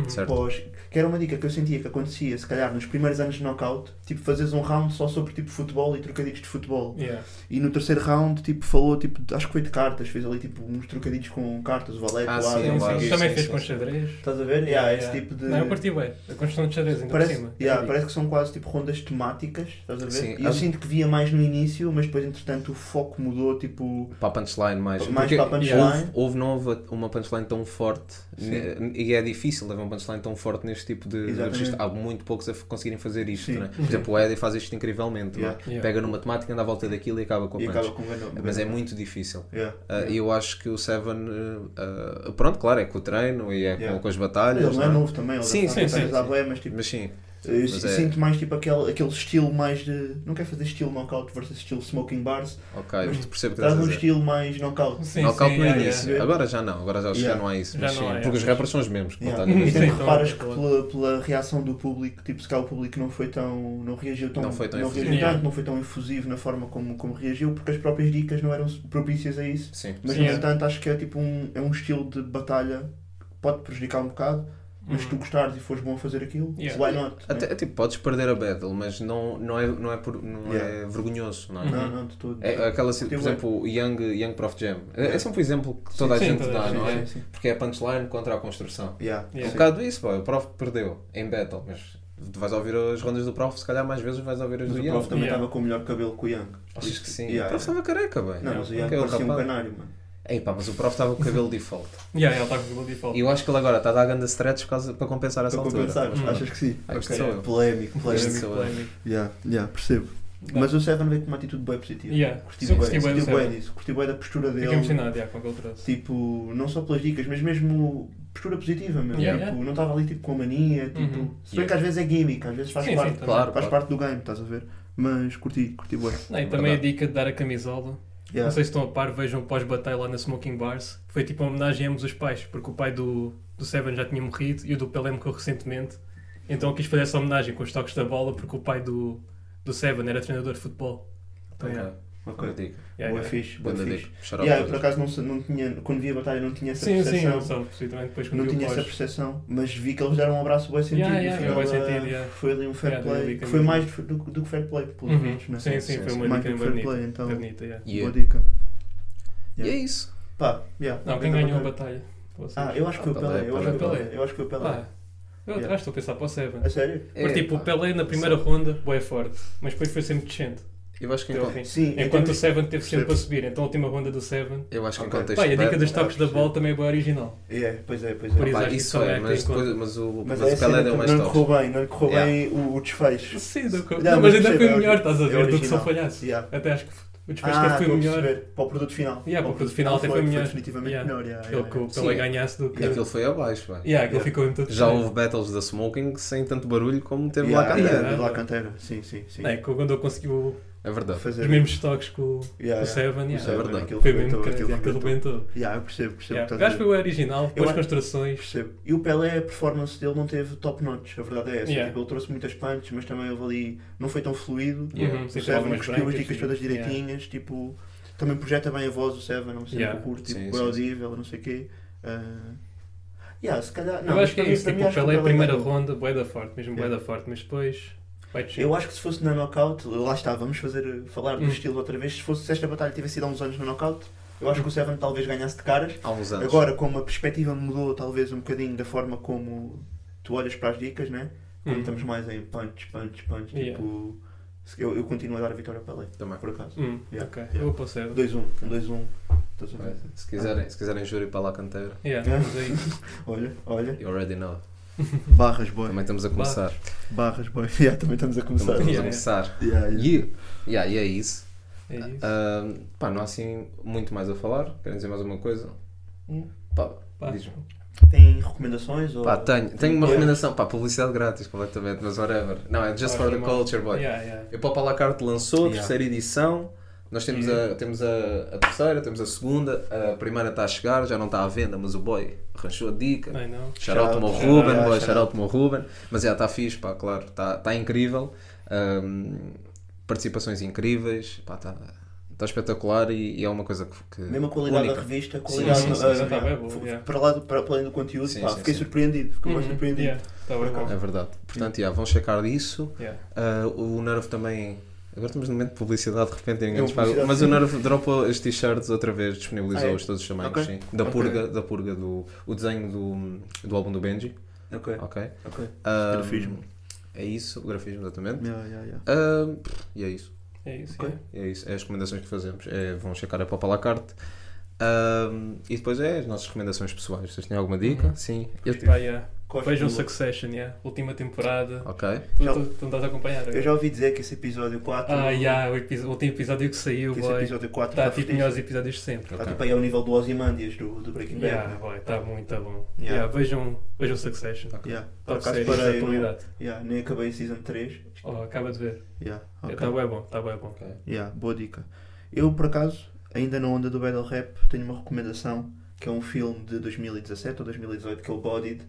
[SPEAKER 7] Certo.
[SPEAKER 6] pós, que era uma dica que eu sentia que acontecia, se calhar, nos primeiros anos de knockout, tipo, fazes um round só sobre tipo futebol e trocadilhos de futebol.
[SPEAKER 8] Yeah.
[SPEAKER 6] E no terceiro round, tipo, falou, tipo, de- acho que foi de cartas, fez ali tipo uns trocadilhos com cartas, o valete,
[SPEAKER 7] Ah,
[SPEAKER 6] o
[SPEAKER 7] sim,
[SPEAKER 6] asa,
[SPEAKER 7] eu
[SPEAKER 8] Sim,
[SPEAKER 6] não sei
[SPEAKER 7] acho.
[SPEAKER 6] o
[SPEAKER 8] sim.
[SPEAKER 6] quê.
[SPEAKER 8] Também
[SPEAKER 7] sim,
[SPEAKER 8] fez
[SPEAKER 7] sim,
[SPEAKER 8] com
[SPEAKER 7] sim.
[SPEAKER 8] xadrez.
[SPEAKER 6] Estás a ver? Yeah, esse
[SPEAKER 8] Yeah.
[SPEAKER 6] tipo de.
[SPEAKER 8] Não, eu curti bem. A construção de xadrez, ainda
[SPEAKER 6] Parece,
[SPEAKER 8] Então, por cima. é
[SPEAKER 6] yeah, parece que são quase tipo rondas temáticas, estás a ver?
[SPEAKER 7] Sim,
[SPEAKER 6] e eu
[SPEAKER 7] acho-
[SPEAKER 6] sinto que via mais no início, mas depois entretanto o foco mudou, tipo.
[SPEAKER 7] Para a punchline mais.
[SPEAKER 6] Mais
[SPEAKER 7] Porque
[SPEAKER 6] para a punchline.
[SPEAKER 7] Houve, houve, não houve uma punchline tão forte ne- e é difícil haver uma punchline tão forte neste tipo de, de
[SPEAKER 6] Exatamente.
[SPEAKER 7] registro. Há muito poucos a f- conseguirem fazer isto.
[SPEAKER 6] Sim.
[SPEAKER 7] Né? Por exemplo, o Eddie faz isto incrivelmente. não é?
[SPEAKER 6] Yeah.
[SPEAKER 8] Yeah.
[SPEAKER 7] Pega numa temática, anda à volta daquilo e acaba com a
[SPEAKER 6] e
[SPEAKER 7] punch.
[SPEAKER 6] acaba com ganho.
[SPEAKER 7] Mas é muito difícil.
[SPEAKER 6] Yeah.
[SPEAKER 7] Ah, E eu acho que o Seven. ah, ah, pronto, claro, é com o treino e é com,
[SPEAKER 6] Yeah.
[SPEAKER 7] com as
[SPEAKER 6] Ele
[SPEAKER 7] batalhas.
[SPEAKER 6] não é
[SPEAKER 7] não é?
[SPEAKER 6] novo também, ele
[SPEAKER 7] Sim, sim,
[SPEAKER 6] já sabe,
[SPEAKER 8] sim,
[SPEAKER 6] há
[SPEAKER 8] sim.
[SPEAKER 6] bué, mas tipo,
[SPEAKER 7] Mas sim.
[SPEAKER 6] Eu
[SPEAKER 7] Mas é-
[SPEAKER 6] sinto mais tipo aquele, aquele estilo mais de. Não quero fazer estilo knockout versus estilo smoking bars.
[SPEAKER 7] Ok, mas percebo o que
[SPEAKER 6] Traz
[SPEAKER 7] estás a
[SPEAKER 6] um
[SPEAKER 7] dizer.
[SPEAKER 6] estilo mais knockout.
[SPEAKER 8] Sim,
[SPEAKER 7] Knockout
[SPEAKER 8] sim,
[SPEAKER 7] no
[SPEAKER 8] yeah,
[SPEAKER 7] início.
[SPEAKER 8] yeah.
[SPEAKER 7] Agora já não, agora já, acho que já
[SPEAKER 6] Yeah.
[SPEAKER 7] não há isso.
[SPEAKER 8] Já
[SPEAKER 7] mas
[SPEAKER 8] não
[SPEAKER 7] sim,
[SPEAKER 8] há, é. yeah.
[SPEAKER 7] porque os rappers são os mesmos.
[SPEAKER 6] Yeah.
[SPEAKER 7] contando.
[SPEAKER 6] E [laughs]
[SPEAKER 8] Sim,
[SPEAKER 6] tanto
[SPEAKER 8] então,
[SPEAKER 6] reparas que
[SPEAKER 8] claro.
[SPEAKER 6] pela, pela reação do público, tipo, se calhar o público não foi tão. não reagiu tão.
[SPEAKER 7] Não foi tão
[SPEAKER 6] reagiu
[SPEAKER 8] efusivo.
[SPEAKER 6] tanto, não foi tão efusivo na forma como, como reagiu, porque as próprias dicas não eram propícias a isso.
[SPEAKER 7] Sim.
[SPEAKER 6] Mas
[SPEAKER 8] Sim,
[SPEAKER 6] no
[SPEAKER 8] é.
[SPEAKER 6] entanto acho que é tipo um, é um estilo de batalha que pode prejudicar um bocado, mas se tu gostares e fores bom a fazer aquilo,
[SPEAKER 8] Uhum. Yeah.
[SPEAKER 6] why not? né?
[SPEAKER 7] Até, é tipo, podes perder a battle, mas não, não, é, não, é, por- não é
[SPEAKER 6] Yeah.
[SPEAKER 7] vergonhoso, não é?
[SPEAKER 8] Uhum.
[SPEAKER 6] não, é? não, não, de tudo.
[SPEAKER 7] É aquela, por
[SPEAKER 6] Curtiu bem.
[SPEAKER 7] exemplo, o Young, Young Prof Jam. É, é
[SPEAKER 6] Yeah.
[SPEAKER 7] sempre um exemplo que toda
[SPEAKER 8] Sim,
[SPEAKER 7] a gente
[SPEAKER 8] toda a
[SPEAKER 7] dá,
[SPEAKER 8] gente,
[SPEAKER 7] não é?
[SPEAKER 6] Sim, sim.
[SPEAKER 7] Porque é a punchline contra a construção.
[SPEAKER 6] Yeah.
[SPEAKER 7] É um
[SPEAKER 8] Yeah.
[SPEAKER 7] bocado isso, pô. o Prof perdeu em battle, mas tu vais ouvir as rondas do Prof, se calhar mais vezes vais ouvir as
[SPEAKER 6] Mas
[SPEAKER 7] do
[SPEAKER 6] o
[SPEAKER 7] Young.
[SPEAKER 6] Prof também
[SPEAKER 8] Yeah.
[SPEAKER 6] estava com o melhor cabelo que o Young.
[SPEAKER 7] Achas que sim?
[SPEAKER 6] Yeah,
[SPEAKER 7] o Prof
[SPEAKER 6] yeah.
[SPEAKER 7] estava careca, bem.
[SPEAKER 6] Não, mas o Young
[SPEAKER 7] Aquele
[SPEAKER 6] parecia um
[SPEAKER 7] rapaz-
[SPEAKER 6] canário, mano.
[SPEAKER 7] Ei, pá, mas o Prof estava com o cabelo
[SPEAKER 6] [laughs]
[SPEAKER 7] default.
[SPEAKER 8] Yeah, ele está com o gol de default.
[SPEAKER 7] E eu acho que ele agora está a dar ganda stretch por causa- para compensar essa
[SPEAKER 6] Para
[SPEAKER 7] altura.
[SPEAKER 6] compensar,
[SPEAKER 8] Hum.
[SPEAKER 6] achas que sim?
[SPEAKER 7] Ah, isto
[SPEAKER 6] Ok.
[SPEAKER 7] sou eu.
[SPEAKER 6] Polémico,
[SPEAKER 7] Isto
[SPEAKER 6] polémico.
[SPEAKER 7] sou eu.
[SPEAKER 8] Polémico.
[SPEAKER 6] Yeah, yeah, percebo. Mas o Seven veio com uma atitude bem positiva.
[SPEAKER 8] Yeah.
[SPEAKER 6] Curti
[SPEAKER 8] Sim,
[SPEAKER 6] bué-
[SPEAKER 8] curti bué do
[SPEAKER 6] curti bué
[SPEAKER 8] Seven.
[SPEAKER 6] disso, curti bem da postura
[SPEAKER 8] Fiquei
[SPEAKER 6] dele.
[SPEAKER 8] emocionado yeah, com o que ele trouxe.
[SPEAKER 6] Tipo, não só pelas dicas, mas mesmo postura positiva, meu.
[SPEAKER 8] Yeah.
[SPEAKER 6] Tipo, não estava ali tipo com mania, tipo.
[SPEAKER 8] Uhum.
[SPEAKER 6] Se bem
[SPEAKER 7] Yeah.
[SPEAKER 6] que às vezes é gimmick, às vezes faz
[SPEAKER 8] Sim, tá sim,
[SPEAKER 6] parte,
[SPEAKER 8] também.
[SPEAKER 7] Claro,
[SPEAKER 6] faz
[SPEAKER 7] claro.
[SPEAKER 6] parte do game, estás a ver? Mas curti, curti bué.
[SPEAKER 8] Não, e também a dica de dar a camisola.
[SPEAKER 6] Yeah.
[SPEAKER 8] Não sei se estão a par, vejam o pós-batalha lá na Smoking Bars. que Foi tipo uma homenagem a ambos os pais, porque o pai do, do Seven já tinha morrido e o do Pelé morreu recentemente. Então eu quis fazer essa homenagem com os toques da bola, porque o pai do, do Seven era treinador de futebol. Então,
[SPEAKER 7] Ok.
[SPEAKER 8] yeah.
[SPEAKER 7] Boa
[SPEAKER 6] Ok.
[SPEAKER 7] dica.
[SPEAKER 8] Yeah,
[SPEAKER 6] Boa
[SPEAKER 8] yeah.
[SPEAKER 6] fixe, boa
[SPEAKER 7] Boa
[SPEAKER 6] fixe.
[SPEAKER 7] dica. Shout out
[SPEAKER 6] Yeah, eu
[SPEAKER 7] para
[SPEAKER 6] por acaso não, se- não tinha, quando vi a batalha não tinha essa
[SPEAKER 8] Sim, sim,
[SPEAKER 6] percepção.
[SPEAKER 8] não só, possivelmente depois quando
[SPEAKER 6] não
[SPEAKER 8] vi o
[SPEAKER 6] tinha essa
[SPEAKER 8] pós.
[SPEAKER 6] percepção, mas vi que eles deram um abraço bem sentido.
[SPEAKER 8] Yeah,
[SPEAKER 6] no
[SPEAKER 8] yeah,
[SPEAKER 6] final
[SPEAKER 8] bué
[SPEAKER 6] da-
[SPEAKER 8] sentido, yeah.
[SPEAKER 6] Foi ali um fair
[SPEAKER 8] Yeah,
[SPEAKER 6] play,
[SPEAKER 8] digo
[SPEAKER 6] que
[SPEAKER 8] que
[SPEAKER 6] foi
[SPEAKER 8] mesmo.
[SPEAKER 6] mais do, do que fair play, pelos
[SPEAKER 8] Uhum.
[SPEAKER 6] menos, né?
[SPEAKER 8] Sim, sim, foi uma
[SPEAKER 6] mais
[SPEAKER 8] dica bem
[SPEAKER 6] do que fair
[SPEAKER 8] bonita.
[SPEAKER 6] play, então,
[SPEAKER 8] Bem bonita, yeah.
[SPEAKER 7] Yeah.
[SPEAKER 6] boa dica.
[SPEAKER 7] é E é
[SPEAKER 6] Yeah.
[SPEAKER 7] isso.
[SPEAKER 6] Pá, yeah,
[SPEAKER 8] Não,
[SPEAKER 6] uma
[SPEAKER 8] quem
[SPEAKER 6] grande
[SPEAKER 8] ganhou a batalha? Vocês?
[SPEAKER 6] Ah, eu acho que foi o
[SPEAKER 7] Pelé,
[SPEAKER 6] Pelé, eu acho que foi o
[SPEAKER 8] Pelé.
[SPEAKER 6] Pelé, eu acho que foi o Pelé.
[SPEAKER 8] Pá, eu
[SPEAKER 6] Yeah.
[SPEAKER 8] atrás estou a pensar para o Seven.
[SPEAKER 6] A sério?
[SPEAKER 8] Porque tipo,
[SPEAKER 7] É,
[SPEAKER 8] o
[SPEAKER 7] pá,
[SPEAKER 8] Pelé na primeira ronda, boa é forte, mas depois foi sempre descendo.
[SPEAKER 7] Eu acho que em,
[SPEAKER 8] Até ao
[SPEAKER 7] con-
[SPEAKER 8] fim.
[SPEAKER 6] Sim, tipo, em
[SPEAKER 8] Enquanto o
[SPEAKER 6] termos-
[SPEAKER 8] Seven teve sempre
[SPEAKER 6] percebo.
[SPEAKER 8] a subir, então a última ronda do Seven.
[SPEAKER 7] eu acho que em
[SPEAKER 6] Ok.
[SPEAKER 7] contexto
[SPEAKER 8] Pá, e a
[SPEAKER 7] de
[SPEAKER 8] dica dos
[SPEAKER 7] battle-
[SPEAKER 8] toques da bola também é boa original.
[SPEAKER 6] É, pois é, pois
[SPEAKER 8] Por
[SPEAKER 6] é.
[SPEAKER 8] isso-
[SPEAKER 7] Pá,
[SPEAKER 8] acho que
[SPEAKER 7] isso
[SPEAKER 8] também
[SPEAKER 7] é,
[SPEAKER 8] é que
[SPEAKER 7] mas,
[SPEAKER 8] tem em
[SPEAKER 7] depois-
[SPEAKER 8] conta.
[SPEAKER 7] mas o, mas
[SPEAKER 6] Mas é
[SPEAKER 7] o Pelé
[SPEAKER 6] assim,
[SPEAKER 7] deu
[SPEAKER 6] não
[SPEAKER 7] mais
[SPEAKER 6] lhe correu
[SPEAKER 7] toques.
[SPEAKER 6] bem, não lhe correu
[SPEAKER 7] Yeah.
[SPEAKER 6] bem o, o desfecho.
[SPEAKER 8] Sim, não,
[SPEAKER 6] Não,
[SPEAKER 8] não,
[SPEAKER 6] mas
[SPEAKER 8] mas ainda
[SPEAKER 6] percebo,
[SPEAKER 8] foi
[SPEAKER 6] é
[SPEAKER 8] melhor, estás a
[SPEAKER 6] é
[SPEAKER 8] ver, do que
[SPEAKER 6] original.
[SPEAKER 8] só falhaço.
[SPEAKER 6] Yeah.
[SPEAKER 8] Até acho que o desfecho
[SPEAKER 6] Ah,
[SPEAKER 8] até foi
[SPEAKER 6] estou a
[SPEAKER 8] melhor.
[SPEAKER 6] perceber. Para o produto final.
[SPEAKER 8] Yeah, para o produto final até
[SPEAKER 6] foi,
[SPEAKER 8] foi melhor.
[SPEAKER 6] definitivamente
[SPEAKER 8] Yeah.
[SPEAKER 6] melhor. yeah,
[SPEAKER 8] Aquele
[SPEAKER 6] yeah,
[SPEAKER 8] que o
[SPEAKER 6] yeah.
[SPEAKER 8] Pelé ganhasse do que.
[SPEAKER 7] Aquilo foi abaixo, pá.
[SPEAKER 8] Yeah, aquilo
[SPEAKER 6] Yeah.
[SPEAKER 8] ficou em todo
[SPEAKER 7] Já
[SPEAKER 8] desfecho.
[SPEAKER 7] houve battles da Smoking sem tanto barulho como teve
[SPEAKER 6] Yeah,
[SPEAKER 7] lá cá
[SPEAKER 6] yeah,
[SPEAKER 7] dentro.
[SPEAKER 8] dentro.
[SPEAKER 6] de lá canteira. Sim, sim, sim.
[SPEAKER 8] Não, é que quando eu consegui o-
[SPEAKER 7] É verdade.
[SPEAKER 6] Fazer
[SPEAKER 8] os mesmos toques com o
[SPEAKER 6] Yeah,
[SPEAKER 8] com o
[SPEAKER 6] yeah.
[SPEAKER 8] Seven,
[SPEAKER 6] O
[SPEAKER 8] yeah,
[SPEAKER 6] Seven,
[SPEAKER 7] verdade.
[SPEAKER 6] aquilo
[SPEAKER 8] foi mesmo
[SPEAKER 6] rebentou,
[SPEAKER 8] que
[SPEAKER 6] aquilo
[SPEAKER 8] aquilo
[SPEAKER 6] rebentou.
[SPEAKER 8] rebentou.
[SPEAKER 6] Yeah, eu percebo, percebo.
[SPEAKER 8] Yeah.
[SPEAKER 6] o
[SPEAKER 8] O
[SPEAKER 6] que estás a
[SPEAKER 8] gajo foi
[SPEAKER 6] dizer.
[SPEAKER 8] o original, depois
[SPEAKER 6] acho-
[SPEAKER 8] construções.
[SPEAKER 6] Percebo. E o Pelé, a performance dele não teve top notch, a verdade é essa.
[SPEAKER 8] Yeah.
[SPEAKER 6] Tipo, ele trouxe muitas punches, mas também houve ali. Não foi tão fluido.
[SPEAKER 8] Yeah.
[SPEAKER 6] O
[SPEAKER 8] Uhum, sim, com
[SPEAKER 6] Seven
[SPEAKER 8] algumas
[SPEAKER 6] cuspiu as
[SPEAKER 8] brancas
[SPEAKER 6] dicas
[SPEAKER 8] e-
[SPEAKER 6] todas
[SPEAKER 8] yeah.
[SPEAKER 6] direitinhas. Tipo, também projeta bem a voz do Seven, não sei
[SPEAKER 8] Yeah.
[SPEAKER 6] o curto, tipo,
[SPEAKER 7] Sim,
[SPEAKER 6] é
[SPEAKER 7] sim,
[SPEAKER 6] audível, não sei o quê. Ah, yeah, se calhar. Não,
[SPEAKER 8] Eu
[SPEAKER 6] mas
[SPEAKER 8] acho que é
[SPEAKER 6] para mim-
[SPEAKER 8] isso,
[SPEAKER 6] para mim
[SPEAKER 8] tipo, o
[SPEAKER 6] acho que
[SPEAKER 8] Pelé, a primeira
[SPEAKER 6] ganhou.
[SPEAKER 8] ronda, boeda forte, mesmo
[SPEAKER 6] Yeah.
[SPEAKER 8] boeda forte, mas depois vai descer.
[SPEAKER 6] Eu acho que se fosse na knockout, lá está, vamos fazer, falar do
[SPEAKER 8] Hum.
[SPEAKER 6] estilo outra vez. Se, fosse, se esta batalha tivesse sido há uns anos na knockout, eu acho que o
[SPEAKER 8] Hum.
[SPEAKER 6] Seven talvez ganhasse de caras.
[SPEAKER 7] Há uns anos.
[SPEAKER 6] Agora, como a perspectiva mudou talvez um bocadinho da forma como tu olhas para as dicas, né? Como
[SPEAKER 8] Hum.
[SPEAKER 6] estamos mais em punch, punch, punch,
[SPEAKER 8] Yeah.
[SPEAKER 6] tipo. se- Eu, eu continuo a dar a vitória para Lei,
[SPEAKER 7] Também.
[SPEAKER 6] por acaso.
[SPEAKER 8] Hum,
[SPEAKER 6] Yeah.
[SPEAKER 8] ok.
[SPEAKER 6] Yeah.
[SPEAKER 8] Eu vou para o Seven.
[SPEAKER 6] 2-1, um, 2-1. Um, estás a ver?
[SPEAKER 7] Se quiserem, se quiserem júri para lá a canteira,
[SPEAKER 8] Yeah, mas é isso.
[SPEAKER 6] Olha, olha.
[SPEAKER 7] you already know.
[SPEAKER 6] Barras, boy.
[SPEAKER 7] Também estamos a começar.
[SPEAKER 6] Barras, boy. [laughs] Yeah, também estamos a começar.
[SPEAKER 7] Também estamos a
[SPEAKER 8] Yeah.
[SPEAKER 7] começar.
[SPEAKER 6] Yeah, yeah.
[SPEAKER 7] Yeah. Yeah, e é isso.
[SPEAKER 8] É
[SPEAKER 6] [laughs]
[SPEAKER 8] isso.
[SPEAKER 7] Ah, pá, não há assim muito mais a falar. Querem dizer mais alguma coisa?
[SPEAKER 6] Hum.
[SPEAKER 7] Pá,
[SPEAKER 8] Pá.
[SPEAKER 7] diz-me.
[SPEAKER 6] Tem recomendações? Ou...
[SPEAKER 7] Pá, tenho, tenho uma
[SPEAKER 6] Yeah.
[SPEAKER 7] recomendação. Pá, publicidade grátis completamente, mas whatever. Não, é just
[SPEAKER 8] Ah,
[SPEAKER 7] for the
[SPEAKER 8] irmão.
[SPEAKER 7] culture, boy.
[SPEAKER 8] Yeah, yeah.
[SPEAKER 7] E o Pop à la Carte lançou,
[SPEAKER 6] Yeah.
[SPEAKER 7] terceira edição. Nós temos, a, temos a, a terceira, temos a segunda. A primeira está a chegar, já não está à venda, mas o boy arranjou a dica.
[SPEAKER 8] Ai, não.
[SPEAKER 7] Shoutout
[SPEAKER 6] Shout
[SPEAKER 7] ao
[SPEAKER 6] out, shout
[SPEAKER 7] Ruben,
[SPEAKER 6] out,
[SPEAKER 7] boy,
[SPEAKER 6] shout
[SPEAKER 7] shoutout ao Ruben. Mas já está fixe, pá, claro, tá, está tá incrível. Ahm, participações incríveis, pá, está Está espetacular e, e é uma coisa que. que
[SPEAKER 6] Mesma qualidade da
[SPEAKER 7] única.
[SPEAKER 6] revista,
[SPEAKER 7] Sim,
[SPEAKER 6] qualidade
[SPEAKER 7] sim, sim,
[SPEAKER 6] ah,
[SPEAKER 7] sim,
[SPEAKER 8] tá bem,
[SPEAKER 6] f-
[SPEAKER 8] boa, yeah.
[SPEAKER 6] para, lá, do- para, para além do conteúdo,
[SPEAKER 7] Sim,
[SPEAKER 6] pá,
[SPEAKER 7] sim,
[SPEAKER 6] fiquei
[SPEAKER 7] sim.
[SPEAKER 6] surpreendido, fiquei mais surpreendido.
[SPEAKER 8] Yeah, tá bem,
[SPEAKER 7] É verdade. Portanto, yeah, vão checar isso.
[SPEAKER 8] Yeah.
[SPEAKER 7] Ah, o Nerve também. Agora estamos no momento de publicidade, de repente e ninguém
[SPEAKER 6] É
[SPEAKER 7] nos paga.
[SPEAKER 6] publicidade.
[SPEAKER 7] Mas o Nerve dropou as t-shirts outra vez,
[SPEAKER 6] Ah, é?
[SPEAKER 7] disponibilizou-os todos os tamanhos,
[SPEAKER 6] Ok.
[SPEAKER 7] sim. Da
[SPEAKER 6] Ok.
[SPEAKER 7] purga, da purga do. O desenho do, do álbum do Benji.
[SPEAKER 6] Ok,
[SPEAKER 7] Ok.
[SPEAKER 6] ok.
[SPEAKER 7] Ah,
[SPEAKER 6] Grafismo.
[SPEAKER 7] É isso, o grafismo, exatamente.
[SPEAKER 6] Yeah, yeah, yeah.
[SPEAKER 7] Ah, e é isso.
[SPEAKER 8] É isso.
[SPEAKER 6] Ok.
[SPEAKER 8] yeah.
[SPEAKER 7] É isso. É as recomendações que fazemos. É, vão checar a Pop à la carte. Ah, e depois é as nossas recomendações pessoais. Vocês têm alguma dica?
[SPEAKER 8] Uhum.
[SPEAKER 7] Sim. Eu
[SPEAKER 8] Pá, yeah.
[SPEAKER 6] Gosto
[SPEAKER 8] Vejam
[SPEAKER 6] do-
[SPEAKER 8] Succession, yeah. última temporada.
[SPEAKER 7] Ok.
[SPEAKER 8] Tu,
[SPEAKER 6] Já-
[SPEAKER 8] tu, tu me estás a acompanhar? é?
[SPEAKER 6] Eu já ouvi dizer que esse episódio 4.
[SPEAKER 8] Ah, yeah, o, episo- o último episódio que saiu,
[SPEAKER 6] que esse
[SPEAKER 8] boy.
[SPEAKER 6] episódio 4
[SPEAKER 8] Está
[SPEAKER 6] está
[SPEAKER 8] tipo
[SPEAKER 6] fodido.
[SPEAKER 8] melhores episódios de sempre.
[SPEAKER 6] Está
[SPEAKER 7] Ok.
[SPEAKER 6] tipo aí ao nível do Ozymandias do, do Breaking Bad.
[SPEAKER 8] Yeah,
[SPEAKER 6] né?
[SPEAKER 8] boy, está muito tá bom.
[SPEAKER 6] Yeah.
[SPEAKER 8] Yeah, vejam, vejam Succession.
[SPEAKER 6] Yeah. Por
[SPEAKER 8] Top
[SPEAKER 6] acaso
[SPEAKER 8] série é da
[SPEAKER 6] parei, não,
[SPEAKER 8] atualidade.
[SPEAKER 6] yeah, nem acabei a Season 3.
[SPEAKER 8] Oh, acaba de ver.
[SPEAKER 6] Yeah, ok.
[SPEAKER 8] Está bem Tá bom, está bem bom.
[SPEAKER 7] Ok.
[SPEAKER 6] Yeah, boa dica. Eu, por acaso, ainda na onda do Battle Rap, tenho uma recomendação que é um filme de 2017 ou 2018 que é o Bodied.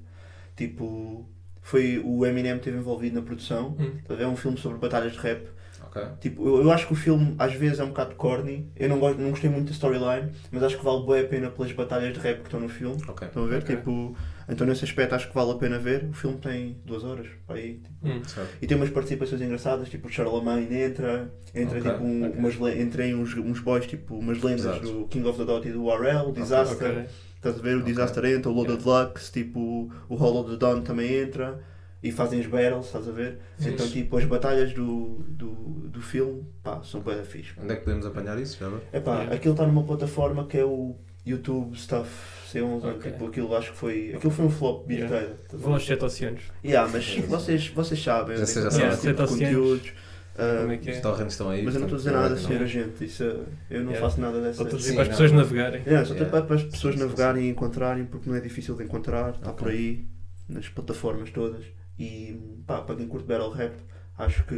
[SPEAKER 6] Tipo, foi o Eminem que esteve envolvido na produção.
[SPEAKER 8] Hum.
[SPEAKER 6] É um filme sobre batalhas de rap.
[SPEAKER 7] Ok.
[SPEAKER 6] Tipo, eu, eu acho que o filme às vezes é um bocado corny. Eu não, gosto, não gostei muito da storyline, mas acho que vale bem a pena pelas batalhas de rap que estão no filme.
[SPEAKER 7] Ok.
[SPEAKER 6] Estão a ver?
[SPEAKER 8] Ok.
[SPEAKER 6] Tipo, então nesse aspecto acho que vale a pena ver. O filme tem duas horas para aí. tipo.
[SPEAKER 8] Hum.
[SPEAKER 7] Certo.
[SPEAKER 6] E tem umas participações engraçadas, tipo o Charlemagne entra, entra
[SPEAKER 7] Ok,
[SPEAKER 6] tipo um,
[SPEAKER 7] ok.
[SPEAKER 6] umas le- entra aí uns, uns boys, tipo umas lendas
[SPEAKER 7] Exato.
[SPEAKER 6] do King of the Dot e do RL, o Disaster,
[SPEAKER 8] Ok.
[SPEAKER 6] estás a ver? O
[SPEAKER 7] Ok.
[SPEAKER 6] Disaster entra, o Loaded Lux, tipo o Hall of the Dawn também entra e fazem as battles, estás a ver?
[SPEAKER 8] Sim.
[SPEAKER 6] Então tipo as batalhas do, do, do filme, pá, são bem fixe.
[SPEAKER 7] Onde é que podemos apanhar isso? Já agora?
[SPEAKER 6] Epá,
[SPEAKER 8] é Yeah.
[SPEAKER 6] aquilo está numa plataforma que é o YouTube Stuff C11,
[SPEAKER 8] Ok.
[SPEAKER 6] tipo, aquilo acho que foi. Aquilo foi um flop
[SPEAKER 8] Yeah.
[SPEAKER 6] bilheteiro. estás a ver?
[SPEAKER 8] Vão aos sete oceanos.
[SPEAKER 6] Yeah, mas vocês, vocês sabem,
[SPEAKER 7] Já
[SPEAKER 6] eu
[SPEAKER 7] sei, já
[SPEAKER 6] tenho
[SPEAKER 7] sei.
[SPEAKER 6] esse tipo
[SPEAKER 8] Yeah,
[SPEAKER 6] de
[SPEAKER 8] sete
[SPEAKER 6] conteúdos. ah,
[SPEAKER 8] Como é que é?
[SPEAKER 7] Os torrents estão aí.
[SPEAKER 6] mas eu não estou
[SPEAKER 7] portanto,
[SPEAKER 6] a dizer nada,
[SPEAKER 7] não-
[SPEAKER 6] senhor agente, isso, eu- eu não
[SPEAKER 8] Yeah.
[SPEAKER 6] faço nada dessa.
[SPEAKER 8] Só estou a dizer
[SPEAKER 7] Sim,
[SPEAKER 8] para as
[SPEAKER 7] não.
[SPEAKER 8] pessoas navegarem.
[SPEAKER 6] Yeah, só
[SPEAKER 7] Yeah.
[SPEAKER 6] para, para as pessoas
[SPEAKER 7] Sim, sim,
[SPEAKER 6] navegarem e encontrarem, porque não é difícil de encontrar, está
[SPEAKER 7] Ok.
[SPEAKER 6] por aí, nas plataformas todas. E pá, para quem curte Battle Rap, acho que.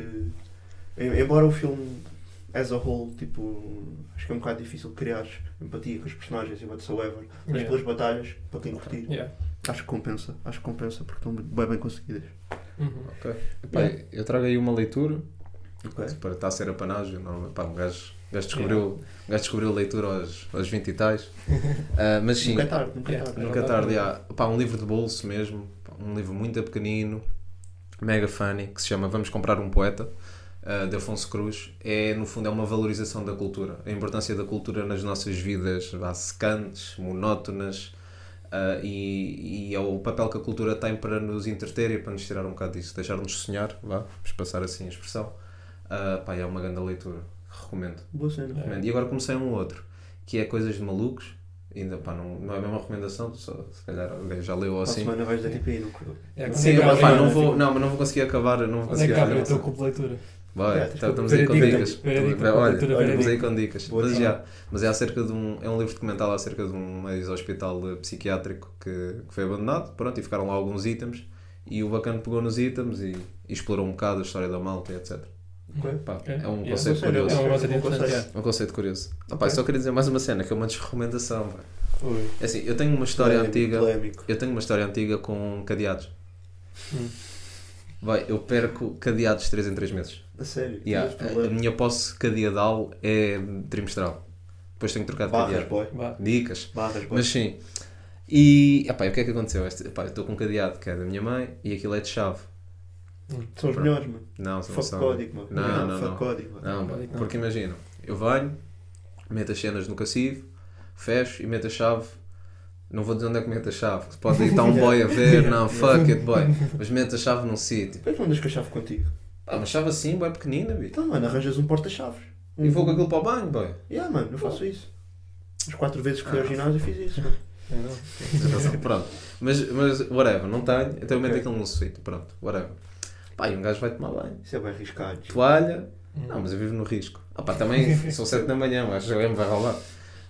[SPEAKER 6] em- Embora o filme, as a whole, tipo, acho que é um bocado difícil de criar empatia com os personagens e whatsoever, mas
[SPEAKER 8] Yeah.
[SPEAKER 6] pelas batalhas, para quem curtir,
[SPEAKER 8] Yeah.
[SPEAKER 6] acho que compensa, acho que compensa, porque estão muito bem, bem conseguidas.
[SPEAKER 8] Uhum.
[SPEAKER 7] Pá, eu trago aí uma leitura
[SPEAKER 6] É? Ok.
[SPEAKER 7] para estar a ser apanagem. Normal, pá, um gajo, um gajo descobriu, um gajo descobriu a leitura aos, aos 20 e
[SPEAKER 6] [laughs]
[SPEAKER 7] tais. Ah, mas sim,
[SPEAKER 6] Nunca é tarde, nunca é
[SPEAKER 8] Yeah.
[SPEAKER 6] tarde.
[SPEAKER 7] nunca é tarde. há- pá, um livro de bolso mesmo, pá, um livro muito pequenino, mega funny, que se chama Vamos Comprar um Poeta. ah, de Afonso Cruz, é no fundo é uma valorização da cultura, a importância da cultura nas nossas vidas vá, secantes, monótonas, Uh, e, e é o papel que a cultura tem para nos entreter e para nos tirar um bocado disso, deixar-nos sonhar, vá, vamos passar assim a expressão. Uh, pá, é uma grande leitura, recomendo,
[SPEAKER 6] Boa cena.
[SPEAKER 7] recomendo. E agora comecei um outro, que é Coisas de Malucos, ainda pá, não, não é mesmo uma recomendação, só, se calhar alguém já leu ou
[SPEAKER 6] Para a
[SPEAKER 7] assim.
[SPEAKER 6] semana vais dar tipo aí no cu.
[SPEAKER 8] Yeah,
[SPEAKER 7] Sim,
[SPEAKER 8] como é
[SPEAKER 7] mas,
[SPEAKER 8] que
[SPEAKER 7] pá,
[SPEAKER 8] abre-
[SPEAKER 7] não, vou, não, mas não vou conseguir acabar, não vou
[SPEAKER 8] Onde é
[SPEAKER 7] conseguir
[SPEAKER 8] que abre o
[SPEAKER 7] acabar.
[SPEAKER 8] teu cubo de leitura?
[SPEAKER 7] Vai,
[SPEAKER 6] É,
[SPEAKER 7] tá- estamos aí com
[SPEAKER 8] veredicto,
[SPEAKER 7] dicas.
[SPEAKER 8] veredicto,
[SPEAKER 7] Olha, olha,
[SPEAKER 8] cultura
[SPEAKER 7] estamos aí
[SPEAKER 8] veredicto.
[SPEAKER 7] com dicas.
[SPEAKER 6] Boa
[SPEAKER 7] Mas,
[SPEAKER 6] dica.
[SPEAKER 7] já, mas é acerca de um. É um livro documental acerca de um ex-hospital eh, psiquiátrico que, que foi abandonado. Pronto, e ficaram lá alguns itens. E o bacana pegou nos itens e, e explorou um bocado a história da malta, e etc.
[SPEAKER 6] Ok.
[SPEAKER 7] Pá,
[SPEAKER 8] Ok.
[SPEAKER 7] É um
[SPEAKER 8] Yeah.
[SPEAKER 7] conceito
[SPEAKER 6] Não sei,
[SPEAKER 7] curioso.
[SPEAKER 8] É um
[SPEAKER 6] Sim,
[SPEAKER 8] negócio
[SPEAKER 6] bom
[SPEAKER 8] interessante.
[SPEAKER 6] conceito.
[SPEAKER 7] Um conceito curioso. Ah, pá, eu só queria dizer mais uma cena, que é uma desrecomendação. pá.
[SPEAKER 8] Ui.
[SPEAKER 7] É assim, eu tenho uma história
[SPEAKER 6] Polémico,
[SPEAKER 7] antiga.
[SPEAKER 6] Polémico.
[SPEAKER 7] Eu tenho uma história antiga com cadeados.
[SPEAKER 6] Hum.
[SPEAKER 7] Vai, eu perco cadeados 3 em 3 meses.
[SPEAKER 6] A sério.
[SPEAKER 7] Yeah, é,
[SPEAKER 6] tens
[SPEAKER 7] a, a
[SPEAKER 6] problemas.
[SPEAKER 7] minha posse cadeadal é trimestral. Depois tenho que trocar de
[SPEAKER 6] Barras,
[SPEAKER 7] cadeado.
[SPEAKER 6] boy.
[SPEAKER 8] Vá.
[SPEAKER 7] Dicas.
[SPEAKER 6] Barras, boy.
[SPEAKER 7] Mas sim. E epá, e o que é que aconteceu? Este, epá, eu estou com um cadeado que é da minha mãe e aquilo é de chave.
[SPEAKER 6] São os melhores, mano.
[SPEAKER 7] Não, são
[SPEAKER 6] Fuck
[SPEAKER 7] são.
[SPEAKER 6] código, mano.
[SPEAKER 7] Não, não,
[SPEAKER 6] fuck
[SPEAKER 7] não.
[SPEAKER 6] código, mano.
[SPEAKER 7] Não,
[SPEAKER 8] Não, não.
[SPEAKER 7] porque imagina, eu venho, meto as cenas no cacifo, fecho e meto a chave. Não vou dizer onde é que meto a chave, que pode estar um boy a ver, não, fuck it, boy. Mas meto a chave num sítio.
[SPEAKER 6] Por que não andas com a chave contigo?
[SPEAKER 7] Ah, uma chave assim, boy, pequenina, bicho.
[SPEAKER 6] Então, mano, arranjas um porta-chaves. Um...
[SPEAKER 7] E vou com aquilo para o banho, boy.
[SPEAKER 6] Yeah, mano, eu faço isso. As quatro vezes que fui
[SPEAKER 7] Ah.
[SPEAKER 6] ao ginásio fiz isso, mano.
[SPEAKER 7] Tens razão, pronto. Mas, mas whatever, não tenho, então eu meto aquilo num suíte, pronto, whatever. Pá, e um gajo vai tomar banho.
[SPEAKER 6] Isso é bem arriscado.
[SPEAKER 7] Toalha,
[SPEAKER 8] Hum.
[SPEAKER 7] não, mas eu vivo no risco. Ah
[SPEAKER 8] [laughs]
[SPEAKER 7] pá, também são 7 da manhã, mas alguém me vai rolar.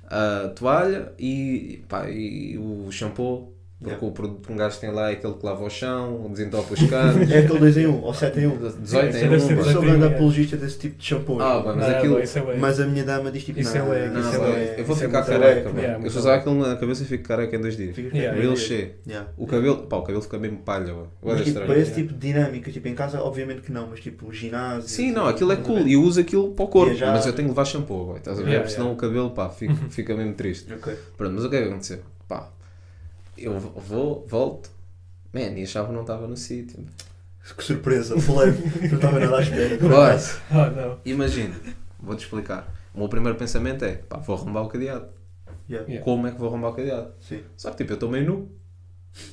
[SPEAKER 7] Ah, toalha e, pá, e o shampoo Porque o produto que um gajo tem lá é aquele que lava o chão, desentopa os
[SPEAKER 8] [laughs]
[SPEAKER 7] canos.
[SPEAKER 6] É aquele 2 em 1 ou 7 em 1.
[SPEAKER 7] 18
[SPEAKER 8] Isso deve
[SPEAKER 7] em
[SPEAKER 8] ser
[SPEAKER 6] Eu
[SPEAKER 7] 1.
[SPEAKER 8] dezoito.
[SPEAKER 6] sou grande apologista desse tipo de shampoo.
[SPEAKER 7] Ah, pá, mas
[SPEAKER 8] Ah,
[SPEAKER 7] aquilo.
[SPEAKER 8] bom, isso é bué. [laughs]
[SPEAKER 6] Mas a minha dama diz tipo,
[SPEAKER 8] Isso é
[SPEAKER 6] não,
[SPEAKER 8] bué,
[SPEAKER 7] Não,
[SPEAKER 8] isso é
[SPEAKER 7] pá,
[SPEAKER 8] bué.
[SPEAKER 7] eu vou
[SPEAKER 6] Isso é
[SPEAKER 7] ficar
[SPEAKER 6] muito
[SPEAKER 7] careca,
[SPEAKER 6] bué.
[SPEAKER 7] mano.
[SPEAKER 8] Yeah,
[SPEAKER 7] eu se
[SPEAKER 8] muito
[SPEAKER 7] usar aquilo na cabeça e fico careca em dois dias.
[SPEAKER 6] Ficas
[SPEAKER 8] Yeah.
[SPEAKER 6] com
[SPEAKER 7] Real
[SPEAKER 6] ideia.
[SPEAKER 7] shit.
[SPEAKER 6] Yeah.
[SPEAKER 7] O cabelo, pá, o cabelo fica mesmo palha, mano. Olha,
[SPEAKER 6] Mas, tipo,
[SPEAKER 7] estranho.
[SPEAKER 6] para esse tipo de dinâmica, tipo, em casa, obviamente que não, mas tipo, ginásio.
[SPEAKER 7] Sim,
[SPEAKER 6] tipo,
[SPEAKER 7] não, aquilo é
[SPEAKER 6] tudo
[SPEAKER 7] cool
[SPEAKER 6] bem.
[SPEAKER 7] e eu uso aquilo para o corpo,
[SPEAKER 6] Viajar.
[SPEAKER 7] mas eu tenho que levar shampoo, boy, estás a ver?
[SPEAKER 8] é Yeah,
[SPEAKER 7] Senão o cabelo, pá, fica,
[SPEAKER 8] [laughs]
[SPEAKER 7] fica mesmo triste.
[SPEAKER 6] Ok.
[SPEAKER 7] Pronto, mas o que é que aconteceu? Pá, eu vou, volto, man, e a chave não estava no sítio.
[SPEAKER 6] Que surpresa, falei, não estava nada à
[SPEAKER 7] [laughs]
[SPEAKER 6] espera.
[SPEAKER 7] Bora.
[SPEAKER 8] Ah, não.
[SPEAKER 7] Imagina, vou-te explicar. O meu primeiro pensamento é, pá, vou arrombar o cadeado.
[SPEAKER 6] Yeah.
[SPEAKER 8] Yeah.
[SPEAKER 7] Como é que vou arrombar o cadeado?
[SPEAKER 6] Sim.
[SPEAKER 7] Só que tipo, eu estou meio nu.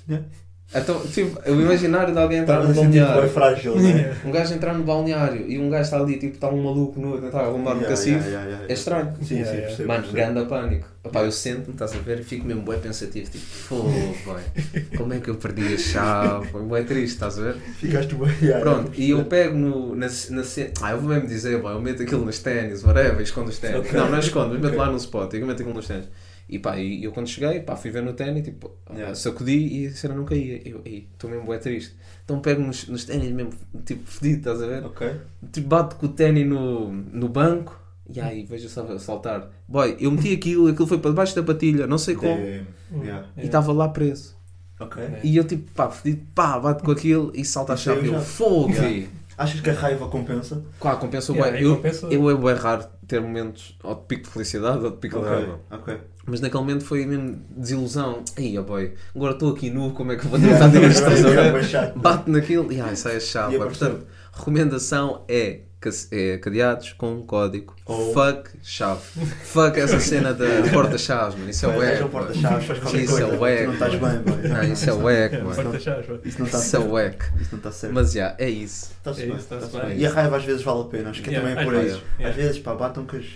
[SPEAKER 6] Yeah.
[SPEAKER 7] Então, tipo, o imaginário de alguém entrar
[SPEAKER 6] Estavas
[SPEAKER 7] no
[SPEAKER 6] a sentir
[SPEAKER 7] balneário.
[SPEAKER 6] bem frágil, né?
[SPEAKER 7] Um gajo entrar no balneário e um gajo está ali, tipo, está um maluco nu a tentar arrumar um
[SPEAKER 6] Yeah,
[SPEAKER 7] cacifo.
[SPEAKER 6] yeah, yeah, yeah.
[SPEAKER 7] É estranho.
[SPEAKER 6] Sim,
[SPEAKER 8] Yeah,
[SPEAKER 6] sim,
[SPEAKER 8] yeah.
[SPEAKER 6] percebo.
[SPEAKER 7] Mano,
[SPEAKER 6] percebo.
[SPEAKER 7] grande pânico. Epá, eu sento-me, estás a ver, e fico mesmo bué pensativo, tipo, fogo, velho, como é que eu perdi a chave? Foi bué triste, estás a ver?
[SPEAKER 6] Ficaste bem. yeah,
[SPEAKER 7] Pronto,
[SPEAKER 6] yeah,
[SPEAKER 7] e eu pego no, na, na cena, ah, eu vou mesmo dizer, bom, eu meto aquilo nos ténis, whatever, escondo os ténis.
[SPEAKER 6] Ok.
[SPEAKER 7] Não, não escondo, mas meto
[SPEAKER 6] Ok.
[SPEAKER 7] lá no spot, eu meto aquilo nos ténis. E pá, e eu quando cheguei, pá, fui ver no ténis, tipo,
[SPEAKER 6] Yeah.
[SPEAKER 7] sacudi e a cena não caía. Eu, ei, estou mesmo bué triste. Então pego nos, nos ténis mesmo, tipo, fedido, estás a ver?
[SPEAKER 6] Ok.
[SPEAKER 7] Tipo, bato com o ténis no, no banco e aí vejo só saltar. Boy, eu meti aquilo, aquilo foi para debaixo da patilha, não sei como,
[SPEAKER 6] Damn. Yeah.
[SPEAKER 8] É.
[SPEAKER 7] e tá- estava lá preso.
[SPEAKER 6] Ok.
[SPEAKER 7] E eu tipo, pá, fedido, pá, bato com aquilo e salta a
[SPEAKER 6] Isso aí
[SPEAKER 7] chave.
[SPEAKER 6] eu
[SPEAKER 7] Eu,
[SPEAKER 6] já-
[SPEAKER 7] fogo!
[SPEAKER 6] Yeah.
[SPEAKER 7] fi."
[SPEAKER 6] Achas que a raiva compensa?
[SPEAKER 7] Claro, compensa
[SPEAKER 8] Yeah,
[SPEAKER 7] bem.
[SPEAKER 8] aí
[SPEAKER 7] Eu,
[SPEAKER 8] compensa.
[SPEAKER 7] eu é bem raro ter momentos ou de pico de felicidade ou de pico de raiva.
[SPEAKER 6] Ok.
[SPEAKER 7] Mas naquele momento foi mesmo desilusão. Ei, oh boy, agora estou aqui nu, como é que eu vou tratar disto? Estás a
[SPEAKER 6] Yeah,
[SPEAKER 7] ver?
[SPEAKER 6] bem chato.
[SPEAKER 7] Bate naquilo e ah, ai, sai a chave.
[SPEAKER 6] Yeah,
[SPEAKER 7] é Portanto, recomendação é, ca- é cadeados com um código.
[SPEAKER 6] Oh.
[SPEAKER 7] Fuck chave. Fuck essa cena da porta-chaves, mano. Isso é
[SPEAKER 6] Vai,
[SPEAKER 7] wack.
[SPEAKER 6] arranja um
[SPEAKER 7] mano.
[SPEAKER 6] porta-chaves, faz qualquer
[SPEAKER 7] Isso é
[SPEAKER 6] coisa.
[SPEAKER 7] wack,
[SPEAKER 6] Tu não estás
[SPEAKER 7] mano.
[SPEAKER 6] bem, boy.
[SPEAKER 7] Ah, Isso
[SPEAKER 8] É,
[SPEAKER 7] é
[SPEAKER 6] [laughs]
[SPEAKER 7] wack,
[SPEAKER 8] vai
[SPEAKER 7] mano.
[SPEAKER 8] deixar, vai.
[SPEAKER 6] Isso não está
[SPEAKER 7] Isso é
[SPEAKER 6] certo.
[SPEAKER 7] wack.
[SPEAKER 6] Isso não está certo.
[SPEAKER 7] Mas já, é isso. tá
[SPEAKER 6] Está-se
[SPEAKER 8] É
[SPEAKER 6] bem,
[SPEAKER 8] isso, tá-se
[SPEAKER 6] tá-se
[SPEAKER 8] bem.
[SPEAKER 6] bem. E a raiva às vezes vale a pena, acho que
[SPEAKER 8] Yeah,
[SPEAKER 6] também é
[SPEAKER 8] às
[SPEAKER 6] por
[SPEAKER 8] vezes,
[SPEAKER 6] aí.
[SPEAKER 8] yeah.
[SPEAKER 6] Às vezes, pá, batam com as,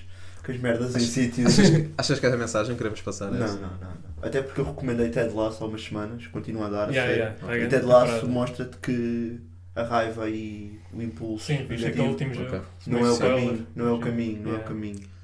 [SPEAKER 6] com as merdas em sítios.
[SPEAKER 7] Achas que, achas que essa mensagem que queremos passar? é
[SPEAKER 6] Não,
[SPEAKER 7] essa?
[SPEAKER 6] não, não, não. Até porque eu recomendei Ted Lasso há umas semanas, continua a dar, a
[SPEAKER 8] Yeah,
[SPEAKER 6] série.
[SPEAKER 8] yeah, vai
[SPEAKER 6] E
[SPEAKER 8] ganhar
[SPEAKER 6] Ted Lasso
[SPEAKER 8] temporada.
[SPEAKER 6] mostra-te que a raiva e o impulso
[SPEAKER 8] Sim, viste aquele
[SPEAKER 6] negativo
[SPEAKER 8] último
[SPEAKER 7] Ok.
[SPEAKER 8] jogo.
[SPEAKER 6] não é o
[SPEAKER 8] Spoiler.
[SPEAKER 6] caminho, não é o caminho, não é o
[SPEAKER 8] Yeah. Então,
[SPEAKER 6] caminho.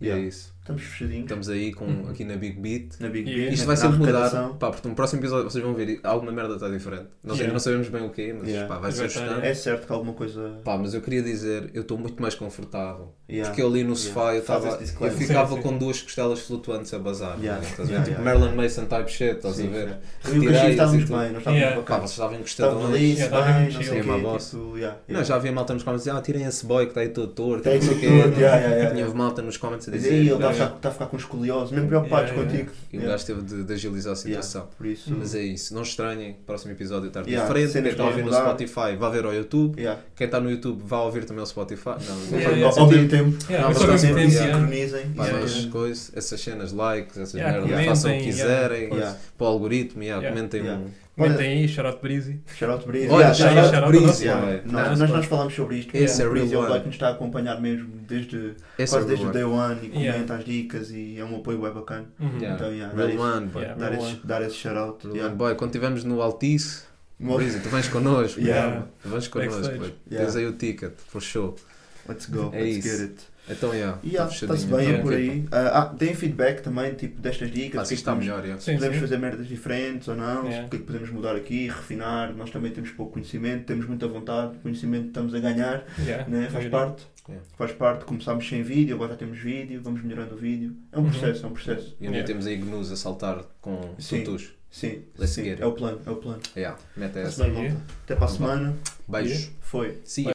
[SPEAKER 7] E
[SPEAKER 6] Yeah.
[SPEAKER 7] é isso.
[SPEAKER 6] Estamos fechadinhos
[SPEAKER 7] Estamos aí com, aqui na Big Beat.
[SPEAKER 6] na Big
[SPEAKER 8] Yeah.
[SPEAKER 6] B,
[SPEAKER 7] Isto
[SPEAKER 6] Uhum.
[SPEAKER 7] vai
[SPEAKER 6] na- na
[SPEAKER 7] sempre mudar.
[SPEAKER 6] arrecadação.
[SPEAKER 7] Pá, porque no próximo episódio vocês vão ver alguma merda está diferente. Não, sei,
[SPEAKER 8] Yeah.
[SPEAKER 7] não sabemos bem o quê, mas
[SPEAKER 6] Yeah.
[SPEAKER 7] pá, vai ser
[SPEAKER 8] Vai estar,
[SPEAKER 7] gostante.
[SPEAKER 6] É certo que alguma coisa.
[SPEAKER 7] Pá, mas eu queria dizer, eu estou muito mais confortável.
[SPEAKER 6] Yeah.
[SPEAKER 7] Porque eu ali no sofá
[SPEAKER 6] Yeah.
[SPEAKER 7] eu, tava,
[SPEAKER 6] Faz esse
[SPEAKER 7] eu
[SPEAKER 6] disclaimer.
[SPEAKER 8] Sim,
[SPEAKER 7] ficava
[SPEAKER 8] sim.
[SPEAKER 7] com duas costelas flutuantes a bazar.
[SPEAKER 6] Yeah.
[SPEAKER 7] né? Estás a ver?
[SPEAKER 6] Yeah,
[SPEAKER 7] tipo
[SPEAKER 6] yeah,
[SPEAKER 7] Marilyn Mason type shit, estás
[SPEAKER 6] Sim,
[SPEAKER 7] a ver?
[SPEAKER 6] Eu e o Caxias
[SPEAKER 7] Retirais
[SPEAKER 6] estávamos
[SPEAKER 7] e tudo.
[SPEAKER 6] bem, nós estávamos
[SPEAKER 8] Yeah.
[SPEAKER 7] Pá,
[SPEAKER 6] bacanas.
[SPEAKER 7] vocês estavam
[SPEAKER 6] Estávamos
[SPEAKER 7] encostados.
[SPEAKER 6] ali,
[SPEAKER 8] Yeah,
[SPEAKER 6] bem,
[SPEAKER 8] estávamos
[SPEAKER 6] não sei
[SPEAKER 8] chill.
[SPEAKER 6] o
[SPEAKER 7] Sim, uma
[SPEAKER 6] quê.
[SPEAKER 7] bossa.
[SPEAKER 6] Tipo, yeah,
[SPEAKER 7] Não,
[SPEAKER 6] yeah.
[SPEAKER 7] já havia malta nos comments a dizer, ah, tirem esse boy que está aí todo torto.
[SPEAKER 6] Tem
[SPEAKER 7] não sei
[SPEAKER 6] isso
[SPEAKER 7] o
[SPEAKER 6] tudo,
[SPEAKER 7] quê.
[SPEAKER 6] yeah, yeah, yeah.
[SPEAKER 7] Tinha malta nos comments a
[SPEAKER 6] Mas
[SPEAKER 7] dizer.
[SPEAKER 6] aí, ele
[SPEAKER 7] "Ah,
[SPEAKER 6] está a ficar- está a ficar com escoliose, mesmo preocupados
[SPEAKER 8] Yeah, yeah,
[SPEAKER 6] contigo.
[SPEAKER 7] E o
[SPEAKER 6] Yeah.
[SPEAKER 7] gajo teve de, de agilizar a
[SPEAKER 6] Yeah,
[SPEAKER 7] situação.
[SPEAKER 6] Por isso.
[SPEAKER 7] Mas é isso, não estranhem, próximo episódio estar
[SPEAKER 6] Hum. Yeah,
[SPEAKER 7] diferente. Quem
[SPEAKER 6] cenas
[SPEAKER 7] está a
[SPEAKER 6] que
[SPEAKER 7] ouvir no
[SPEAKER 6] mudar.
[SPEAKER 7] Spotify, vá ver ao YouTube.
[SPEAKER 6] Yeah.
[SPEAKER 7] Quem está no YouTube, vá ouvir também o Spotify. Não, não
[SPEAKER 8] Yeah,
[SPEAKER 7] faz
[SPEAKER 8] yeah.
[SPEAKER 6] Ao-
[SPEAKER 7] muito
[SPEAKER 6] Ao
[SPEAKER 7] sentido.
[SPEAKER 6] mesmo tempo.
[SPEAKER 8] Yeah,
[SPEAKER 7] Não,
[SPEAKER 8] mas só
[SPEAKER 7] mas
[SPEAKER 8] com
[SPEAKER 7] sempre,
[SPEAKER 8] potência.
[SPEAKER 7] yeah.
[SPEAKER 6] sincronizem.
[SPEAKER 7] Pá,
[SPEAKER 6] Yeah.
[SPEAKER 7] mas coisas, essas cenas, likes, essas
[SPEAKER 8] Yeah,
[SPEAKER 7] merdas,
[SPEAKER 8] comentem,
[SPEAKER 7] façam o que
[SPEAKER 8] yeah.
[SPEAKER 7] quiserem,
[SPEAKER 6] Yeah.
[SPEAKER 7] para o algoritmo, yeah,
[SPEAKER 8] Yeah.
[SPEAKER 7] comentem
[SPEAKER 6] Yeah.
[SPEAKER 7] um.
[SPEAKER 8] Comentem aí, shout Breezy.
[SPEAKER 6] Shoutout Breeze.
[SPEAKER 7] Olha,
[SPEAKER 6] Yeah,
[SPEAKER 7] já
[SPEAKER 8] shout-out
[SPEAKER 7] é
[SPEAKER 8] ao
[SPEAKER 7] Breeze,
[SPEAKER 8] nosso-
[SPEAKER 6] Yeah,
[SPEAKER 7] yeah.
[SPEAKER 6] nós-
[SPEAKER 8] Não,
[SPEAKER 6] nós,
[SPEAKER 8] pode.
[SPEAKER 6] nós falámos sobre isto.
[SPEAKER 7] Esse é
[SPEAKER 6] o Breeze é
[SPEAKER 7] real
[SPEAKER 6] o
[SPEAKER 7] one.
[SPEAKER 6] like que nos está a acompanhar mesmo desde,
[SPEAKER 7] Esse é
[SPEAKER 6] quase
[SPEAKER 7] o
[SPEAKER 6] desde o
[SPEAKER 7] real one.
[SPEAKER 6] Day One e comenta
[SPEAKER 8] Yeah.
[SPEAKER 6] as dicas e é um apoio bem bacana.
[SPEAKER 8] Uhum.
[SPEAKER 7] Yeah.
[SPEAKER 6] Então, yeah,
[SPEAKER 7] Real
[SPEAKER 6] dar isso.
[SPEAKER 7] one, boy.
[SPEAKER 8] Yeah.
[SPEAKER 6] Dar
[SPEAKER 8] Real
[SPEAKER 6] esse, dar esse shout-out.
[SPEAKER 7] Real
[SPEAKER 6] Yeah.
[SPEAKER 7] one, boy. Quando estivermos no Altice,
[SPEAKER 6] Mo-
[SPEAKER 7] Breezy, tu vens connosco. boy.
[SPEAKER 6] Yeah.
[SPEAKER 8] Yeah.
[SPEAKER 7] Tu vens connosco,
[SPEAKER 8] Backstage.
[SPEAKER 7] boy.
[SPEAKER 6] Yeah.
[SPEAKER 7] Tens aí o ticket, for show.
[SPEAKER 6] Let's go,
[SPEAKER 7] É
[SPEAKER 6] let's
[SPEAKER 7] isso.
[SPEAKER 6] get it.
[SPEAKER 7] Então, yeah,
[SPEAKER 6] E
[SPEAKER 7] tá
[SPEAKER 6] yeah, está-se
[SPEAKER 7] fechadinho.
[SPEAKER 6] bem,
[SPEAKER 7] Então,
[SPEAKER 6] é por
[SPEAKER 7] ok,
[SPEAKER 6] aí. Ah, ah, deem feedback também, tipo, destas dicas.
[SPEAKER 7] pá. Ah,
[SPEAKER 6] o
[SPEAKER 7] assim
[SPEAKER 6] que é que
[SPEAKER 7] está
[SPEAKER 6] podemos-
[SPEAKER 7] melhor, yeah.
[SPEAKER 8] Sim,
[SPEAKER 6] Podemos
[SPEAKER 8] sim.
[SPEAKER 6] fazer merdas diferentes ou não,
[SPEAKER 8] Yeah.
[SPEAKER 6] o que é que podemos mudar aqui, refinar, nós também temos pouco conhecimento, temos muita vontade, conhecimento estamos a ganhar,
[SPEAKER 8] Yeah.
[SPEAKER 6] né? faz
[SPEAKER 8] Agreed.
[SPEAKER 6] parte.
[SPEAKER 7] Yeah.
[SPEAKER 6] Faz parte, começámos sem vídeo, agora já temos vídeo, vamos melhorando o vídeo. É um
[SPEAKER 8] Uhum.
[SPEAKER 6] processo, é um processo.
[SPEAKER 7] E ainda
[SPEAKER 8] Yeah.
[SPEAKER 7] temos aí Gnus a saltar com
[SPEAKER 6] Sim.
[SPEAKER 7] tutus.
[SPEAKER 6] Sim,
[SPEAKER 7] Let's
[SPEAKER 6] sim,
[SPEAKER 7] get it.
[SPEAKER 6] é o plano, é o plano.
[SPEAKER 7] Yeah, mete
[SPEAKER 6] Tá-se
[SPEAKER 7] essa.
[SPEAKER 6] bem, malta. Até para a semana,
[SPEAKER 7] Beijos.
[SPEAKER 6] foi.
[SPEAKER 7] See ya.